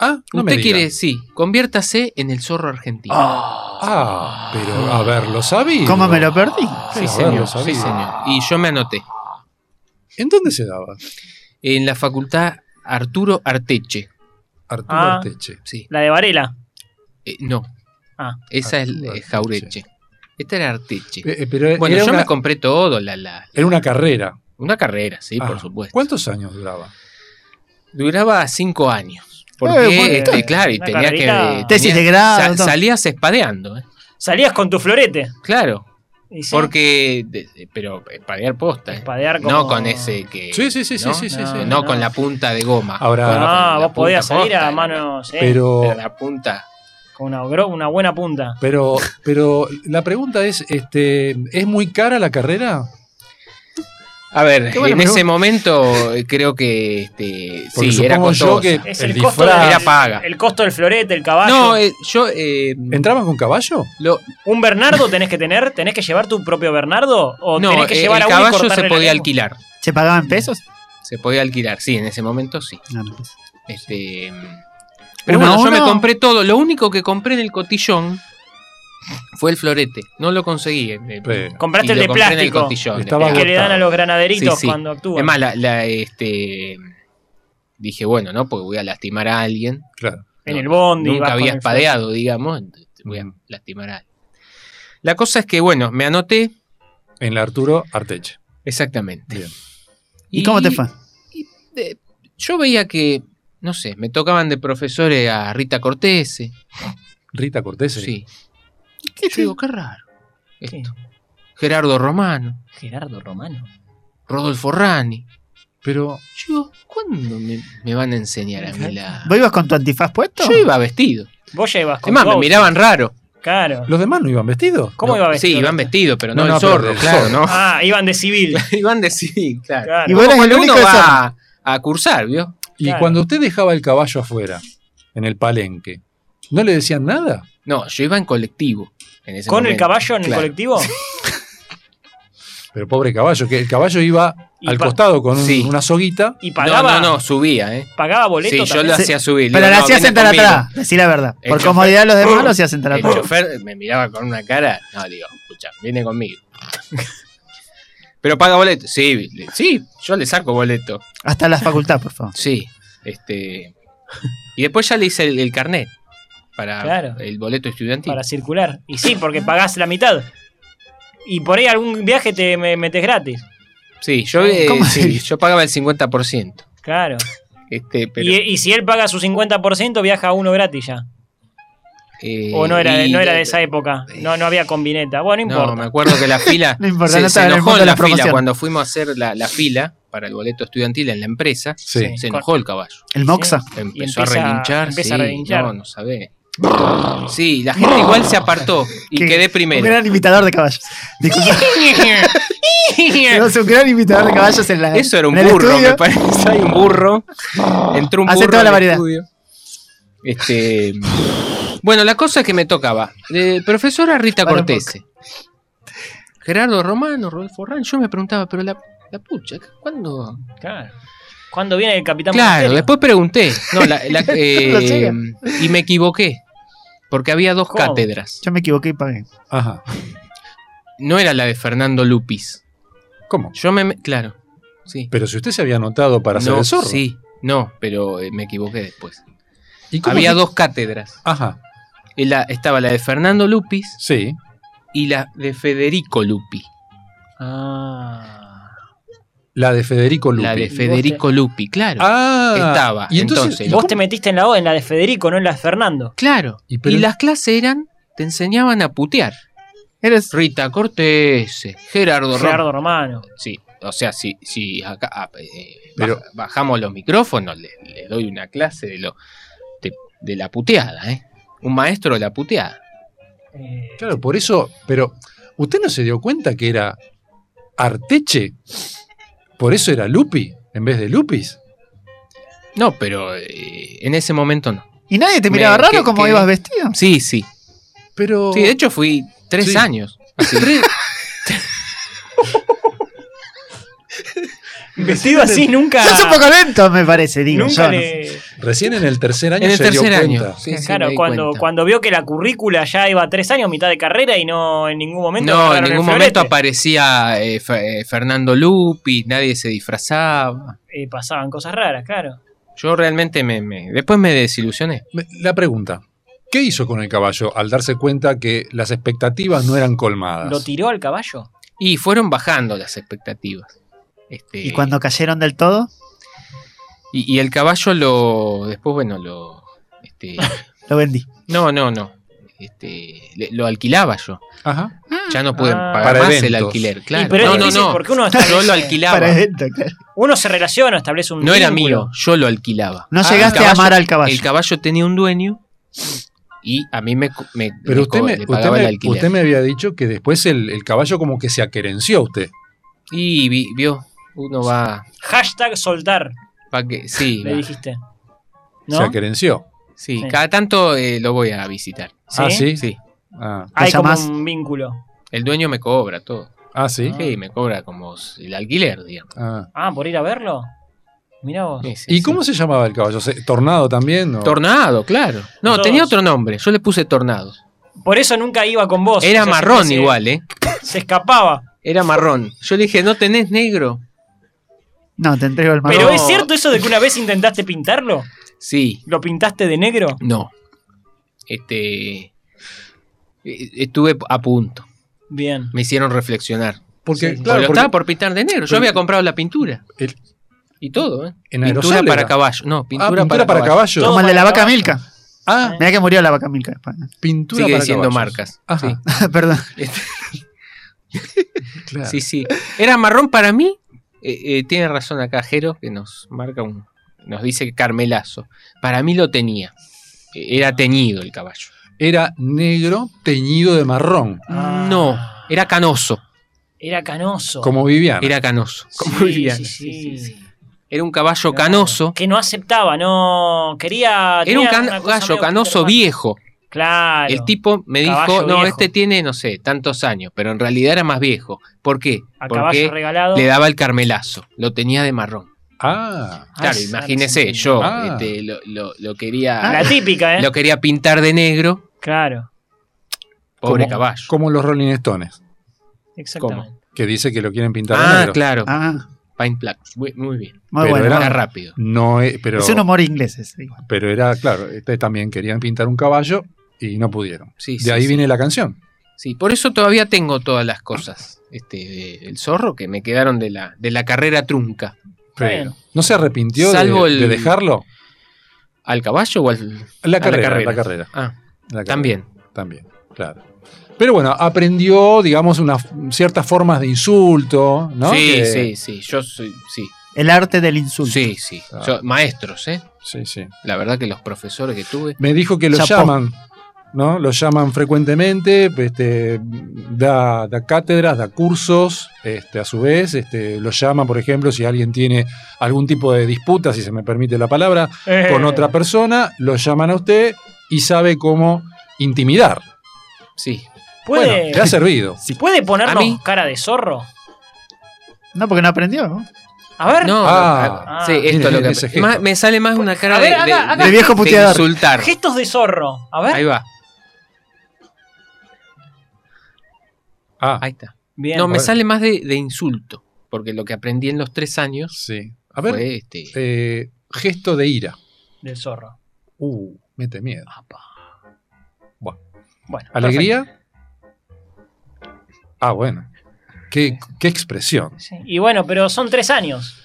S3: Ah,
S1: no me
S3: Usted
S1: diga.
S3: quiere, sí, conviértase en el zorro argentino.
S1: Ah, pero a ver, lo sabía.
S3: ¿Cómo me
S4: lo perdí?
S3: Ah, Sí,
S1: A ver,
S3: señor,
S1: lo
S3: sí,
S1: sabía.
S3: señor. Y yo me anoté.
S1: ¿En dónde se daba?
S3: En la facultad Arturo Arteche.
S1: Arturo
S2: Ah.
S1: Arteche.
S3: Sí.
S2: La de Varela.
S3: Eh, no,
S2: Ah.
S3: esa
S1: Arturo
S3: es eh, Jaureche. Esta era Arteche.
S1: Eh, eh, pero
S3: bueno,
S1: era
S3: yo
S1: una-
S3: me compré todo. La, la-
S1: Era una carrera.
S3: una carrera, sí,
S1: Ah,
S3: por supuesto.
S1: ¿Cuántos años duraba?
S3: Duraba cinco años.
S1: Eh, bueno,
S3: Porque, este,
S1: está.
S3: claro, y
S2: Una
S3: tenía que.
S2: carrerita.
S3: tenía-
S2: Tesis de grado, todo.
S3: salías espadeando, ¿eh?
S2: Salías con tu florete.
S3: Claro.
S2: Y sí.
S3: Porque. de- de- pero espadear posta. ¿eh?
S2: Espadear
S3: No
S2: como-
S3: con ese que.
S1: Sí, sí, sí, sí,
S3: ¿no?
S1: sí, sí,
S3: No,
S1: sí.
S3: no con la punta de goma.
S1: Ahora-
S3: Con-
S1: Ah,
S2: Ah,
S3: con la
S2: vos podías
S3: punta
S2: salir a
S3: posta,
S2: manos. eh,
S1: Pero-
S3: con La punta.
S2: Con una, gro- una buena punta.
S1: Pero, pero la pregunta es, este, ¿es muy cara la carrera?
S3: A ver,
S1: Qué buena
S3: en
S1: pregunta.
S3: ese momento eh, creo que este,
S1: Porque
S3: sí, era
S1: supongo yo
S3: costosa.
S1: que-
S2: Es
S1: El
S2: el, costo
S1: disfraz.
S2: del-
S3: Era paga.
S2: El costo del florete, el caballo.
S3: No, eh, yo eh,
S1: ¿Entraban con caballo?
S3: lo,
S2: ¿Un Bernardo tenés que tener? ¿Tenés que llevar tu propio Bernardo? ¿O
S3: no,
S2: tenés que
S3: eh,
S2: llevar
S3: el
S2: a uno y
S3: caballo
S2: cortarle
S3: se
S2: la
S3: podía
S2: lengua?
S3: alquilar. Mm.
S4: ¿Se pagaban pesos?
S3: Se podía alquilar, sí, en ese momento sí.
S4: Ah, no, pues.
S3: Este, pero
S4: ¿Uno a
S3: bueno, yo me
S4: uno?
S3: compré todo. Lo único que compré en el cotillón fue el florete. No lo conseguí. eh,
S1: Pero-
S2: Compraste
S3: y
S2: el
S3: lo
S2: de
S3: compré en el
S2: plástico.
S3: cotillón,
S1: Estaba
S3: eh,
S2: Que le dan a los granaderitos
S3: Sí, sí.
S2: cuando actúan.
S3: Es más, la, la, este, dije, bueno, ¿no? Porque voy a lastimar a alguien.
S1: Claro.
S2: en
S3: No,
S2: el bondi. vas
S3: Nunca
S2: con
S3: había
S2: el florete.
S3: espadeado, digamos. entonces Voy a lastimar a alguien. La cosa es que, bueno, me anoté
S1: En la Arturo Arteche.
S3: exactamente.
S1: Bien.
S4: ¿Y cómo te fue?
S3: de- yo veía que, no sé, me tocaban de profesores a Rita Cortese.
S1: Rita Cortés.
S3: Sí.
S1: ¿eh?
S3: Yo digo, qué raro. Esto. Gerardo Romano,
S2: Gerardo Romano.
S3: Rodolfo Rani.
S1: Pero
S3: Yo digo, ¿cuándo me, me van a enseñar a mí la.?
S4: ¿Vos ibas con tu antifaz puesto?
S3: Yo iba vestido.
S2: Vos ya ibas con
S3: Además, me
S2: Ghost.
S3: miraban raro.
S2: Claro.
S1: los demás no iban vestidos.
S2: ¿Cómo
S3: No,
S2: iba vestido? este?
S3: Sí, iban vestidos, pero no,
S1: No, no,
S3: el
S1: pero
S3: zorro,
S1: del
S3: claro,
S1: zorro.
S3: ¿no?
S2: Ah, iban de civil.
S3: <laughs> iban de sí, claro.
S2: Claro.
S4: Y vos eras
S3: Como
S4: el
S3: uno
S4: único de zorro.
S3: va a, a cursar, ¿vio?
S1: Y
S2: Claro.
S1: cuando usted dejaba el caballo afuera, en el palenque, ¿no le decían nada?
S3: No, yo iba en colectivo. en ese
S2: ¿Con el
S3: momento.
S2: caballo en
S3: Claro.
S2: el
S3: <laughs>
S2: colectivo?
S1: Pero pobre caballo, que el caballo iba
S2: Y
S1: al
S2: pa-
S1: costado con un-
S3: Sí.
S1: una soguita.
S2: ¿Y
S3: No,
S2: pagaba,
S3: no, no, subía, ¿eh?
S2: pagaba boleto
S3: Sí, yo
S2: también?
S3: lo hacía subir.
S4: Pero
S3: Digo,
S4: la
S3: no,
S4: hacías
S3: viene
S4: sentar
S3: conmigo.
S4: atrás, decí la verdad.
S3: El
S4: Por
S3: chofer- Oh.
S4: comodidad de los demás lo hacías sentar
S3: El
S4: atrás.
S3: chofer me miraba con una cara. No, digo, escucha, viene conmigo. <laughs> Pero paga boleto. Sí, le- sí, yo le saco boleto.
S4: Hasta la facultad, por favor.
S3: Sí. Este. Y después ya le hice el, el carnet. Para
S2: Claro.
S3: el boleto estudiantil.
S2: Para circular. Y sí, porque pagás la mitad. Y por ahí algún viaje te me- metes gratis.
S3: Sí, yo, eh,
S4: ¿Cómo?
S3: sí, yo pagaba el 50%.
S2: Claro.
S3: Este, pero,
S2: Y, eh, y si él paga su 50%, viaja uno gratis ya.
S3: eh,
S2: O no era, de-
S3: y- eh.
S2: no era de esa época. No, no había combineta. Bueno, no
S3: No,
S2: importa.
S3: me acuerdo que la
S4: <laughs>
S3: fila.
S4: No importa,
S3: se, se
S4: no estaba en el
S3: enojó
S4: mundo de
S3: la
S4: la
S3: fila
S4: promoción.
S3: cuando fuimos a hacer la, la fila para el boleto estudiantil en la empresa.
S1: Sí.
S3: Se enojó el caballo.
S4: El Moxa.
S3: Empezó
S2: empieza-
S3: a relinchar.
S2: empieza
S3: sí,
S2: a relinchar.
S3: No, no sabe. Sí, la gente igual se apartó y
S4: Qué-
S3: quedé
S4: Un
S3: primero.
S4: gran imitador de caballos.
S3: <laughs>
S4: Disculpa. Tenemos un gran imitador de caballos en la.
S3: Eso era un
S4: en el
S3: burro,
S4: estudio.
S3: me parece. Hay un burro. Entró un
S4: Hace
S3: burro
S4: toda la
S3: al
S4: variedad.
S3: estudio. Este, bueno, la cosa que me tocaba. Eh, profesora Rita
S4: Para un
S3: Cortese. Gerardo Romano, Rodolfo Rán. Yo me preguntaba, pero la, la pucha, ¿cuándo?
S2: Claro. ¿Cuándo viene el capitán
S3: Claro,
S2: Monasterio?
S3: después pregunté. No, la-
S1: <laughs>
S3: la- eh,
S4: Lo sigue.
S3: y me equivoqué. Porque había dos
S2: ¿Cómo?
S3: cátedras.
S4: Yo me equivoqué y pagué.
S1: Ajá.
S3: No era la de Fernando Lupis.
S1: ¿Cómo?
S3: Yo me. me- Claro. Sí.
S1: Pero si usted se había anotado para ser
S3: no,
S1: el zorro.
S3: Sí, no, pero eh, me equivoqué después.
S1: ¿Y cómo
S3: Había
S1: que-
S3: dos cátedras.
S1: Ajá.
S3: Y la- estaba la de Fernando Lupis
S1: Sí.
S3: y la de Federico Lupi.
S2: <laughs> Ah.
S1: La de Federico Lupi.
S3: La de Federico Lupi, claro.
S1: Ah.
S3: Estaba,
S1: Y entonces.
S3: entonces,
S1: ¿y
S2: Vos
S1: cómo-
S2: te metiste en la O, en la de Federico, no en la de Fernando.
S3: Claro.
S1: Y
S3: Y,
S1: pero-
S3: las clases eran, te enseñaban a putear.
S4: Eres.
S3: Rita Cortese, Gerardo, Rom-
S2: Gerardo Romano.
S3: Sí, o sea, si, si acá ah, eh,
S1: Pero-
S3: baj- bajamos los micrófonos, le, le doy una clase de, lo, de, de la puteada, ¿eh? Un maestro de la puteada.
S2: Eh,
S1: Claro, por eso. Pero usted no se dio cuenta que era Arteche. Por eso era Lupi en vez de Lupis.
S3: No, pero eh, en ese momento no.
S4: ¿Y nadie te miraba
S3: Me-
S4: raro
S3: que-
S4: como
S3: que-
S4: ibas vestido?
S3: Sí, sí.
S1: Pero.
S3: Sí, de hecho fui tres
S4: Sí.
S3: años.
S2: Vestido así
S3: <laughs>
S2: nunca.
S4: Sos un poco lento, me parece, digo.
S2: Nunca
S4: yo, no
S2: le-
S4: sé.
S1: Recién en el tercer año
S3: En el
S1: se
S3: tercer
S1: dio
S3: año,
S1: cuenta.
S3: sí, sí,
S2: claro,
S3: me di
S2: cuando,
S3: cuenta.
S2: cuando vio que la currícula ya iba tres años, mitad de carrera y no en ningún momento.
S3: No, en
S2: agarraron el
S3: ningún momento
S2: florete.
S3: aparecía eh, Fe- eh, Fernando Lupi, nadie se disfrazaba.
S2: Eh, pasaban cosas raras, claro.
S3: Yo realmente me, me- después me desilusioné.
S1: Me- La pregunta: ¿qué hizo con el caballo al darse cuenta que las expectativas no eran colmadas?
S3: Ah.
S2: ¿Lo tiró al caballo?
S3: Y fueron bajando las expectativas. Este,
S4: ¿Y cuando cayeron del todo?
S3: y- y el caballo lo después bueno, lo este,
S4: <laughs> Lo vendí.
S3: no, no, no. Este, le- lo alquilaba yo.
S1: Ajá.
S3: Ya no pude
S2: Ah.
S3: pagar
S1: Para
S3: más el
S1: eventos.
S3: alquiler,
S1: Y
S3: claro.
S2: pero es
S3: no, no,
S2: difícil
S3: no.
S2: porque uno
S3: yo
S2: establece-
S3: lo alquilaba.
S4: Para adentro, claro.
S2: Uno se relaciona, establece un.
S3: No era
S2: vínculo.
S3: mío, yo lo alquilaba.
S4: No
S2: Ah,
S4: llegaste
S3: el
S4: a amar al caballo.
S3: El caballo tenía un dueño y a mí me, co- me-
S1: Pero
S3: me
S1: usted
S3: co-
S1: me,
S3: le
S1: usted,
S3: pagaba el
S1: me,
S3: alquiler.
S1: usted me había dicho que después el, el caballo como que se acerenció a usted.
S3: Y vi- vio, uno va,
S2: Hashtag soltar,
S3: va que sí,
S2: le
S3: va.
S2: dijiste.
S1: Se
S2: ¿No?
S1: acerenció.
S3: sí,
S2: Sí.
S3: cada tanto eh, lo voy a visitar.
S2: ¿Sí?
S1: Ah, sí.
S3: Sí,
S1: Ah,
S2: Hay
S4: ¿Te
S2: como
S4: llamás?
S2: un vínculo.
S3: el dueño me cobra todo.
S1: ah, sí.
S3: Sí, me cobra como el alquiler, digamos.
S1: Ah.
S2: Ah, por ir a verlo. Mirá vos.
S3: Sí, sí,
S1: ¿Y
S3: sí.
S1: cómo se llamaba el caballo? ¿Se- ¿Tornado también? o?
S3: Tornado, claro. No,
S2: Todos.
S3: tenía otro nombre, yo le puse Tornado.
S2: Por eso nunca iba con vos.
S3: Era
S2: O sea,
S3: marrón
S2: se-
S3: igual, ¿eh?
S2: Se escapaba.
S3: Era marrón. Yo le dije, ¿no tenés negro?
S4: No, te entrego el
S2: Pero
S4: marrón.
S2: ¿es cierto eso de que una vez intentaste pintarlo?
S3: Sí,
S2: ¿Lo pintaste de negro?
S3: No. Este. eh, E, Estuve a punto.
S2: Bien.
S3: Me hicieron reflexionar.
S1: Porque,
S2: Sí.
S3: Porque
S1: claro,
S3: lo
S1: porque
S3: estaba por pintar de negro. Yo
S1: Pero-
S3: había comprado la pintura.
S1: El-
S3: Y todo, ¿eh?
S1: En
S3: pintura
S1: aerosol
S3: para
S1: era.
S3: caballo. No,
S1: Ah,
S3: pintura, para, caballo.
S1: caballo.
S2: Todo
S4: Como el de la
S2: para
S4: vaca
S2: caballo.
S4: Milka.
S1: Ah,
S4: Mirá que murió la vaca Milka después.
S1: pintura
S3: Sigue
S1: para
S3: siendo
S1: caballos.
S3: marcas.
S1: Ajá,
S3: Sí,
S4: <laughs> Perdón.
S1: claro.
S3: sí, sí. Era marrón para mí. Eh, eh, tiene razón acá Jero que nos marca un. Nos dice Carmelazo. Para mí lo tenía. Eh, Era teñido el caballo.
S1: Era negro teñido de marrón,
S2: Ah.
S3: No, era canoso.
S2: Era canoso.
S1: como Viviana.
S3: Era canoso.
S2: Sí,
S3: Como
S2: sí,
S3: Viviana.
S2: sí,
S3: Sí, sí, sí.
S2: sí.
S3: Era un caballo
S2: Claro.
S3: canoso.
S2: Que no aceptaba, no. Quería.
S3: Era un
S2: tenía
S3: can-
S2: una cosa
S3: gallo
S2: medio
S3: canoso
S2: conservadora.
S3: viejo.
S2: Claro.
S3: El tipo me dijo,
S2: Caballo
S3: no,
S2: viejo".
S3: este tiene, no sé, tantos años, pero en realidad era más viejo. ¿Por qué?
S2: A caballo
S3: Porque
S2: regalado.
S3: le daba el carmelazo, lo tenía de marrón.
S1: Ah,
S2: Ah,
S3: Claro,
S2: sí,
S3: imagínese,
S2: sí.
S3: yo
S1: Ah.
S3: este, lo, lo- lo quería
S2: La típica, ¿eh?
S3: lo quería pintar de negro,
S2: Claro.
S3: pobre
S1: Como-
S3: caballo.
S1: como los Rolling Stones,
S2: Exactamente.
S1: que dice que lo quieren pintar de
S3: Ah,
S1: negro.
S3: claro,
S4: Ah,
S3: Pine Black, muy, muy bien,
S4: muy
S1: Pero
S4: bueno.
S1: era-
S3: era rápido.
S1: No, eh, pero,
S4: Es un humor inglés ese. igual.
S1: pero era, claro, este también querían pintar un caballo y no pudieron.
S3: Sí,
S1: De
S3: sí,
S1: ahí
S3: sí.
S1: viene la canción.
S3: Sí, por eso todavía tengo todas las cosas este, de- del zorro que me quedaron de la, de la carrera trunca.
S1: Pero, ¿No se arrepintió de-
S3: Salvo
S1: de,
S3: el-
S1: dejarlo?
S3: ¿Al caballo o al...?
S1: La
S3: a
S1: carrera, la carrera.
S3: Ah,
S1: la carrera.
S3: también.
S1: También, claro. Pero bueno, aprendió, digamos, unas ciertas formas de insulto, ¿no?
S3: Sí,
S1: Que-
S3: sí, sí. Yo soy. Sí,
S4: El arte del insulto.
S3: sí, sí.
S1: Ah.
S3: So- maestros, ¿eh?
S1: sí, sí.
S3: La verdad que los profesores que tuve.
S1: Me dijo que lo
S4: Chapó.
S1: llaman, ¿no? Lo llaman frecuentemente, este, da, da cátedras, da cursos, este, a su vez, este, lo llaman, por ejemplo, si alguien tiene algún tipo de disputa, si se me permite la palabra,
S2: Eh,
S1: con otra persona, lo llaman a usted y sabe cómo intimidar.
S3: Sí.
S2: ¿Puede,
S1: Bueno, le ha servido.
S2: ¿Puede ponernos
S3: A mí-
S2: cara de zorro?
S4: No, porque no aprendió. ¿no?
S2: A ver.
S3: No,
S1: Ah.
S3: no, sí, esto es lo
S1: Ese
S3: que.
S1: gesto.
S3: Ma- me sale más una cara
S2: A ver,
S3: de, de-
S2: haga- haga-
S3: de-
S4: De viejo
S3: de
S4: puteador.
S3: insultar.
S2: Gestos de zorro. A ver.
S3: Ahí va.
S1: Ah,
S3: Ahí está.
S2: Bien.
S3: No, me
S1: Bueno.
S3: sale más de, de insulto. Porque lo que aprendí en los tres años
S1: sí. A ver,
S3: fue este.
S1: eh, gesto de ira.
S2: Del zorro.
S1: Uh, mete miedo.
S2: Bueno.
S1: ¿Alegría? Ah, bueno. Qué, qué expresión.
S2: perfecto. Sí. Y bueno, pero son tres años.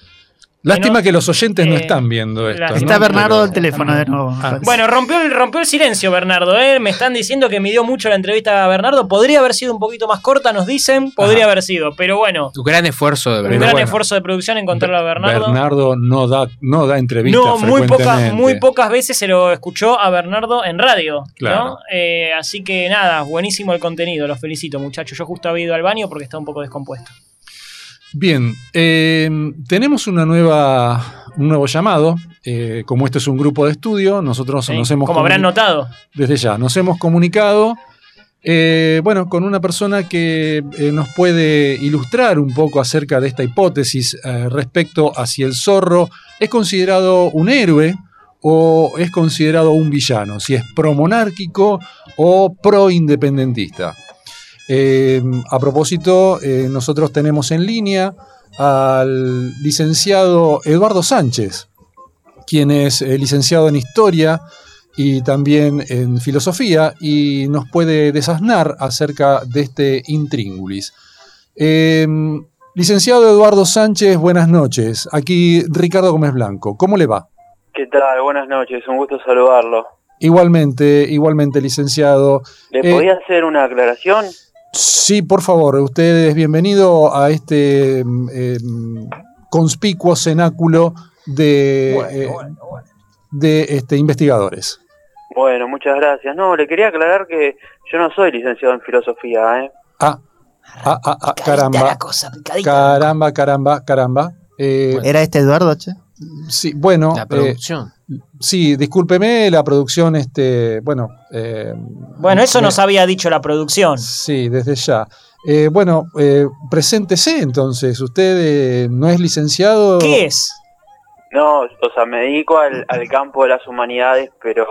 S1: Lástima
S2: Bueno,
S1: que los oyentes no
S2: eh,
S1: están viendo esto.
S2: lástima.
S1: ¿no?
S4: Está Bernardo al
S1: Pero-
S4: teléfono de nuevo. me
S1: Ah.
S4: parece.
S2: Bueno, rompió el, rompió el silencio, Bernardo. ¿eh? Me están diciendo que midió mucho la entrevista a Bernardo. Podría haber sido un poquito más corta, nos dicen. Podría haber sido. Pero bueno,
S3: Tu gran esfuerzo de
S2: un
S3: verdad.
S2: gran
S1: bueno.
S2: esfuerzo de producción encontrarlo a Bernardo.
S1: Bernardo no da, no da entrevistas.
S2: No, muy pocas,
S1: frecuentemente.
S2: muy pocas veces se lo escuchó a Bernardo en radio. ¿no?
S1: Claro.
S2: Eh, así que nada, buenísimo el contenido. Los felicito, muchachos. Yo justo había ido al baño porque está un poco descompuesto.
S1: Bien, eh, tenemos una nueva, un nuevo llamado. Eh, como este es un grupo de estudio, nosotros nos hemos.
S2: Como habrán
S1: comuni-
S2: notado.
S1: Desde ya, nos hemos comunicado. eh, bueno, con una persona que eh, nos puede ilustrar un poco acerca de esta hipótesis eh, respecto a si el zorro es considerado un héroe o es considerado un villano, si es promonárquico o proindependentista. Eh, a propósito, eh, nosotros tenemos en línea al licenciado Eduardo Sánchez, quien es eh, licenciado en historia y también en filosofía y nos puede desasnar acerca de este intríngulis. Eh, licenciado Eduardo Sánchez, buenas noches. Aquí Ricardo Gómez Blanco, ¿cómo le va?
S14: ¿Qué tal? Buenas noches, un gusto saludarlo.
S1: Igualmente, igualmente, licenciado.
S14: ¿Le
S1: Eh,
S14: podía hacer una aclaración?
S1: Sí, por favor, usted es bienvenido a este mm, eh, conspicuo cenáculo de, eh, de este, investigadores.
S14: Bueno, muchas gracias. No, le quería aclarar que yo no soy licenciado en filosofía, ¿eh?
S1: Ah, ah, ah, ah, caramba. caramba, caramba, caramba. Eh,
S4: ¿Era este Eduardo, che?
S1: Sí, bueno.
S4: La
S1: eh,
S4: producción.
S1: sí, discúlpeme, la producción, este, bueno. eh,
S2: Bueno, eso
S1: me-
S2: nos había dicho la producción.
S1: Sí, desde ya. Eh, bueno, eh, preséntese entonces. Usted eh, no es licenciado.
S2: ¿Qué es?
S14: No, o sea, me dedico al, al campo de las humanidades, pero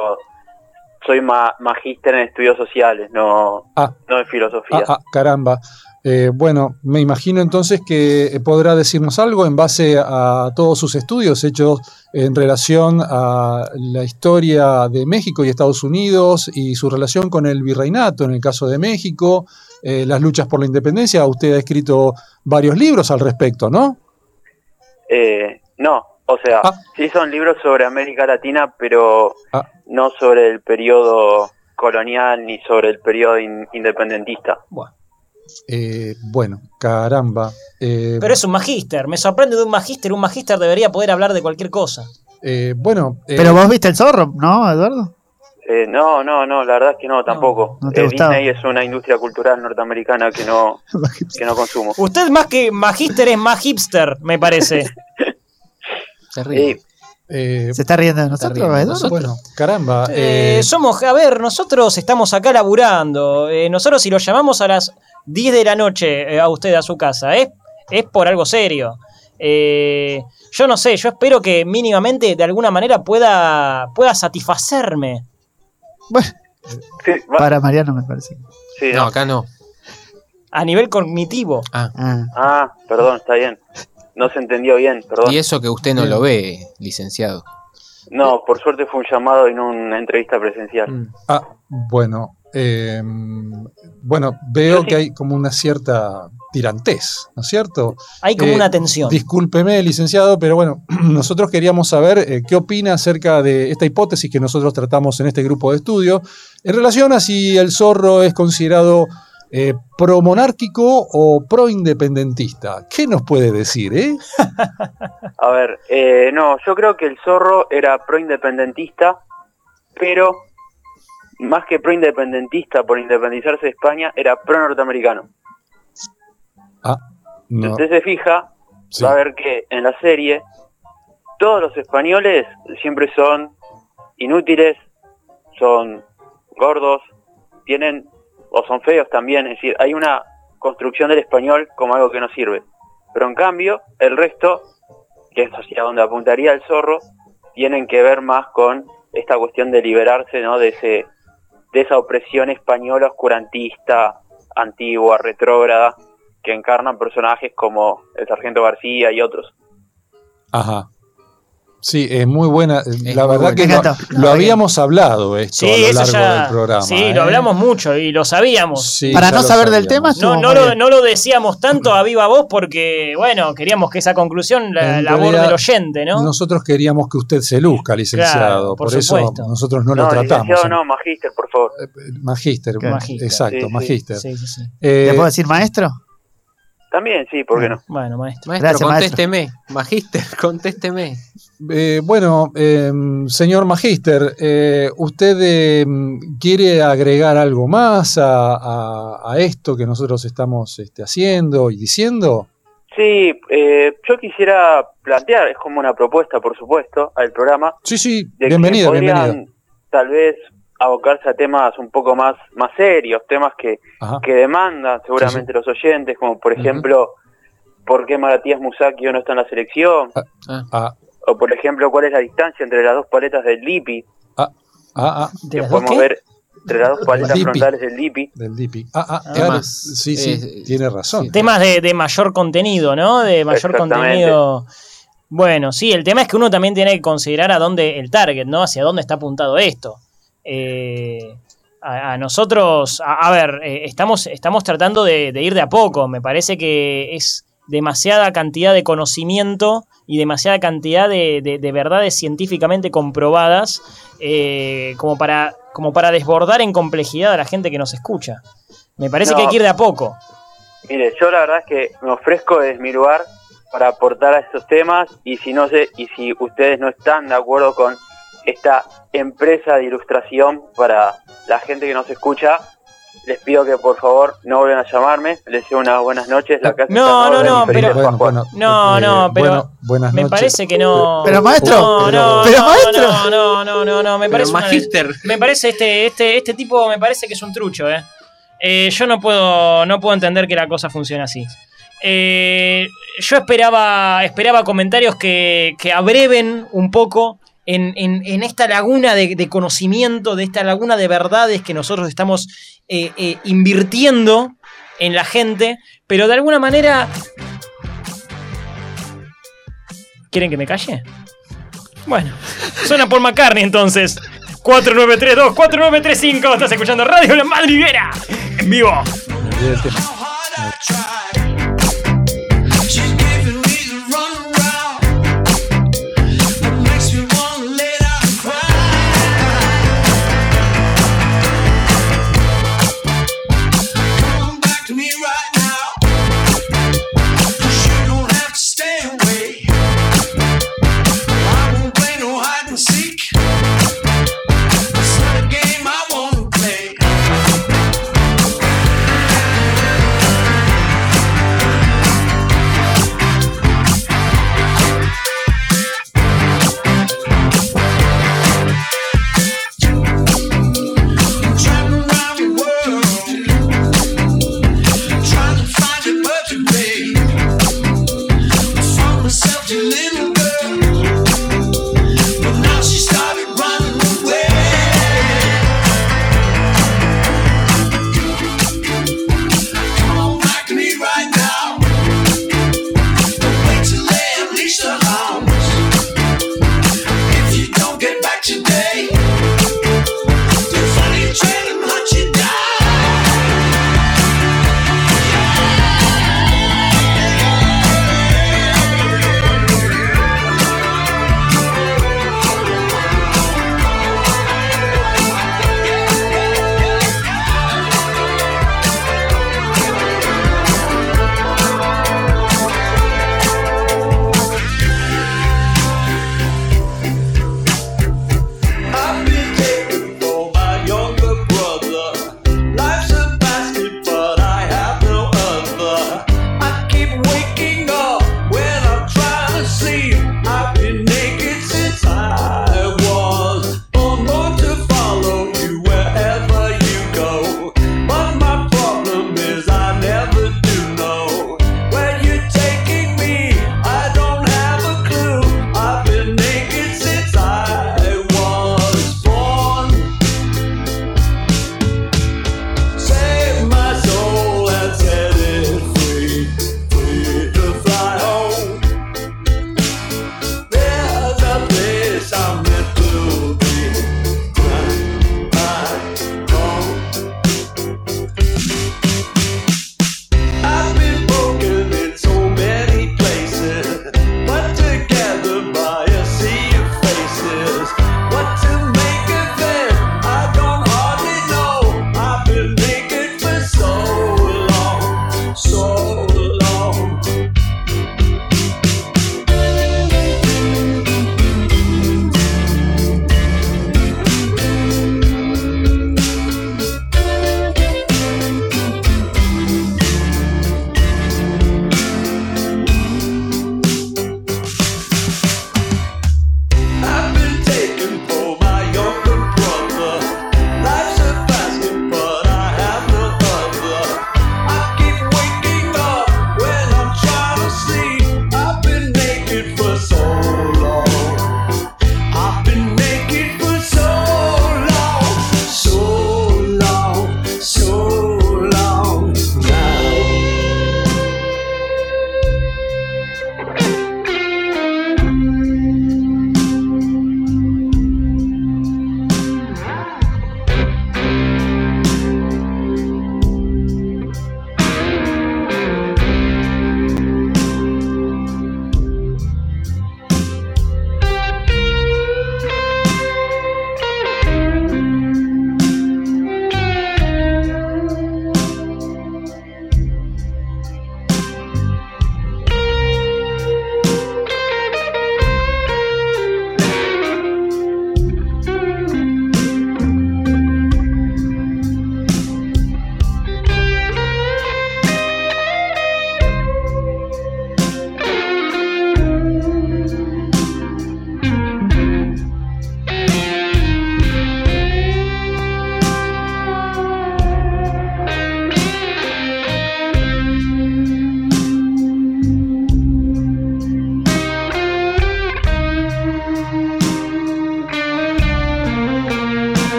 S14: soy ma- magíster en estudios sociales, no,
S1: Ah.
S14: no en filosofía.
S1: Ah, ah, caramba. Eh, bueno, me imagino entonces que eh, podrá decirnos algo en base a todos sus estudios hechos en relación a la historia de México y Estados Unidos y su relación con el virreinato en el caso de México, eh, las luchas por la independencia. Usted ha escrito varios libros al respecto, ¿no?
S14: Eh, no, o sea,
S4: Ah.
S14: sí son libros sobre América Latina, pero no sobre el periodo colonial ni sobre el periodo in- independentista.
S1: Eh, bueno, caramba. Eh,
S2: Pero es un magíster. Me sorprende de un magíster. Un magíster debería poder hablar de cualquier cosa.
S1: eh, bueno, eh,
S4: Pero vos viste el zorro, ¿no, Eduardo?
S14: Eh, no, no, no, la verdad es que no, tampoco.
S4: no te
S14: Eh,
S4: gustaba.
S14: Disney es una industria cultural norteamericana que
S4: <laughs>
S14: no, que no consumo.
S2: Usted más que magíster es más hipster, me parece.
S14: Terrible.
S1: eh,
S4: Se está riendo de nosotros, ¿eh?
S2: riendo de
S4: Eduardo.
S2: nosotros.
S1: Bueno, caramba.
S2: Eh,
S1: eh,
S2: somos, a ver, nosotros estamos acá laburando. Eh, nosotros si lo llamamos a las 10 de la noche eh, a usted a su casa, es, es por algo serio. Eh, yo no sé, yo espero que mínimamente de alguna manera pueda, pueda satisfacerme.
S4: Para Mariano, me parece.
S14: no,
S3: acá no.
S2: A nivel cognitivo.
S4: Ah.
S14: Ah, perdón, está bien. No se entendió bien, perdón.
S3: Y eso que usted no lo ve, licenciado.
S14: No, por suerte fue un llamado y no una entrevista presencial.
S1: Ah, bueno. eh, bueno, veo que hay como una cierta tirantez, ¿no es cierto? Eh,
S2: Hay como una tensión.
S1: Discúlpeme, licenciado, pero bueno, <clears throat> nosotros queríamos saber eh, qué opina acerca de esta hipótesis que nosotros tratamos en este grupo de estudio en relación a si el zorro es considerado eh, promonárquico o proindependentista. ¿Qué nos puede decir, eh?
S14: A ver, eh, no, yo creo que el zorro era proindependentista, pero más que proindependentista por independizarse de España, era pro-norteamericano. Si
S1: No.
S14: usted se fija, va a ver que en la serie todos los españoles siempre son inútiles, son gordos, tienen o son feos también, es decir, hay una construcción del español como algo que no sirve. Pero en cambio, el resto, que es hacia donde apuntaría el zorro, tienen que ver más con esta cuestión de liberarse ¿no? de, ese, de esa opresión española oscurantista, antigua, retrógrada, que encarnan personajes como el Sargento García y otros.
S1: Ajá. Sí, es muy buena. la verdad
S4: buena.
S1: que
S4: Me
S1: lo,
S4: encantó.
S1: lo habíamos hablado esto
S2: Sí,
S1: a lo largo
S2: eso ya-
S1: del programa.
S2: Sí,
S1: ¿eh?
S2: lo hablamos mucho y lo sabíamos.
S1: Sí, Para ya no lo saber del sabíamos. tema,
S2: no,
S1: estuvo
S2: no
S1: muy
S2: lo,
S1: bien.
S2: no lo decíamos tanto a viva voz porque, bueno, queríamos que esa conclusión la,
S1: En
S2: la aborde
S1: realidad,
S2: el oyente, ¿no?
S1: Nosotros queríamos que usted se luzca, licenciado.
S2: Claro, por
S1: por eso
S2: supuesto.
S1: nosotros no, lo tratamos. ¿eh?
S14: licenciado no, magíster, por favor.
S1: Magíster,
S14: Claro.
S1: magíster, exacto,
S14: Sí, sí.
S1: magíster.
S14: Sí, sí, sí.
S1: Eh,
S4: ¿Te puedo decir maestro?
S14: También, sí, ¿por qué no?
S2: Bueno, maestro.
S3: Maestro,
S4: Gracias, maestro.
S3: contésteme. Magíster, <laughs> contésteme.
S1: eh, bueno, eh, señor magíster, eh, ¿usted eh, quiere agregar algo más a, a- a esto que nosotros estamos este, haciendo y diciendo?
S14: Sí, eh, yo quisiera plantear, es como una propuesta, por supuesto, al programa.
S1: Sí, sí,
S14: de que
S1: bienvenido,
S14: podrían,
S1: bienvenido.
S14: Tal vez abocarse a temas un poco más, más serios, temas que,
S1: Ajá.
S14: que demandan seguramente los oyentes, como por ejemplo, ¿por qué Maratías Musacchio no está en la selección?
S1: Ah,
S14: O por ejemplo, ¿cuál es la distancia entre las dos paletas del Lipi?
S1: ah, ah.
S14: Que podemos ver entre
S1: <laughs>
S14: las dos paletas
S1: Lipi.
S14: frontales del Lipi.
S1: Del Dipi. Ah, ah,
S14: Ah,
S1: claro.
S14: más.
S1: Sí, sí,
S14: Eh,
S1: tiene razón.
S2: Temas de, de mayor contenido, ¿no? De mayor
S14: Exactamente.
S2: contenido. Bueno, sí, el tema es que uno también tiene que considerar a dónde el target, ¿no? Hacia dónde está apuntado esto. Eh, a, a nosotros, a, a ver, eh, estamos, estamos tratando de, de ir de a poco. Me parece que es demasiada cantidad de conocimiento y demasiada cantidad de, de- de verdades científicamente comprobadas eh, como, para, como para desbordar en complejidad a la gente que nos escucha. Me parece que
S14: No.
S2: hay que ir de a poco.
S14: Mire, yo la verdad es que me ofrezco desde mi lugar para aportar a estos temas y si no sé y si ustedes no están de acuerdo con esta empresa de ilustración para la gente que nos escucha, les pido que por favor no vuelvan a llamarme, les deseo unas buenas noches, la casa
S2: No,
S14: está en
S2: no,
S14: orden
S2: no,
S14: y felices
S2: pero-
S14: Pascuas.
S2: No, no, pero
S1: eh, bueno, buenas
S2: me
S1: noches.
S2: parece que no.
S1: Pero, maestro,
S2: no, no,
S1: pero
S2: no,
S1: maestro.
S2: no, no, no, no, no, me parece una- me parece este, este, este tipo, me parece que es un trucho, eh. Eh, yo no puedo, no puedo entender que la cosa funcione así. Eh, yo esperaba, esperaba comentarios que, que abreven un poco en, en- en esta laguna de, de conocimiento, de esta laguna de verdades que nosotros estamos eh, eh, invirtiendo en la gente, pero de alguna manera... ¿Quieren que me calle? Bueno, suena por McCartney entonces. 4932, 4935, estás escuchando Radio La Madriguera, en vivo.
S1: Me olvidé del tema.
S9: It's not a game I wanna play.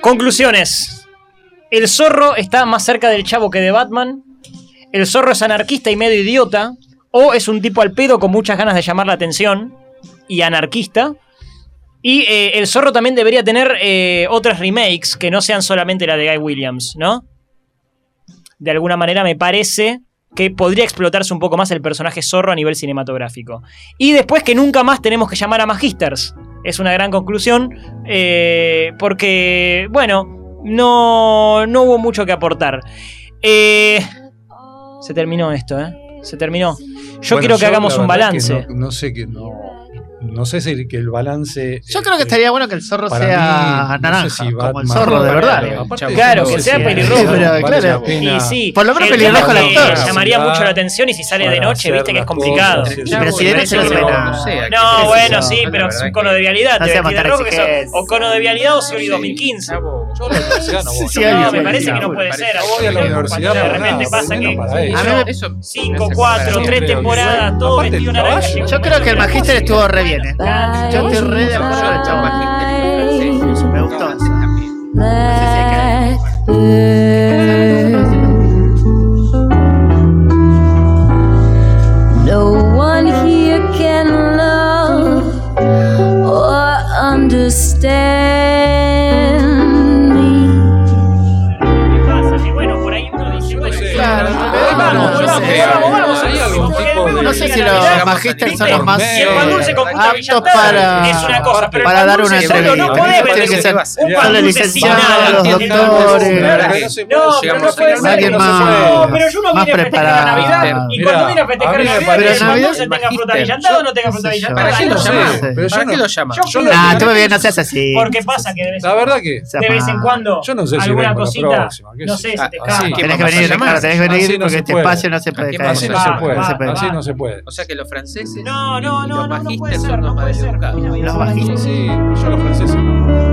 S2: Conclusiones. El zorro está más cerca del chavo que de Batman. El zorro es anarquista y medio idiota. O es un tipo al pedo con muchas ganas de llamar la atención. Y anarquista. Y eh, el zorro también debería tener eh, otras remakes que no sean solamente la de Guy Williams, ¿no? De alguna manera me parece que podría explotarse un poco más el personaje zorro a nivel cinematográfico. Y después que nunca más tenemos que llamar a Magisters. Es una gran conclusión. eh, porque, bueno, no, no hubo mucho que aportar. Eh, se terminó esto, ¿eh? Se terminó. Yo
S1: Bueno,
S2: quiero que
S1: la
S2: hagamos un
S1: verdad
S2: balance.
S1: que no, no sé que no. No sé si el- que el balance.
S4: Yo creo que estaría bueno que el zorro
S1: Para mí,
S4: sea
S1: no
S4: naranja,
S1: sé si
S4: como el
S1: Batman-
S4: zorro de verdad.
S1: Aparte,
S2: Claro,
S1: no
S2: que
S1: sé
S2: sea
S1: si-
S2: pelirrojo.
S4: Pero, claro,
S2: Y sí,
S4: por lo menos
S2: el
S4: pelirrojo el
S2: tema es que
S4: actor.
S2: Llamaría mucho la atención y si sale de
S4: para
S2: noche,
S4: hacer
S2: viste que es
S4: las
S2: complicado.
S4: cosas, sí, sí. Pero si de noche no se ve nada.
S2: No,
S4: No sé,
S2: no,
S4: qué
S2: bueno,
S4: sé
S2: sí,
S4: yo.
S2: pero
S4: La
S2: es un
S4: verdad
S2: cono de vialidad.
S4: No
S2: te
S4: sea
S2: vestís de
S4: matar
S2: rojo, que
S4: exigentes.
S2: son- o cono de vialidad o Siuri 2015. <laughs> No,
S4: obvio,
S2: me parece que no
S4: me
S2: puede
S4: parece.
S2: ser.
S4: Yo
S2: así
S4: voy a la
S2: que
S4: universidad
S2: De
S4: para
S2: repente
S4: nada,
S2: pasa
S4: bueno,
S2: que
S4: para eso.
S2: yo-
S4: A mí eso-
S2: cinco, cuatro, tres temporadas, todo 21 años.
S4: Yo creo que el Magister estuvo re bien. ¿eh? Yo estoy re de acuerdo con el chavo Magister. Me gustó.
S15: No one here can love or understand me.
S4: Claro,
S2: vamos, vamos, vamos, vamos.
S4: Hay algún
S2: tipo de-
S4: No sé si
S2: Navidad,
S4: los Magister son los más
S2: Si el pan dulce con puta
S4: aptos
S2: Villantada
S4: para,
S2: es una cosa, pero el
S4: para
S2: pan
S4: dar
S2: dulce
S4: una
S2: solo no
S4: entrevista.
S2: podés
S4: Tiene que
S2: vender.
S4: ser
S2: Un pan
S4: los
S2: dulce sin
S4: licenciados,
S2: nada.
S4: los doctores.
S2: No, pero no puede ser.
S4: Alguien
S2: que
S4: más.
S2: No, pero yo no
S4: Más
S2: vine a festejar la
S4: preparado.
S2: Navidad. Y cuando vine a festejar la Navidad, que el pan dulce tenga fruta villantada o no tenga fruta villantada.
S4: ¿Para qué lo llamas?
S3: ¿Para qué lo llamas?
S2: Yo lo-
S4: Nah, tú bien, no seas así.
S2: Porque pasa que de vez,
S1: La verdad que.
S2: de vez en cuando
S1: Yo no sé si
S2: alguna
S1: vengo la
S2: cosita,
S1: próxima, qué
S2: no
S1: sé
S2: sé,
S1: yo.
S2: se te
S1: Ah,
S2: escapa.
S1: sí, ¿qué
S4: Tenés que
S1: pasa? Se
S4: venir,
S1: llama-
S4: claro, tenés que venir
S1: Así no
S4: porque
S1: se
S4: este
S1: puede.
S4: espacio no se puede
S1: Así
S4: caer.
S1: no se
S4: Va,
S1: puede,
S4: va,
S1: se puede.
S4: va.
S1: Así no se puede.
S3: O sea que los franceses
S2: No, no,
S3: los
S2: no, no, no puede
S3: magistas
S2: ser,
S3: son los
S2: no puede
S3: más
S2: ser.
S3: educados.
S1: Sí, sí, yo los franceses. no.